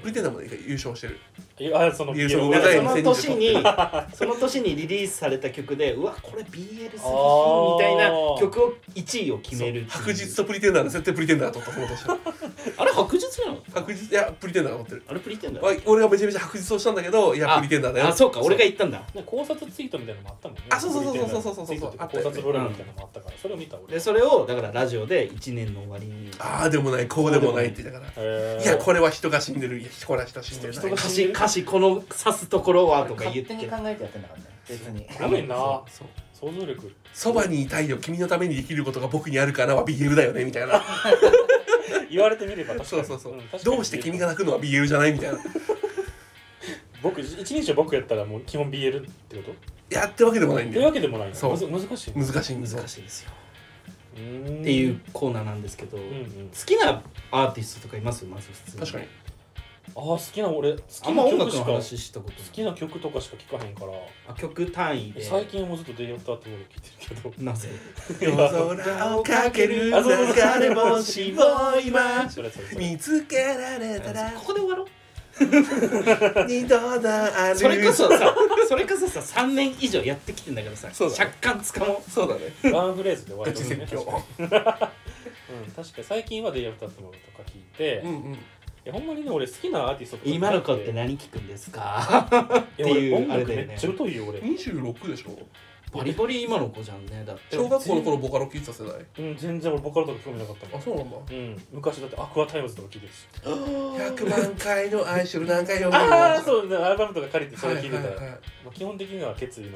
[SPEAKER 2] プリテンダーもね優勝してる
[SPEAKER 1] いやあその
[SPEAKER 2] いやその
[SPEAKER 1] いや
[SPEAKER 2] デザイ
[SPEAKER 3] そ
[SPEAKER 2] ン
[SPEAKER 1] の
[SPEAKER 3] の年に その年にリリースされた曲でうわこれ BL 作品みたいな曲を1位を決めるっていう
[SPEAKER 2] 白日とプリテンダーで絶対プリテンダー取ったこの年
[SPEAKER 3] あれ白日なの
[SPEAKER 2] 白日いやプリテンダーが持ってる
[SPEAKER 3] あれプリテンダー
[SPEAKER 2] おい俺がめちゃめちゃ白日をしたんだけどいやプリテンダーだよ
[SPEAKER 3] あそうか俺が言ったんだ
[SPEAKER 1] なんか考察ツイートみたいなのもあったもんね
[SPEAKER 2] あそうそうそうそうそうそうそう
[SPEAKER 1] プリテンダーのツイートっていうか考察ブログみたいなのもあったからそれを見た俺
[SPEAKER 3] でそれをだからラジオで1年の終わりに
[SPEAKER 2] ああでもないこうでもないって言ったから
[SPEAKER 1] へー
[SPEAKER 2] いやこれは人が死んでるいやこれは人は死んでる
[SPEAKER 1] 人が
[SPEAKER 3] 歌詞歌詞この刺すところはとか
[SPEAKER 6] 勝
[SPEAKER 3] 言っ
[SPEAKER 6] 手に
[SPEAKER 3] て
[SPEAKER 6] 考えてやってんだからね別に
[SPEAKER 1] やめんな
[SPEAKER 2] そうそう
[SPEAKER 1] 想像力
[SPEAKER 2] そばにいたいよ君のためにできることが僕にあるからは BL だよねみたいな
[SPEAKER 1] 言われてみれば確か
[SPEAKER 2] そう
[SPEAKER 1] に
[SPEAKER 2] そうそう、
[SPEAKER 1] ん確かに
[SPEAKER 2] どうして君が泣くのは BL じゃないみたいな
[SPEAKER 1] 僕一人称僕やったらもう基本 BL ってこと
[SPEAKER 2] やってるわけでもない
[SPEAKER 1] っ
[SPEAKER 2] んだ
[SPEAKER 1] てわ
[SPEAKER 2] よ
[SPEAKER 1] けでもないの
[SPEAKER 2] そう
[SPEAKER 1] むず難しい
[SPEAKER 2] 難しいんですよ
[SPEAKER 3] 難しいですよ
[SPEAKER 1] っ
[SPEAKER 3] っていうコーナーなんですけど、
[SPEAKER 1] うんうん
[SPEAKER 3] 好きなアーティストとかいますまず普通
[SPEAKER 2] 確かに
[SPEAKER 1] あー好きな俺好
[SPEAKER 3] あ
[SPEAKER 1] き
[SPEAKER 3] んま
[SPEAKER 1] な
[SPEAKER 3] 音
[SPEAKER 1] 曲し
[SPEAKER 3] 楽の
[SPEAKER 1] か好
[SPEAKER 3] 話したことない
[SPEAKER 1] きな曲とかしか聞かへんから
[SPEAKER 3] あ曲単位で
[SPEAKER 1] 最近もずっとデイアフタートゥーロ聞いてるけど
[SPEAKER 3] なぜ
[SPEAKER 2] 夜空をかける
[SPEAKER 1] あそうそう
[SPEAKER 2] 流れ星 を 今
[SPEAKER 1] それそれそれ
[SPEAKER 2] 見つけられたら
[SPEAKER 3] ここで終わろう
[SPEAKER 2] 二度だある
[SPEAKER 3] それこそさそれこそさ3年以上やってきてんだからさ
[SPEAKER 2] そうだね
[SPEAKER 3] 若干つかもう
[SPEAKER 2] そうだね
[SPEAKER 1] ワンフレーズで終わ
[SPEAKER 2] ガ
[SPEAKER 1] り
[SPEAKER 2] チ
[SPEAKER 1] と る
[SPEAKER 2] 説
[SPEAKER 1] ね
[SPEAKER 2] 教
[SPEAKER 1] うん確かに最近はデイアフタートゥーロとか聞いて
[SPEAKER 2] うんうん
[SPEAKER 1] いやほんまにね俺好きなアーティストとか
[SPEAKER 3] 今の子って
[SPEAKER 1] ね
[SPEAKER 3] 何聞くんですか
[SPEAKER 1] って
[SPEAKER 3] っていう
[SPEAKER 1] 音
[SPEAKER 3] あれ
[SPEAKER 1] 楽
[SPEAKER 3] だ
[SPEAKER 1] め
[SPEAKER 3] よね
[SPEAKER 1] っちゃ疎いよ俺
[SPEAKER 2] 26でしょ
[SPEAKER 3] バリバリ今の子じゃんねだって
[SPEAKER 2] 小学校の頃ボカロ聞いてた世代
[SPEAKER 1] うん全然俺ボカロとか興味なかったも
[SPEAKER 2] あ
[SPEAKER 1] ん
[SPEAKER 2] そうなんだ
[SPEAKER 1] うん昔だってアクアタイムズとか聞いてるし
[SPEAKER 2] 100万回の愛してる何回よ
[SPEAKER 1] ああ
[SPEAKER 2] う
[SPEAKER 1] そうねアルバムとか借りてそれ聞いてたら
[SPEAKER 2] はいはいはい
[SPEAKER 1] まあ基本的には決意の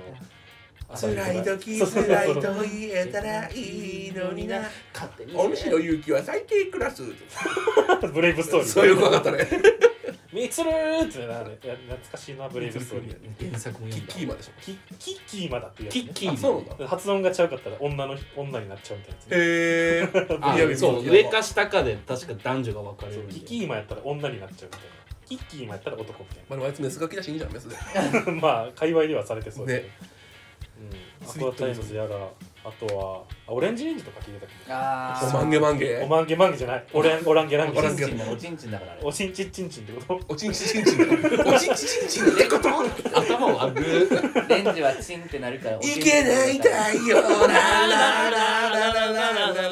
[SPEAKER 2] 辛い時
[SPEAKER 1] そうそうそう
[SPEAKER 2] 辛いと言えたらいいのにな
[SPEAKER 3] 勝手に
[SPEAKER 2] お主の勇気は最低クラス
[SPEAKER 1] ブレイブストーリー
[SPEAKER 2] そういうことだったね
[SPEAKER 1] ミツルーってなるいや懐かしいなブレイブストーリー
[SPEAKER 3] 原作も
[SPEAKER 2] キ
[SPEAKER 3] 読
[SPEAKER 2] ッキー
[SPEAKER 3] んだ
[SPEAKER 2] マでしょ
[SPEAKER 1] キキッキーマだっていうやつ
[SPEAKER 3] キ
[SPEAKER 1] ね
[SPEAKER 3] ッキー
[SPEAKER 2] あそうなんだ
[SPEAKER 1] 発音がちゃうかったら女の女になっちゃうみたいなやつね
[SPEAKER 2] へえ
[SPEAKER 3] あ
[SPEAKER 2] リアルに
[SPEAKER 3] そう上か下かで確か男女が分かれ
[SPEAKER 1] そう
[SPEAKER 3] るんで
[SPEAKER 1] キッキーマやったら女になっちゃうみたいなキッキーマやったら男みた
[SPEAKER 2] まあでもあいつメスガキだしいいんじゃんメスで
[SPEAKER 1] いな まあ界隈ではされてそうですね
[SPEAKER 2] ね
[SPEAKER 1] うん、アクアタイムズやらあとはあオレンジレンジとか聞いてたけ
[SPEAKER 6] あ
[SPEAKER 2] お
[SPEAKER 6] ー
[SPEAKER 2] まんげまん
[SPEAKER 1] どお
[SPEAKER 2] げ
[SPEAKER 1] まんげまんげじゃないオレンオランゲランゲ
[SPEAKER 2] オランゲ
[SPEAKER 6] おちんちんだおちんちんだからあれ
[SPEAKER 1] おしんちっちんちんってこと
[SPEAKER 2] おちんちちんちんおちんちちんちんってこと
[SPEAKER 3] 頭を上げる
[SPEAKER 6] レンジはチンってなるからおちんち
[SPEAKER 2] い
[SPEAKER 6] ん
[SPEAKER 2] けない太陽ララララララ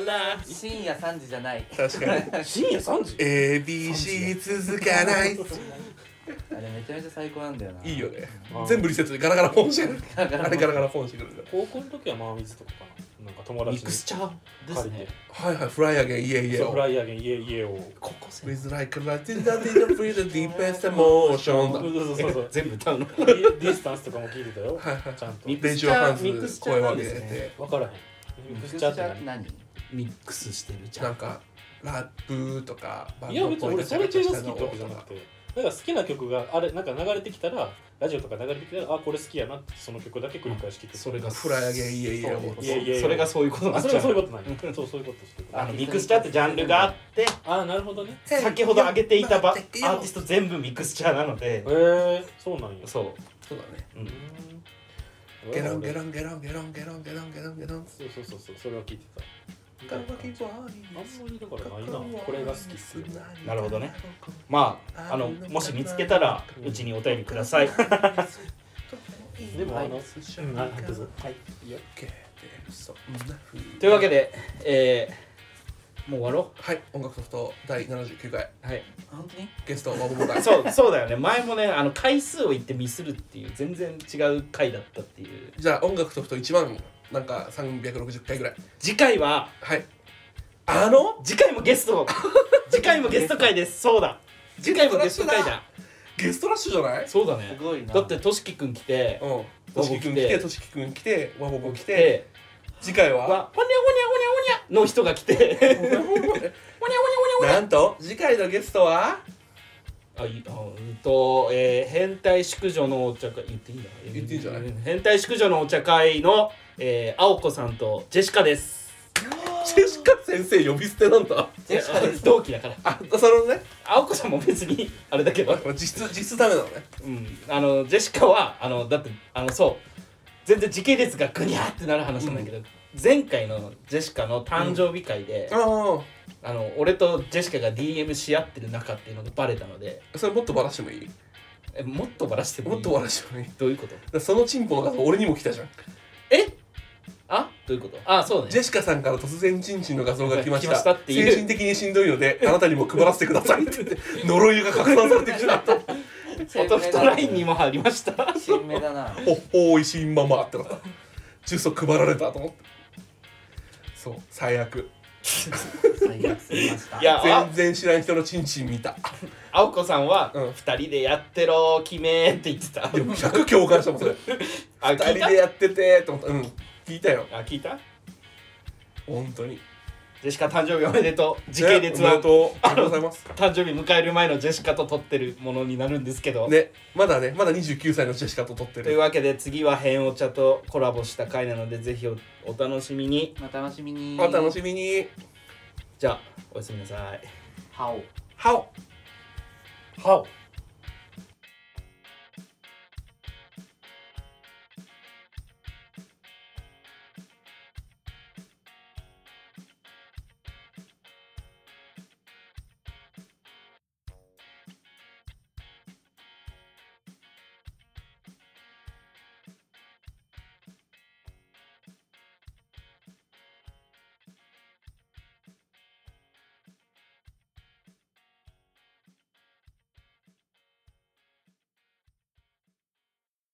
[SPEAKER 2] ラ
[SPEAKER 6] 深夜3時じゃない
[SPEAKER 2] 確かに
[SPEAKER 1] 深夜3時
[SPEAKER 2] ABC 続かない
[SPEAKER 6] あれめちゃめちゃ最高なんだよない
[SPEAKER 2] いよね
[SPEAKER 1] うん
[SPEAKER 2] 全部リセットでガラガラポンしてる
[SPEAKER 6] だか
[SPEAKER 2] あ
[SPEAKER 6] ら
[SPEAKER 2] れガラガラポンしてくる
[SPEAKER 1] 高校の時はマーミズとかかななんか友
[SPEAKER 3] ミ
[SPEAKER 1] 達
[SPEAKER 3] クスチャーで
[SPEAKER 1] に
[SPEAKER 3] す
[SPEAKER 1] 借り
[SPEAKER 3] ね
[SPEAKER 1] て
[SPEAKER 2] はいはいフライアゲンイエイイエイ
[SPEAKER 1] そうフライヤーゲン家家を
[SPEAKER 3] 高校生
[SPEAKER 2] With like a Latin that is the free the deepest emotion
[SPEAKER 1] そうそうそう そう
[SPEAKER 3] 全部歌うの
[SPEAKER 1] ディディスタンスとかも聞いてたよ
[SPEAKER 2] はいはい
[SPEAKER 1] ちゃんと
[SPEAKER 3] ミ
[SPEAKER 2] レジオハンズ
[SPEAKER 3] ミクスチャ
[SPEAKER 2] 声
[SPEAKER 3] ー
[SPEAKER 2] を
[SPEAKER 3] な
[SPEAKER 2] 上
[SPEAKER 3] ん
[SPEAKER 2] げ
[SPEAKER 3] ですね
[SPEAKER 2] て
[SPEAKER 1] わからへんミ
[SPEAKER 6] ミ
[SPEAKER 1] ク
[SPEAKER 6] ク
[SPEAKER 1] ス
[SPEAKER 6] ス
[SPEAKER 1] チ
[SPEAKER 6] チ
[SPEAKER 1] ャ
[SPEAKER 6] ャ
[SPEAKER 1] ーって
[SPEAKER 6] ーって
[SPEAKER 1] 何
[SPEAKER 6] 何
[SPEAKER 3] ミックスしてるじゃ
[SPEAKER 2] なんんかラップとかバン
[SPEAKER 1] い
[SPEAKER 2] ド
[SPEAKER 1] や
[SPEAKER 2] っ
[SPEAKER 1] 別
[SPEAKER 2] ぽ
[SPEAKER 1] に
[SPEAKER 2] い
[SPEAKER 1] 俺それ系が好きってわけじゃな
[SPEAKER 2] か
[SPEAKER 1] くてなんか好きな曲があれなんか流れてきたらラジオとか流れてきたらあこれ好きやなってその曲だけ繰り返し聴く
[SPEAKER 3] それが
[SPEAKER 2] フライアゲンイエイイエイを
[SPEAKER 1] いやいやいや
[SPEAKER 3] それがそういうことにな
[SPEAKER 1] あ
[SPEAKER 3] っち
[SPEAKER 1] それ
[SPEAKER 3] ゃ
[SPEAKER 1] はそういうことな
[SPEAKER 3] うん
[SPEAKER 1] いそうそういうことしてる
[SPEAKER 3] あのミクスチャーってジャンルがあって
[SPEAKER 1] あなるほどね
[SPEAKER 3] 先ほど挙げていたばアーティスト全部ミクスチャーなので
[SPEAKER 1] へえそうなんや
[SPEAKER 3] そ
[SPEAKER 2] そうだね
[SPEAKER 3] う、うん
[SPEAKER 1] うん
[SPEAKER 2] ゲロンゲロンゲロンゲロンゲロンゲロンゲロンゲロン
[SPEAKER 1] そうそうそうそうそれは聞いてたあんまりだからないなこれが好きっすよね
[SPEAKER 3] なるほどねまああのもし見つけたらうちにお便りください
[SPEAKER 1] でもあのうんあどうぞ
[SPEAKER 2] はいよけてるそんなふう
[SPEAKER 3] というわけで、えーもう終わろ
[SPEAKER 2] はい音楽ソフト第79回
[SPEAKER 3] うはい
[SPEAKER 6] 本当に
[SPEAKER 2] ゲストワボボガイ
[SPEAKER 3] そうそうだよね前もねあの回数を言ってミスるっていう全然違う回だったっていう
[SPEAKER 2] じゃあ音楽ソフト1万なんか360回ぐらい
[SPEAKER 3] 次回は
[SPEAKER 2] はいあの
[SPEAKER 3] 次回もゲスト次回もゲスト回ですそうだ次回もゲスト回だ
[SPEAKER 2] ゲストラッシュじゃない
[SPEAKER 3] そうだね
[SPEAKER 6] すごいな
[SPEAKER 3] だってとしきくん来て
[SPEAKER 2] うんとしきくん来てとしきくん来てワボボ来て
[SPEAKER 3] で
[SPEAKER 2] 次回
[SPEAKER 3] わほにゃほにゃほにゃ
[SPEAKER 2] は
[SPEAKER 3] ほにゃの人が来て
[SPEAKER 2] なんと次回のゲストは
[SPEAKER 3] あいあうんと、えー変態淑女のお茶会言っていいんだ
[SPEAKER 2] 言っていいんじゃない
[SPEAKER 3] 変態淑女のお茶会の、えー、青子さんとジェシカです
[SPEAKER 2] ジェシカ先生呼び捨てなんだ
[SPEAKER 6] ジェシカ
[SPEAKER 3] いやあ同期だから
[SPEAKER 2] あそのね
[SPEAKER 3] 青子さんも別にあれだけど、
[SPEAKER 2] 実質実質ダメなのね
[SPEAKER 3] うん、あのジェシカはあのだってあのそう全然時系列がグニャーってなる話なんだけど、前回のジェシカの誕生日会で、
[SPEAKER 2] あ
[SPEAKER 3] あの俺とジェシカが DM し合ってる中っていうのがバレたので
[SPEAKER 2] あそれもっとバラしてもいい
[SPEAKER 3] えもっとバラしてもいい
[SPEAKER 2] もっとバラしてもいいだか
[SPEAKER 3] どういうこと
[SPEAKER 2] らそのチンポの画像俺にも来たじゃん
[SPEAKER 3] えあどういうことあそうね
[SPEAKER 2] ジェシカさんから突然チンチンの画像が来まし
[SPEAKER 3] 来ましたたっていう
[SPEAKER 2] 精神的にしんどいのであなたにも配らせてくださいって言って呪いが拡散されてきた
[SPEAKER 3] 音太ラインにも入りました
[SPEAKER 6] 新芽だな
[SPEAKER 2] ほっほーいしんままってな ったジュースを配られたと思ってそう最悪
[SPEAKER 6] 最悪すぎました
[SPEAKER 3] いやあ
[SPEAKER 2] 全然知らん人のチンチン 見た
[SPEAKER 3] 青子さんは
[SPEAKER 2] うん
[SPEAKER 3] 「二人でやってろ決め」って言って た
[SPEAKER 2] でも100共感したもんそ れ
[SPEAKER 3] あ
[SPEAKER 2] 2
[SPEAKER 3] 聞
[SPEAKER 2] 人
[SPEAKER 3] いた
[SPEAKER 2] でやっててと思ったうん聞いたよ
[SPEAKER 3] あ聞いた
[SPEAKER 2] 本当に
[SPEAKER 3] ジェシカ誕生日おめでとう時系列
[SPEAKER 2] ねおめ
[SPEAKER 3] は
[SPEAKER 2] でとうありがとうござい ます
[SPEAKER 3] 誕生日迎える前のジェシカと撮ってるものになるんですけど、
[SPEAKER 2] ねまだねまだ29歳のジェシカと撮って
[SPEAKER 3] という
[SPEAKER 2] る
[SPEAKER 3] わけで次は変お茶とコラボした回なのでぜひおお楽しみに
[SPEAKER 6] お楽しみに
[SPEAKER 2] お楽しみに
[SPEAKER 3] じゃあおやすみなさい
[SPEAKER 6] ハオ
[SPEAKER 2] ハオ
[SPEAKER 1] ハオ